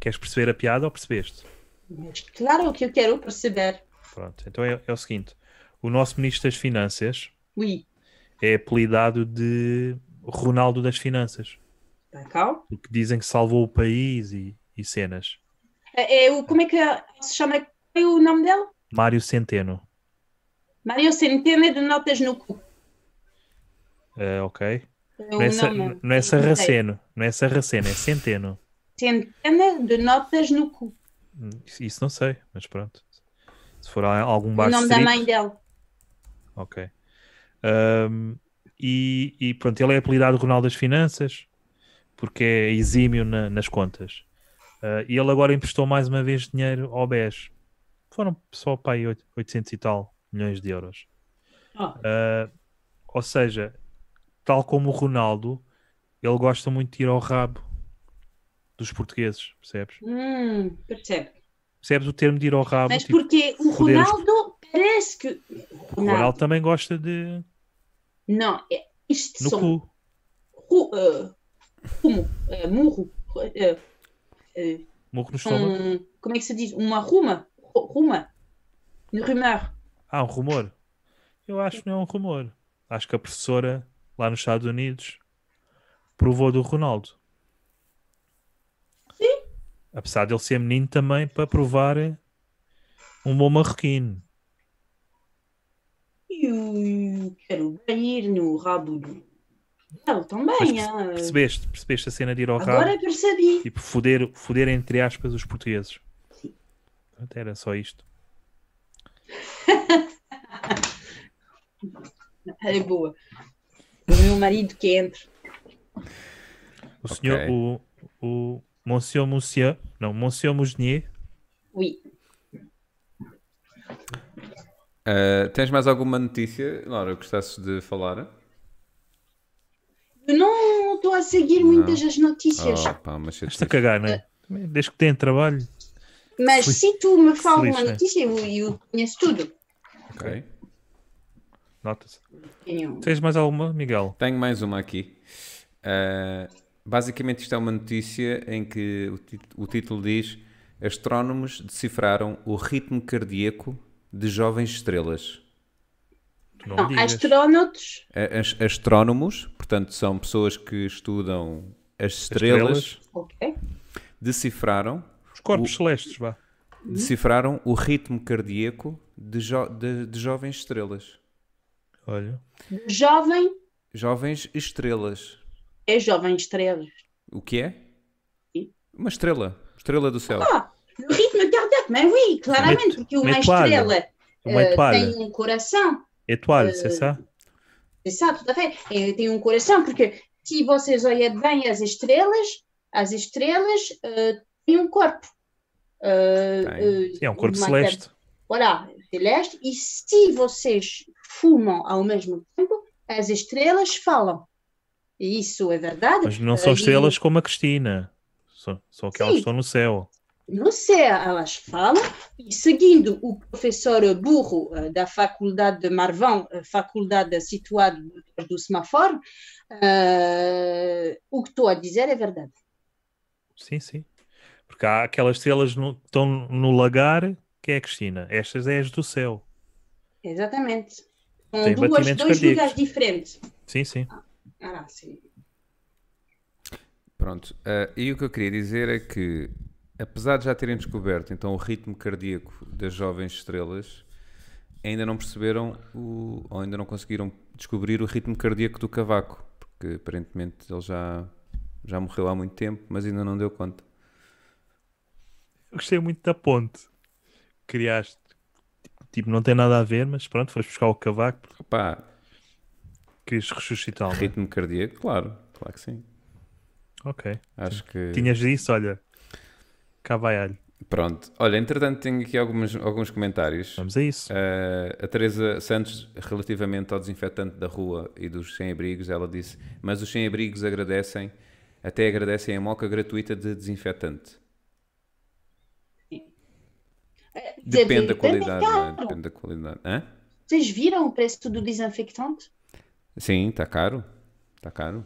Speaker 1: Queres perceber a piada ou percebeste?
Speaker 3: Mas claro que eu quero perceber.
Speaker 1: Pronto, então é, é o seguinte: o nosso Ministro das Finanças
Speaker 3: Oui.
Speaker 1: é apelidado de Ronaldo das Finanças,
Speaker 3: D'accord.
Speaker 1: porque dizem que salvou o país e, e cenas.
Speaker 3: É, é o, como é que ela se chama? Qual é o nome dela?
Speaker 1: Mário Centeno,
Speaker 3: Mario Centeno de Notas no Cu.
Speaker 1: eh, ok?
Speaker 3: É o
Speaker 1: Não é, Sa-
Speaker 3: nome.
Speaker 1: não é Sarraceno, não é Sarraceno, é Centeno.
Speaker 3: Centeno de Notas no Cu.
Speaker 1: Hum, Isso, isso não sei, mas pronto. Se for a- algum
Speaker 3: O nome da
Speaker 1: Backstreet,
Speaker 3: mãe dela.
Speaker 1: Ok. Ahm, e, e pronto, ele é apelidado Ronaldo das Finanças porque é exímio na- nas contas. Ah, e ele agora emprestou mais uma vez dinheiro ao BES. Foram só para aí oito- 800 e tal milhões de euros.
Speaker 3: Ah.
Speaker 1: Ah, ou seja, tal como o Ronaldo, ele gosta muito de ir ao rabo dos portugueses, percebes?
Speaker 3: Hum, percebe.
Speaker 1: Percebes o termo de ir ao rabo?
Speaker 3: Mas
Speaker 1: Tipo,
Speaker 3: porque o
Speaker 1: podemos-
Speaker 3: Ronaldo parece que.
Speaker 1: o Ronaldo também gosta de...
Speaker 3: Não, é, isto
Speaker 1: no
Speaker 3: são
Speaker 1: cu.
Speaker 3: ru, eh, rumo, eh, murro, eh, eh,
Speaker 1: Morro no estômago.
Speaker 3: são, como é que se diz? Uma ruma, ru- ruma, une rumeur.
Speaker 1: Ah, um rumor? Eu acho que não é um rumor. Acho que a professora lá nos Estados Unidos provou do Ronaldo. Apesar de ele ser menino também para provar eh, um bom marroquino.
Speaker 3: Eu quero bem ir no rabo do. Ele
Speaker 1: Mas
Speaker 3: também,
Speaker 1: perce-
Speaker 3: ah,
Speaker 1: Percebeste? Percebeste a cena de ir ao rabo?
Speaker 3: agora percebi.
Speaker 1: Tipo, foder, foder entre aspas os portugueses.
Speaker 3: Sim.
Speaker 1: Pronto, Era só isto.
Speaker 3: É boa. O meu marido que entra.
Speaker 1: O senhor, o, o Monsieur Monsieur, não, Monsieur Mousnier,
Speaker 3: Oui.
Speaker 2: Ah, tens mais alguma notícia, Laura, que gostasses de falar?
Speaker 3: Eu não estou a seguir muitas das notícias.
Speaker 2: Oh, pá, mas eu
Speaker 1: está a
Speaker 2: te-
Speaker 1: cagar, não é? Também, Desde que tem trabalho.
Speaker 3: Mas
Speaker 1: Fui-
Speaker 3: se tu me falas uma
Speaker 1: lixo, é.
Speaker 3: notícia, eu, eu conheço tudo.
Speaker 2: Ok.
Speaker 1: Nota-se.
Speaker 3: Tenho-
Speaker 1: Tens mais alguma, Miguel?
Speaker 2: Tenho mais uma aqui. Ah, basicamente, isto é uma notícia em que o, tit- o título diz: Astrónomos decifraram o ritmo cardíaco de jovens estrelas.
Speaker 1: Tu não,
Speaker 3: Não,
Speaker 1: digas.
Speaker 3: astronautas.
Speaker 2: A- as- astrónomos, portanto, são pessoas que estudam as estrelas,
Speaker 1: estrelas.
Speaker 3: Ok.
Speaker 2: decifraram,
Speaker 1: Os corpos celestes, vá.
Speaker 3: Hum?
Speaker 2: decifraram o ritmo cardíaco de, jo- de- de jovens estrelas.
Speaker 1: Olha.
Speaker 3: Jovem
Speaker 2: Jovens estrelas.
Speaker 3: é jovem estrela.
Speaker 2: O que é?
Speaker 3: Sim.
Speaker 2: Uma estrela. Estrela do céu.
Speaker 3: Ah, o ritmo cardíaco, mas oui, claramente,
Speaker 1: Mete-
Speaker 3: porque uma
Speaker 1: mete lá,
Speaker 3: estrela
Speaker 1: É uma
Speaker 3: eh,
Speaker 1: etoile.
Speaker 3: tem eh, um coração.
Speaker 1: Etoile, c'est ça?
Speaker 3: É ça, tudo a fait. Eh, tem um coração, porque se vocês olharem bem as estrelas, as estrelas eh, têm um corpo. Eh,
Speaker 2: Tem.
Speaker 3: eh,
Speaker 1: É um corpo
Speaker 3: uma
Speaker 1: celeste.
Speaker 3: Voilà, celeste. E se vocês fumam ao mesmo tempo, as estrelas falam. E isso é verdade.
Speaker 1: Mas não são
Speaker 3: Eh,
Speaker 1: estrelas como a Cristina. São, são aquelas que
Speaker 3: Sim.
Speaker 1: estão no céu.
Speaker 3: não sei, elas falam, e seguindo o professor Burro eh, da Faculdade de Marvão, eh, faculdade situada do semáforo, eh, o que estou a dizer é verdade.
Speaker 1: Sim, sim. Porque há aquelas estrelas no- que estão no lagar, que é a Cristina. Estas é as do céu.
Speaker 3: Exatamente.
Speaker 1: Tem
Speaker 3: São duas,
Speaker 1: batimentos
Speaker 3: dois lugares
Speaker 1: cardíacos.
Speaker 3: diferentes.
Speaker 1: Sim, sim.
Speaker 3: Ah, lá, sim.
Speaker 2: Pronto. ah, e o que eu queria dizer é que Apesar de já terem descoberto então o ritmo cardíaco das jovens estrelas, ainda não perceberam o, ou ainda não conseguiram descobrir o ritmo cardíaco do cavaco, porque aparentemente ele já, já morreu há muito tempo, mas ainda não deu conta.
Speaker 1: Eu gostei muito da ponte que criaste. Tipo, não tem nada a ver, mas pronto, foste buscar o cavaco porque
Speaker 2: Opa,
Speaker 1: querias ressuscitá-lo. não é?
Speaker 2: ritmo cardíaco, claro, claro que sim.
Speaker 1: Ok.
Speaker 2: Acho que.
Speaker 1: Tinhas disso, olha. Cá vai alho.
Speaker 2: Pronto. Olha, entretanto, tenho aqui algumas, alguns comentários.
Speaker 1: Vamos a isso.
Speaker 2: Uh, a Teresa Santos, relativamente ao desinfetante da rua e dos sem-abrigos, ela disse: Mas os sem-abrigos agradecem, até agradecem a moca gratuita de desinfetante.
Speaker 3: É,
Speaker 2: Depende da
Speaker 3: desinfetante é
Speaker 2: qualidade, não é?
Speaker 3: caro.
Speaker 2: Depende da qualidade. Hã?
Speaker 3: Vocês viram o preço do desinfectante?
Speaker 2: Sim, está caro. Está caro.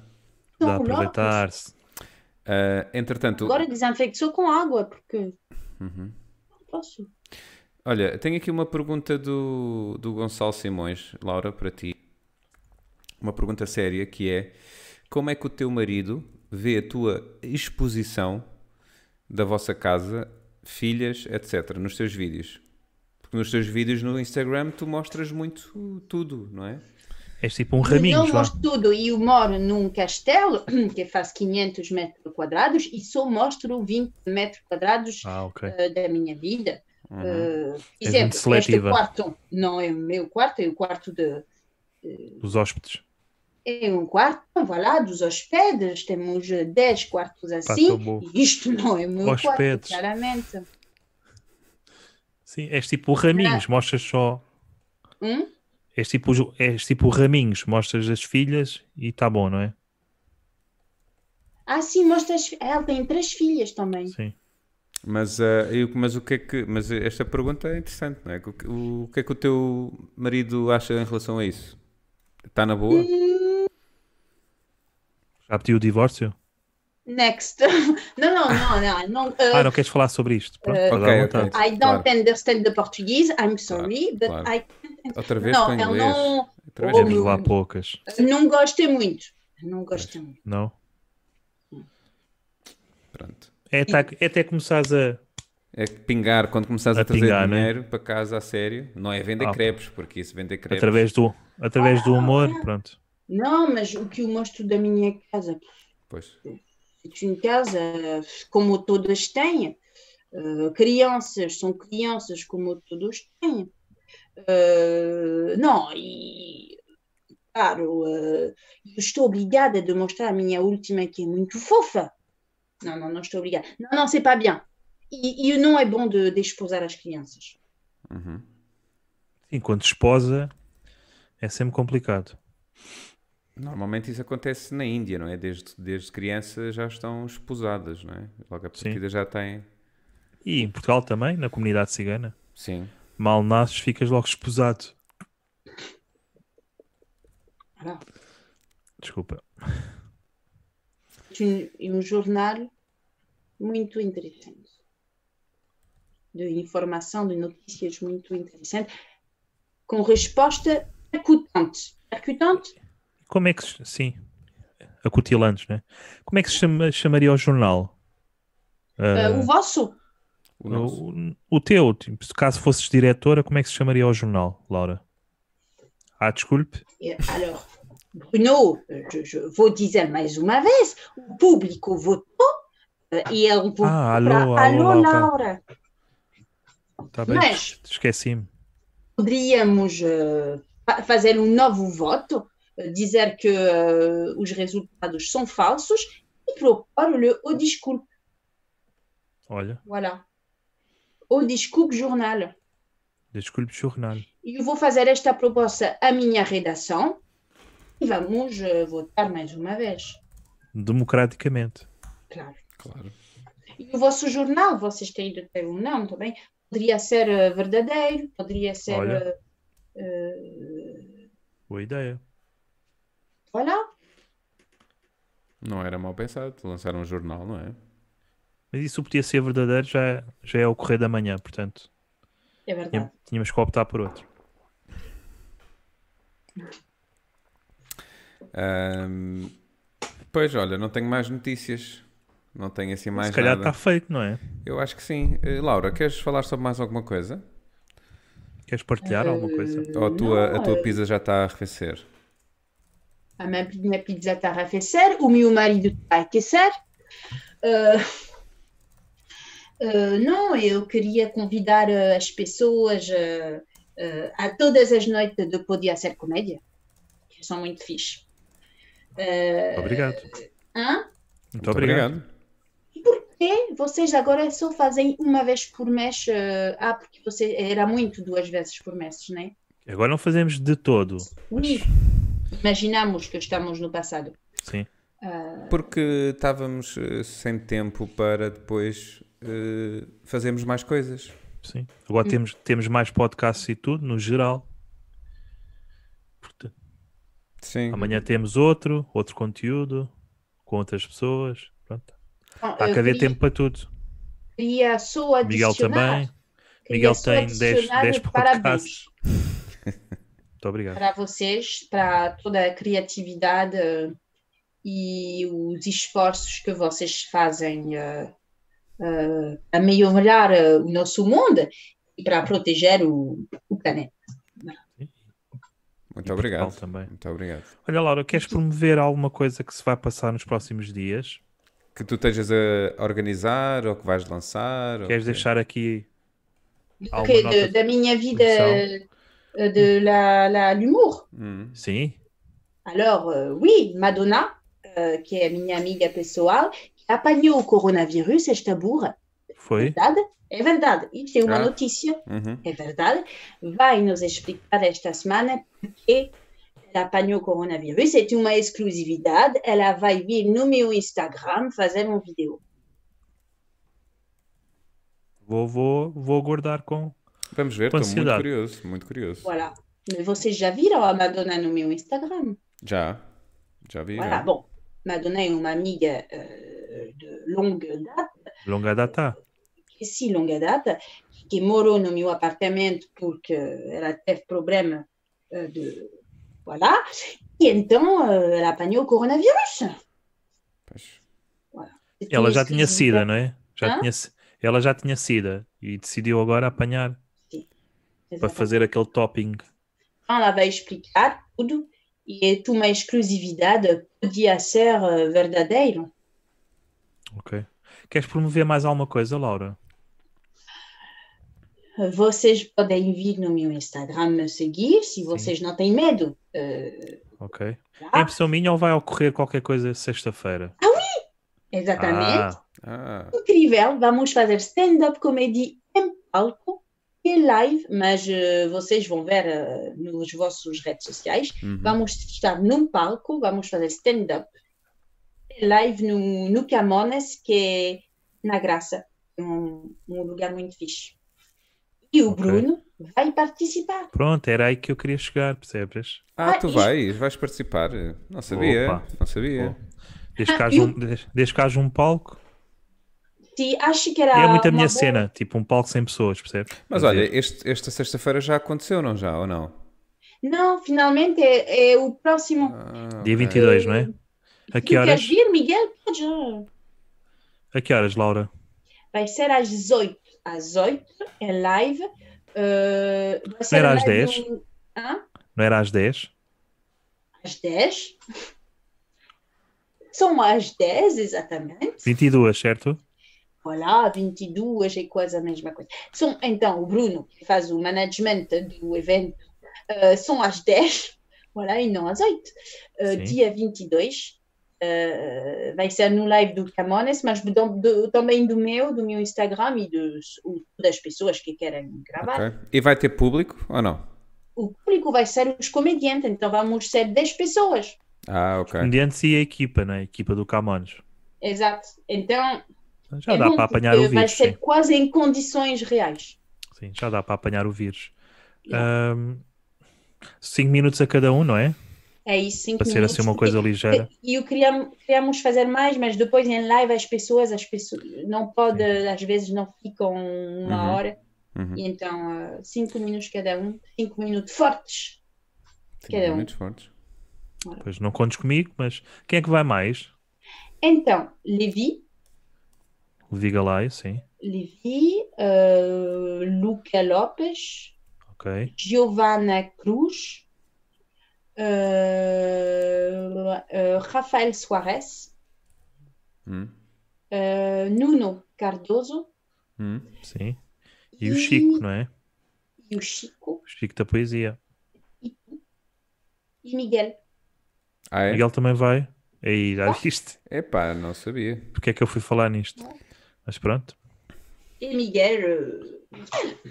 Speaker 1: Dá a
Speaker 3: São loucos.
Speaker 1: aproveitar-se.
Speaker 2: Uh, entretanto,
Speaker 3: Agora desinfectou com água, porque.
Speaker 2: Uhum.
Speaker 3: Não posso.
Speaker 2: Olha, tenho aqui uma pergunta do, do Gonçalo Simões, Laura, para ti. Uma pergunta séria que é: como é que o teu marido vê a tua exposição da vossa casa, filhas, etc., nos teus vídeos? Porque nos teus vídeos no Instagram tu mostras muito tudo, não é?
Speaker 1: És tipo um
Speaker 3: eu
Speaker 1: raminho, vá.
Speaker 3: mostro tudo e eu moro num castelo que faz 500 metros quadrados e só mostro 20 metros quadrados
Speaker 1: Ah, ok.
Speaker 3: eh, da minha vida.
Speaker 2: Uhum.
Speaker 3: Eh, por
Speaker 1: És muito
Speaker 3: exemplo, este
Speaker 1: seletiva.
Speaker 3: quarto não é o meu quarto, é o quarto de,
Speaker 1: Os hóspedes.
Speaker 3: é um quarto, voilà, dos hóspedes, temos eh, 10 quartos
Speaker 1: tão
Speaker 3: assim,
Speaker 1: bom.
Speaker 3: e isto não é o meu quarto,
Speaker 1: Hóspedes.
Speaker 3: claramente.
Speaker 1: Sim, és tipo o raminhos, mostras só.
Speaker 3: Hum?
Speaker 1: És tipo, os- és tipo o raminhos, mostras as filhas e está bom, não é?
Speaker 3: Ah, sim, mostra as... ela tem três filhas também.
Speaker 1: Sim.
Speaker 2: Mas, ah, eu- mas o que é que. Mas esta pergunta é interessante, não é? O, que- o que é que o teu marido acha em relação a isso? Está na boa?
Speaker 1: Já pediu o divórcio?
Speaker 3: Next. não, não, não, não. não eh,
Speaker 1: Ah, não queres falar sobre isto? Pronto, tá então.
Speaker 2: Ok,
Speaker 1: estás à
Speaker 2: ok.
Speaker 1: vontade.
Speaker 3: I don't
Speaker 2: Claro.
Speaker 3: understand the Portuguese, I'm sorry, but
Speaker 2: claro.
Speaker 3: I
Speaker 2: Outra vez
Speaker 3: não,
Speaker 2: com
Speaker 3: eu
Speaker 2: inglês?
Speaker 3: não,
Speaker 2: Outra vez
Speaker 3: Ou
Speaker 1: Temos
Speaker 3: meu-
Speaker 1: lá poucas,
Speaker 3: não gosto muito. Não gosto muito.
Speaker 1: não?
Speaker 2: Pronto.
Speaker 1: É até, é até começares a.
Speaker 2: É que pingar, quando começares a,
Speaker 1: A
Speaker 2: trazer
Speaker 1: pingar, né?
Speaker 2: dinheiro para casa a sério, não é vender
Speaker 1: Ah, pá.
Speaker 2: crepes, porque isso vender crepes.
Speaker 1: Através do, através do humor,
Speaker 3: Ah.
Speaker 1: pronto.
Speaker 3: Não, mas o que eu mostro da minha casa,
Speaker 2: Pois.
Speaker 3: é uma casa como todas têm. Eh, crianças são crianças como todos têm. Eh, não, e claro, eh, eu estou obrigada de mostrar a minha última que é muito fofa. Não, não, não estou obrigada. Não, não, c'est pas bien. E, e não é bom de, de expor as crianças.
Speaker 2: Uhum.
Speaker 1: Enquanto esposa, é sempre complicado.
Speaker 2: Normalmente isso acontece na Índia, não é? Desde, desde criança já estão esposadas, não é? Logo a
Speaker 1: Sim.
Speaker 2: partida já têm.
Speaker 1: E em Portugal também, na comunidade cigana.
Speaker 2: Sim.
Speaker 1: Mal nasces, ficas logo esposado.
Speaker 3: Voilà.
Speaker 1: Desculpa.
Speaker 3: É um, é um jornal muito interessante, de informação, de notícias muito interessante, com resposta percutante. Percutante?
Speaker 1: Como é que. se- Sim. Acutilantes, né? Como é que se chama- chamaria o jornal?
Speaker 3: Eh,
Speaker 1: Ah,
Speaker 3: o vosso?
Speaker 2: O nosso.
Speaker 1: o, o teu, tipo, se caso fosses diretora, como é que se chamaria o jornal, Laura? Ah, desculpe.
Speaker 3: Eh, Alors, Bruno, eh, je, je vou dizer mais uma vez, o público votou eh, e ele votou
Speaker 1: Ah, alô,
Speaker 3: para
Speaker 1: alô,
Speaker 3: Alô,
Speaker 1: Laura.
Speaker 3: Laura.
Speaker 1: Tá bem.
Speaker 3: Mas-
Speaker 1: Esqueci-me.
Speaker 3: Poderíamos eh, euh, fa- fazer um novo voto, eh, dizer que eh, os resultados são falsos e propor-lhe o desculpe.
Speaker 1: Olha,
Speaker 3: Voilà. O Desculpe Jornal.
Speaker 1: desculpe, jornal.
Speaker 3: Eu vou fazer esta proposta à minha redação e vamos eh, votar mais uma vez.
Speaker 1: Democraticamente.
Speaker 3: Claro.
Speaker 2: Claro.
Speaker 3: E o vosso jornal, vocês têm de ter um nome também, poderia ser eh, verdadeiro, poderia ser.
Speaker 1: Olha.
Speaker 3: eh, eh,
Speaker 1: Boa ideia.
Speaker 3: voilà.
Speaker 2: Não era mal pensado lançar um jornal, não é?
Speaker 1: Mas isso podia ser verdadeiro, já, já é o correr da manhã, portanto.
Speaker 3: É verdade.
Speaker 1: Tinha- Tínhamos que optar por outro.
Speaker 2: Ahm, Pois, olha, não tenho mais notícias. Não tenho assim mais
Speaker 1: Se calhar
Speaker 2: nada.
Speaker 1: está feito, não é?
Speaker 2: Eu acho que sim. Eh, Laura, queres falar sobre mais alguma coisa?
Speaker 1: Queres partilhar alguma coisa?
Speaker 2: Ou a tua, a
Speaker 3: Não, é-
Speaker 2: tua pizza já está a arrefecer?
Speaker 3: A minha, minha pizza está a arrefecer, o meu marido está a aquecer. Ah, ah, não, eu queria convidar ah, as pessoas ah, ah, a todas as noites do Podia Ser Comédia, que são muito fixe. Ah,
Speaker 1: Obrigado.
Speaker 3: hã?
Speaker 1: Muito obrigado.
Speaker 3: Porquê vocês agora só fazem uma vez por mês? ah, ah, porque você era muito duas vezes por mês, né?
Speaker 1: Agora não fazemos de todo.
Speaker 3: Ui, Imaginamos que estamos no passado.
Speaker 1: Sim.
Speaker 2: Porque estávamos eh, sem tempo para depois eh, fazermos mais coisas.
Speaker 1: Sim. Agora
Speaker 3: Hum.
Speaker 1: temos, temos mais podcasts e tudo, no geral. Porta-
Speaker 2: Sim.
Speaker 1: amanhã temos outro, outro conteúdo, com outras pessoas. Pronto.
Speaker 3: Então,
Speaker 1: Há
Speaker 3: eu
Speaker 1: que haver
Speaker 3: queria-
Speaker 1: tempo para tudo.
Speaker 3: Queria só adicionar.
Speaker 1: Miguel também.
Speaker 3: queria
Speaker 1: Miguel
Speaker 3: só
Speaker 1: tem 10,
Speaker 3: adicionar
Speaker 1: 10
Speaker 3: né? parabéns
Speaker 1: podcasts. Muito obrigado.
Speaker 3: para vocês, para toda a criatividade eh, e os esforços que vocês fazem eh, eh, a melhorar eh, o nosso mundo e para proteger o, o planeta.
Speaker 2: Muito obrigado.
Speaker 1: Portugal também.
Speaker 2: Muito obrigado.
Speaker 1: Olha, Laura, queres promover alguma coisa que se vai passar nos próximos dias?
Speaker 2: Que tu estejas a organizar ou que vais lançar. ou
Speaker 1: Queres
Speaker 2: que-
Speaker 1: deixar aqui
Speaker 3: Do
Speaker 1: Alguma
Speaker 3: que-
Speaker 1: nota
Speaker 3: de- da minha vida
Speaker 1: inicial?
Speaker 3: eh, de la, la, l'humour.
Speaker 2: Hum.
Speaker 1: Sim,
Speaker 3: Alors, euh, oui, Madonna, eh, que é minha amiga pessoal, apanhou o coronavírus esta burra.
Speaker 1: foi.
Speaker 3: Verdade? É verdade. Isto é uma
Speaker 2: Ah.
Speaker 3: notícia.
Speaker 2: Uhum.
Speaker 3: é verdade, vai nos explicar esta semana porque ela apanhou o coronavírus. É uma exclusividade. Ela vai vir no meu Instagram fazer um vídeo.
Speaker 1: Vou, vou, vou aguardar com.
Speaker 2: Vamos ver,
Speaker 1: Com
Speaker 2: estou muito
Speaker 1: ansiedade.
Speaker 2: curioso. Muito curioso.
Speaker 3: Voilà. Mas vocês já viram a Madonna no meu Instagram?
Speaker 2: Já. Já vi.
Speaker 3: Voilà.
Speaker 2: já.
Speaker 3: Bom, Madonna é uma amiga eh, de longa data,
Speaker 1: Longa data.
Speaker 3: que sim, longa data, que morou no meu apartamento porque ela teve problema eh, de. Voilà. E então eh, ela apanhou o coronavírus.
Speaker 2: Pois.
Speaker 3: C'est
Speaker 1: Ela
Speaker 3: une
Speaker 1: já tinha sida,
Speaker 3: exclusividade.
Speaker 1: não é? Já
Speaker 3: Hã?
Speaker 1: tinha, si- ela já tinha sida e decidiu agora apanhar para
Speaker 3: Exatamente.
Speaker 1: fazer aquele topping.
Speaker 3: Ela vai explicar tudo e é uma exclusividade podia ser eh, verdadeiro.
Speaker 1: Ok. Queres promover mais alguma coisa, Laura?
Speaker 3: euh, Vocês podem vir no meu Instagram me seguir se vocês não têm medo. Eh,
Speaker 1: Ok.
Speaker 3: lá.
Speaker 1: É impressão minha ou vai ocorrer qualquer coisa sexta-feira?
Speaker 3: Exatamente.
Speaker 1: Ah,
Speaker 2: Ah,
Speaker 3: Incrível, vamos fazer stand-up comedy em palco e live, mas eh, vocês vão ver eh, nos vossos redes sociais.
Speaker 2: uhum.
Speaker 3: Vamos estar num palco, vamos fazer stand-up, live no, no Camones, que é na Graça, um, um lugar muito fixe. E o
Speaker 1: Ok.
Speaker 3: Bruno vai participar.
Speaker 1: pronto, era aí que eu queria chegar, percebes?
Speaker 2: Ah, tu
Speaker 3: isto-
Speaker 2: vais, vais participar. Não sabia,
Speaker 1: Opa.
Speaker 2: não sabia.
Speaker 1: Desde que
Speaker 3: Ah,
Speaker 1: haja
Speaker 3: eu-
Speaker 1: um, desde- desde que haja um palco.
Speaker 3: Sim, acho que era
Speaker 1: E é muito a
Speaker 3: Tá, uma
Speaker 1: minha
Speaker 3: boa-
Speaker 1: cena, tipo um palco sem pessoas, percebes?
Speaker 2: Mas
Speaker 1: Quer
Speaker 2: olha,
Speaker 1: dizer,
Speaker 2: este- esta sexta-feira já aconteceu, não já, ou não?
Speaker 3: Não, finalmente é, é o próximo.
Speaker 2: Ah,
Speaker 1: dia
Speaker 2: ok.
Speaker 1: 22, não é? A
Speaker 3: Tu
Speaker 1: que horas?
Speaker 3: Queres vir, Miguel? Pode. já.
Speaker 1: A que horas, Laura?
Speaker 3: Vai ser às 18. Às 8 é live. eh, vai ser
Speaker 1: era às
Speaker 3: live
Speaker 1: 10?
Speaker 3: no- Hã?
Speaker 1: Não era às 10?
Speaker 3: Às 10? São às 10, exatamente.
Speaker 1: 22, certo?
Speaker 3: Olá, 22 é quase a mesma coisa. São, então, o Bruno, que faz o management do evento, eh, são às 10, voilà, e não às 8. Eh,
Speaker 1: Sim.
Speaker 3: dia 22, eh, vai ser no live do Camones, mas do- do- também do meu, do meu Instagram e dos, o- das pessoas que querem gravar.
Speaker 2: Ok. E vai ter público ou não?
Speaker 3: O público vai ser os comediantes, então vamos ser 10 pessoas.
Speaker 2: Ah, ok.
Speaker 1: Mediante e a equipa, né? A equipa do Camões.
Speaker 3: Exato. Então,
Speaker 1: Já
Speaker 3: é
Speaker 1: dá
Speaker 3: bom
Speaker 1: para apanhar
Speaker 3: porque
Speaker 1: o
Speaker 3: Vai
Speaker 1: vírus.
Speaker 3: ser
Speaker 1: Sim.
Speaker 3: quase em condições reais.
Speaker 1: Sim, já dá para apanhar o vírus.
Speaker 3: Yeah.
Speaker 1: 5 minutos a cada um, não é?
Speaker 3: É isso, cinco
Speaker 1: Para ser assim uma
Speaker 3: minutos,
Speaker 1: coisa ligeira.
Speaker 3: E eu queria, queríamos fazer mais, mas depois em live as pessoas, as pessoas não podem, às vezes não ficam
Speaker 2: Uhum.
Speaker 3: uma hora.
Speaker 2: Uhum.
Speaker 3: E então, eh, cinco minutos cada um, cinco minutos fortes.
Speaker 2: Sim,
Speaker 3: Cada um.
Speaker 2: muito fortes.
Speaker 1: Pois não contes comigo, mas quem é que vai mais?
Speaker 3: Então, Levi,
Speaker 1: Vigalai, sim.
Speaker 3: Levi, eh, Luca Lopes,
Speaker 1: Ok.
Speaker 3: Giovanna Cruz, eh, eh, Rafael Soares,
Speaker 2: Hum,
Speaker 3: eh, Nuno Cardoso
Speaker 2: hum.
Speaker 1: Sim. E o Chico, não é?
Speaker 3: e o Chico
Speaker 1: O Chico da poesia.
Speaker 3: e Miguel.
Speaker 2: Ah, é?
Speaker 1: Miguel também vai. Aí,
Speaker 3: Ah.
Speaker 1: já viste?
Speaker 2: Epá, não sabia.
Speaker 1: Porque é que eu fui falar nisto? Mas pronto.
Speaker 3: E Miguel, eh,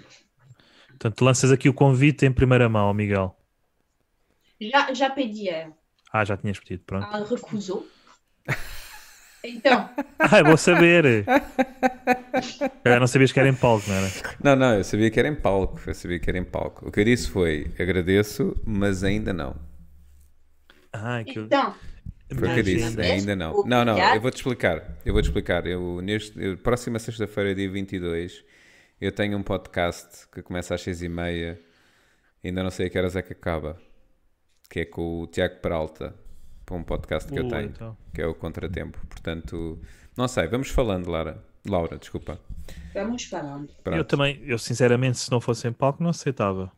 Speaker 1: Portanto, lanças aqui o convite em primeira mão, ao Miguel.
Speaker 3: já, já pedi eh,
Speaker 1: Ah, já tinhas pedido, pronto.
Speaker 3: a recusou. Então,
Speaker 1: Ah, é bom saber! Eu não sabias que era em palco, não era?
Speaker 2: Não, não, eu sabia que era em palco. Eu sabia que era em palco. O que eu disse foi agradeço, mas ainda não.
Speaker 1: Ah, é que eu...
Speaker 3: então,
Speaker 2: Foi o que eu disse, né?
Speaker 1: Imagina.
Speaker 3: Agradeço,
Speaker 2: ainda não. Não, não,
Speaker 3: obrigado.
Speaker 2: eu vou-te explicar. Eu vou-te explicar. Eu, neste, eu- próxima sexta-feira, dia 22, eu tenho um podcast que começa às 6h30. Ainda não sei a que horas é que acaba. Que é com o Tiago Peralta. Para um podcast que eu
Speaker 1: Uh,
Speaker 2: tenho.
Speaker 1: então.
Speaker 2: Que é o Contratempo. Portanto, não sei. Vamos falando, Lara. Laura, desculpa.
Speaker 3: vamos falando.
Speaker 1: Eu
Speaker 2: Pronto.
Speaker 1: também, eu sinceramente, se não fosse em palco, não aceitava.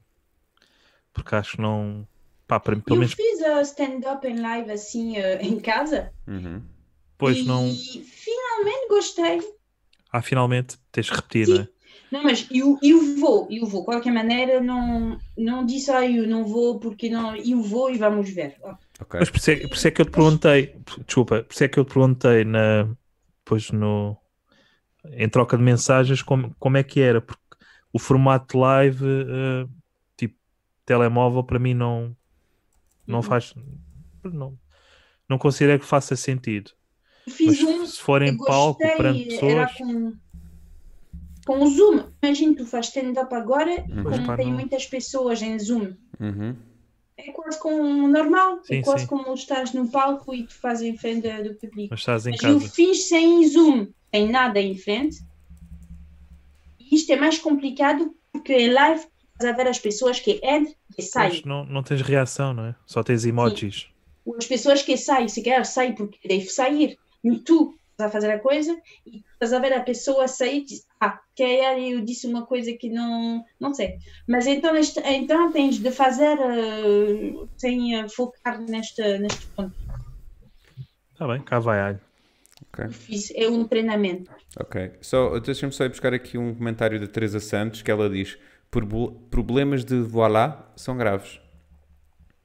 Speaker 1: Porque acho que não. Pá, para mim,
Speaker 3: Eu
Speaker 1: pelo menos
Speaker 3: fiz eh, stand-up em live assim eh, em casa
Speaker 2: Uhum.
Speaker 1: depois
Speaker 3: e
Speaker 1: não.
Speaker 3: finalmente gostei.
Speaker 1: Ah, finalmente tens que repetir,
Speaker 3: Sim.
Speaker 1: não é?
Speaker 3: Não, mas eu, eu vou, eu vou. Qualquer maneira, não, não disse, ah, eu não vou, porque não, eu vou e vamos ver. Ah,
Speaker 2: Ok.
Speaker 1: Mas por isso, é, por isso é que eu te perguntei, desculpa, por isso é que eu te perguntei na, depois no, em troca de mensagens como, como é que era, porque o formato live, eh, tipo telemóvel, para mim não, não
Speaker 3: Uhum.
Speaker 1: faz, não, não considero que faça sentido.
Speaker 3: Eu
Speaker 1: Mas
Speaker 3: fiz um,
Speaker 1: se for em
Speaker 3: eu
Speaker 1: palco,
Speaker 3: gostei,
Speaker 1: perante
Speaker 3: era
Speaker 1: pessoas,
Speaker 3: com, com o Zoom. Imagina, tu faz stand-up agora e
Speaker 2: Mas,
Speaker 1: pá,
Speaker 3: como tem
Speaker 1: não-
Speaker 3: muitas pessoas em Zoom.
Speaker 2: Uhum.
Speaker 3: É quase como normal,
Speaker 1: Sim,
Speaker 3: é quase
Speaker 1: sim.
Speaker 3: como estás no palco e tu fazes em frente do público.
Speaker 1: mas estás em
Speaker 3: Mas eu
Speaker 1: casa.
Speaker 3: fiz sem Zoom, sem nada em frente. E isto é mais complicado porque em live estás a ver as pessoas que é entram e saem.
Speaker 1: Mas não, não tens reação, não é? Só tens emojis.
Speaker 3: as pessoas que saem, se quer sair porque deve sair, e tu estás a fazer a coisa e estás a ver a pessoa sair e diz, ah, calhar eu disse uma coisa que não, não sei. Mas então, este- então tens de fazer eh, sem eh, focar neste, neste ponto.
Speaker 1: Está Tá bem, cá vai alho.
Speaker 2: Ok.
Speaker 3: Eu fiz, é um treinamento.
Speaker 2: Ok. Só, deixa-me só ir buscar aqui um comentário da Teresa Santos que ela diz: "Probu- problemas de voilá são graves.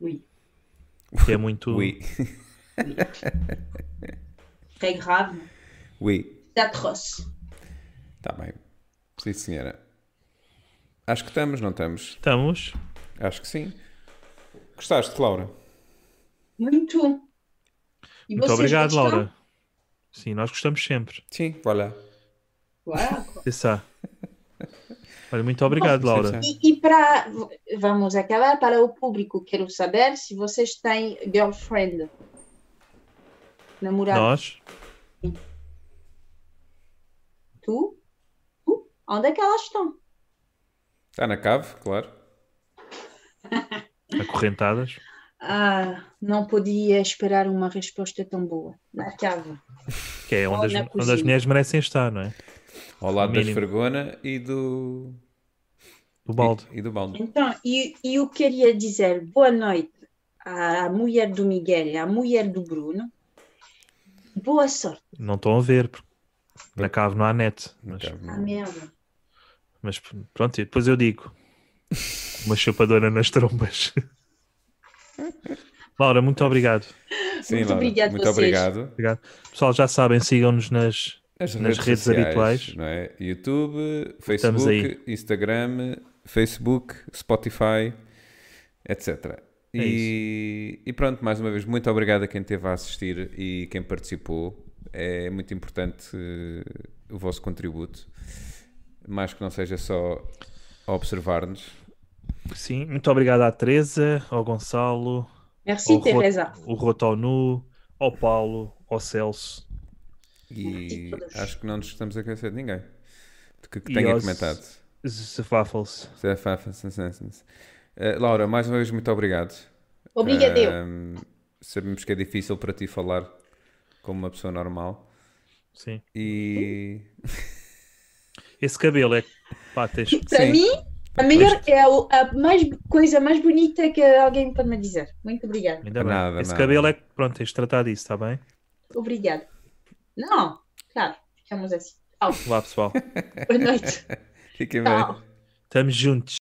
Speaker 3: Oui.
Speaker 1: Que é muito.
Speaker 2: Oui.
Speaker 3: É grave,
Speaker 2: Oui.
Speaker 3: é atroz.
Speaker 2: Está bem. Sim, senhora. Acho que estamos, não estamos?
Speaker 1: Estamos.
Speaker 2: Acho que sim. Gostaste, Laura?
Speaker 3: Muito. E
Speaker 1: Muito
Speaker 3: vocês
Speaker 1: obrigado,
Speaker 3: gostam?
Speaker 1: Laura. Sim, nós gostamos sempre.
Speaker 2: Sim, voilà.
Speaker 3: Uau.
Speaker 1: Pensar. Olha, muito obrigado, Laura.
Speaker 2: sim.
Speaker 3: E, e para. Vamos acabar. Para o público, quero saber se vocês têm girlfriend. Namorado.
Speaker 1: Nós,
Speaker 3: Tu? Tu? Onde é que elas estão?
Speaker 2: Está Tá na cave, claro.
Speaker 1: acorrentadas.
Speaker 3: Ah, não podia esperar uma resposta tão boa. Acaba.
Speaker 1: Que é onde,
Speaker 3: Olha,
Speaker 1: as, onde as
Speaker 3: cozinha.
Speaker 1: mulheres merecem estar, não é?
Speaker 2: Ao lado da
Speaker 1: Mínimo.
Speaker 2: esfregona e do.
Speaker 1: Do balde.
Speaker 2: E, e do balde.
Speaker 3: Então, e e eu queria dizer boa noite à mulher do Miguel e à mulher do Bruno. Boa sorte.
Speaker 1: Não estão a ver, porque na cave não há net. Mas,
Speaker 2: Ok.
Speaker 3: Ah, merda.
Speaker 1: mas pronto, e depois eu digo. Uma chupadora nas trombas. Laura, muito obrigado.
Speaker 2: Sim,
Speaker 3: Muito
Speaker 2: Laura,
Speaker 3: obrigado a
Speaker 2: Muito
Speaker 3: vocês.
Speaker 2: obrigado.
Speaker 1: obrigado. Pessoal, já sabem, sigam-nos nas.
Speaker 2: As
Speaker 1: Nas redes habituais.
Speaker 2: Não é? YouTube,
Speaker 1: Estamos
Speaker 2: Facebook, Instagram, Facebook, Spotify, etc.
Speaker 1: É
Speaker 2: e, e pronto, mais uma vez, muito obrigado a quem esteve a assistir e quem participou. É muito importante eh, o vosso contributo, mais que não seja só observar-nos.
Speaker 1: Sim, muito obrigado à Teresa, ao Gonçalo,
Speaker 3: Merci,
Speaker 1: ao Ro-
Speaker 3: Teresa.
Speaker 1: o Rotonu, ao Paulo, ao Celso.
Speaker 2: E
Speaker 3: Obrigado.
Speaker 2: acho que não nos estamos a esquecer de ninguém de que, que
Speaker 1: E
Speaker 2: tenha
Speaker 1: aos-
Speaker 2: comentado.
Speaker 1: Os Waffles.
Speaker 2: Eh, Laura, mais uma vez, muito obrigado.
Speaker 3: Obrigada. eu.
Speaker 2: Ahm, sabemos que é difícil para ti falar como uma pessoa normal.
Speaker 1: Sim.
Speaker 2: E.
Speaker 1: Esse cabelo é. Pá, tens.
Speaker 3: Para
Speaker 2: Sim.
Speaker 3: mim, a melhor é o- a mais, coisa mais bonita que alguém pode me dizer. Muito obrigada.
Speaker 1: Ainda bem.
Speaker 2: Nada,
Speaker 1: Esse
Speaker 2: nada.
Speaker 1: cabelo é que. Pronto, tens de tratar disso, está bem?
Speaker 3: Obrigada. Não, claro, ficamos assim.
Speaker 1: Vá, pessoal.
Speaker 3: Boa noite.
Speaker 2: Fiquem
Speaker 3: Tchau.
Speaker 2: bem.
Speaker 1: Estamos juntos.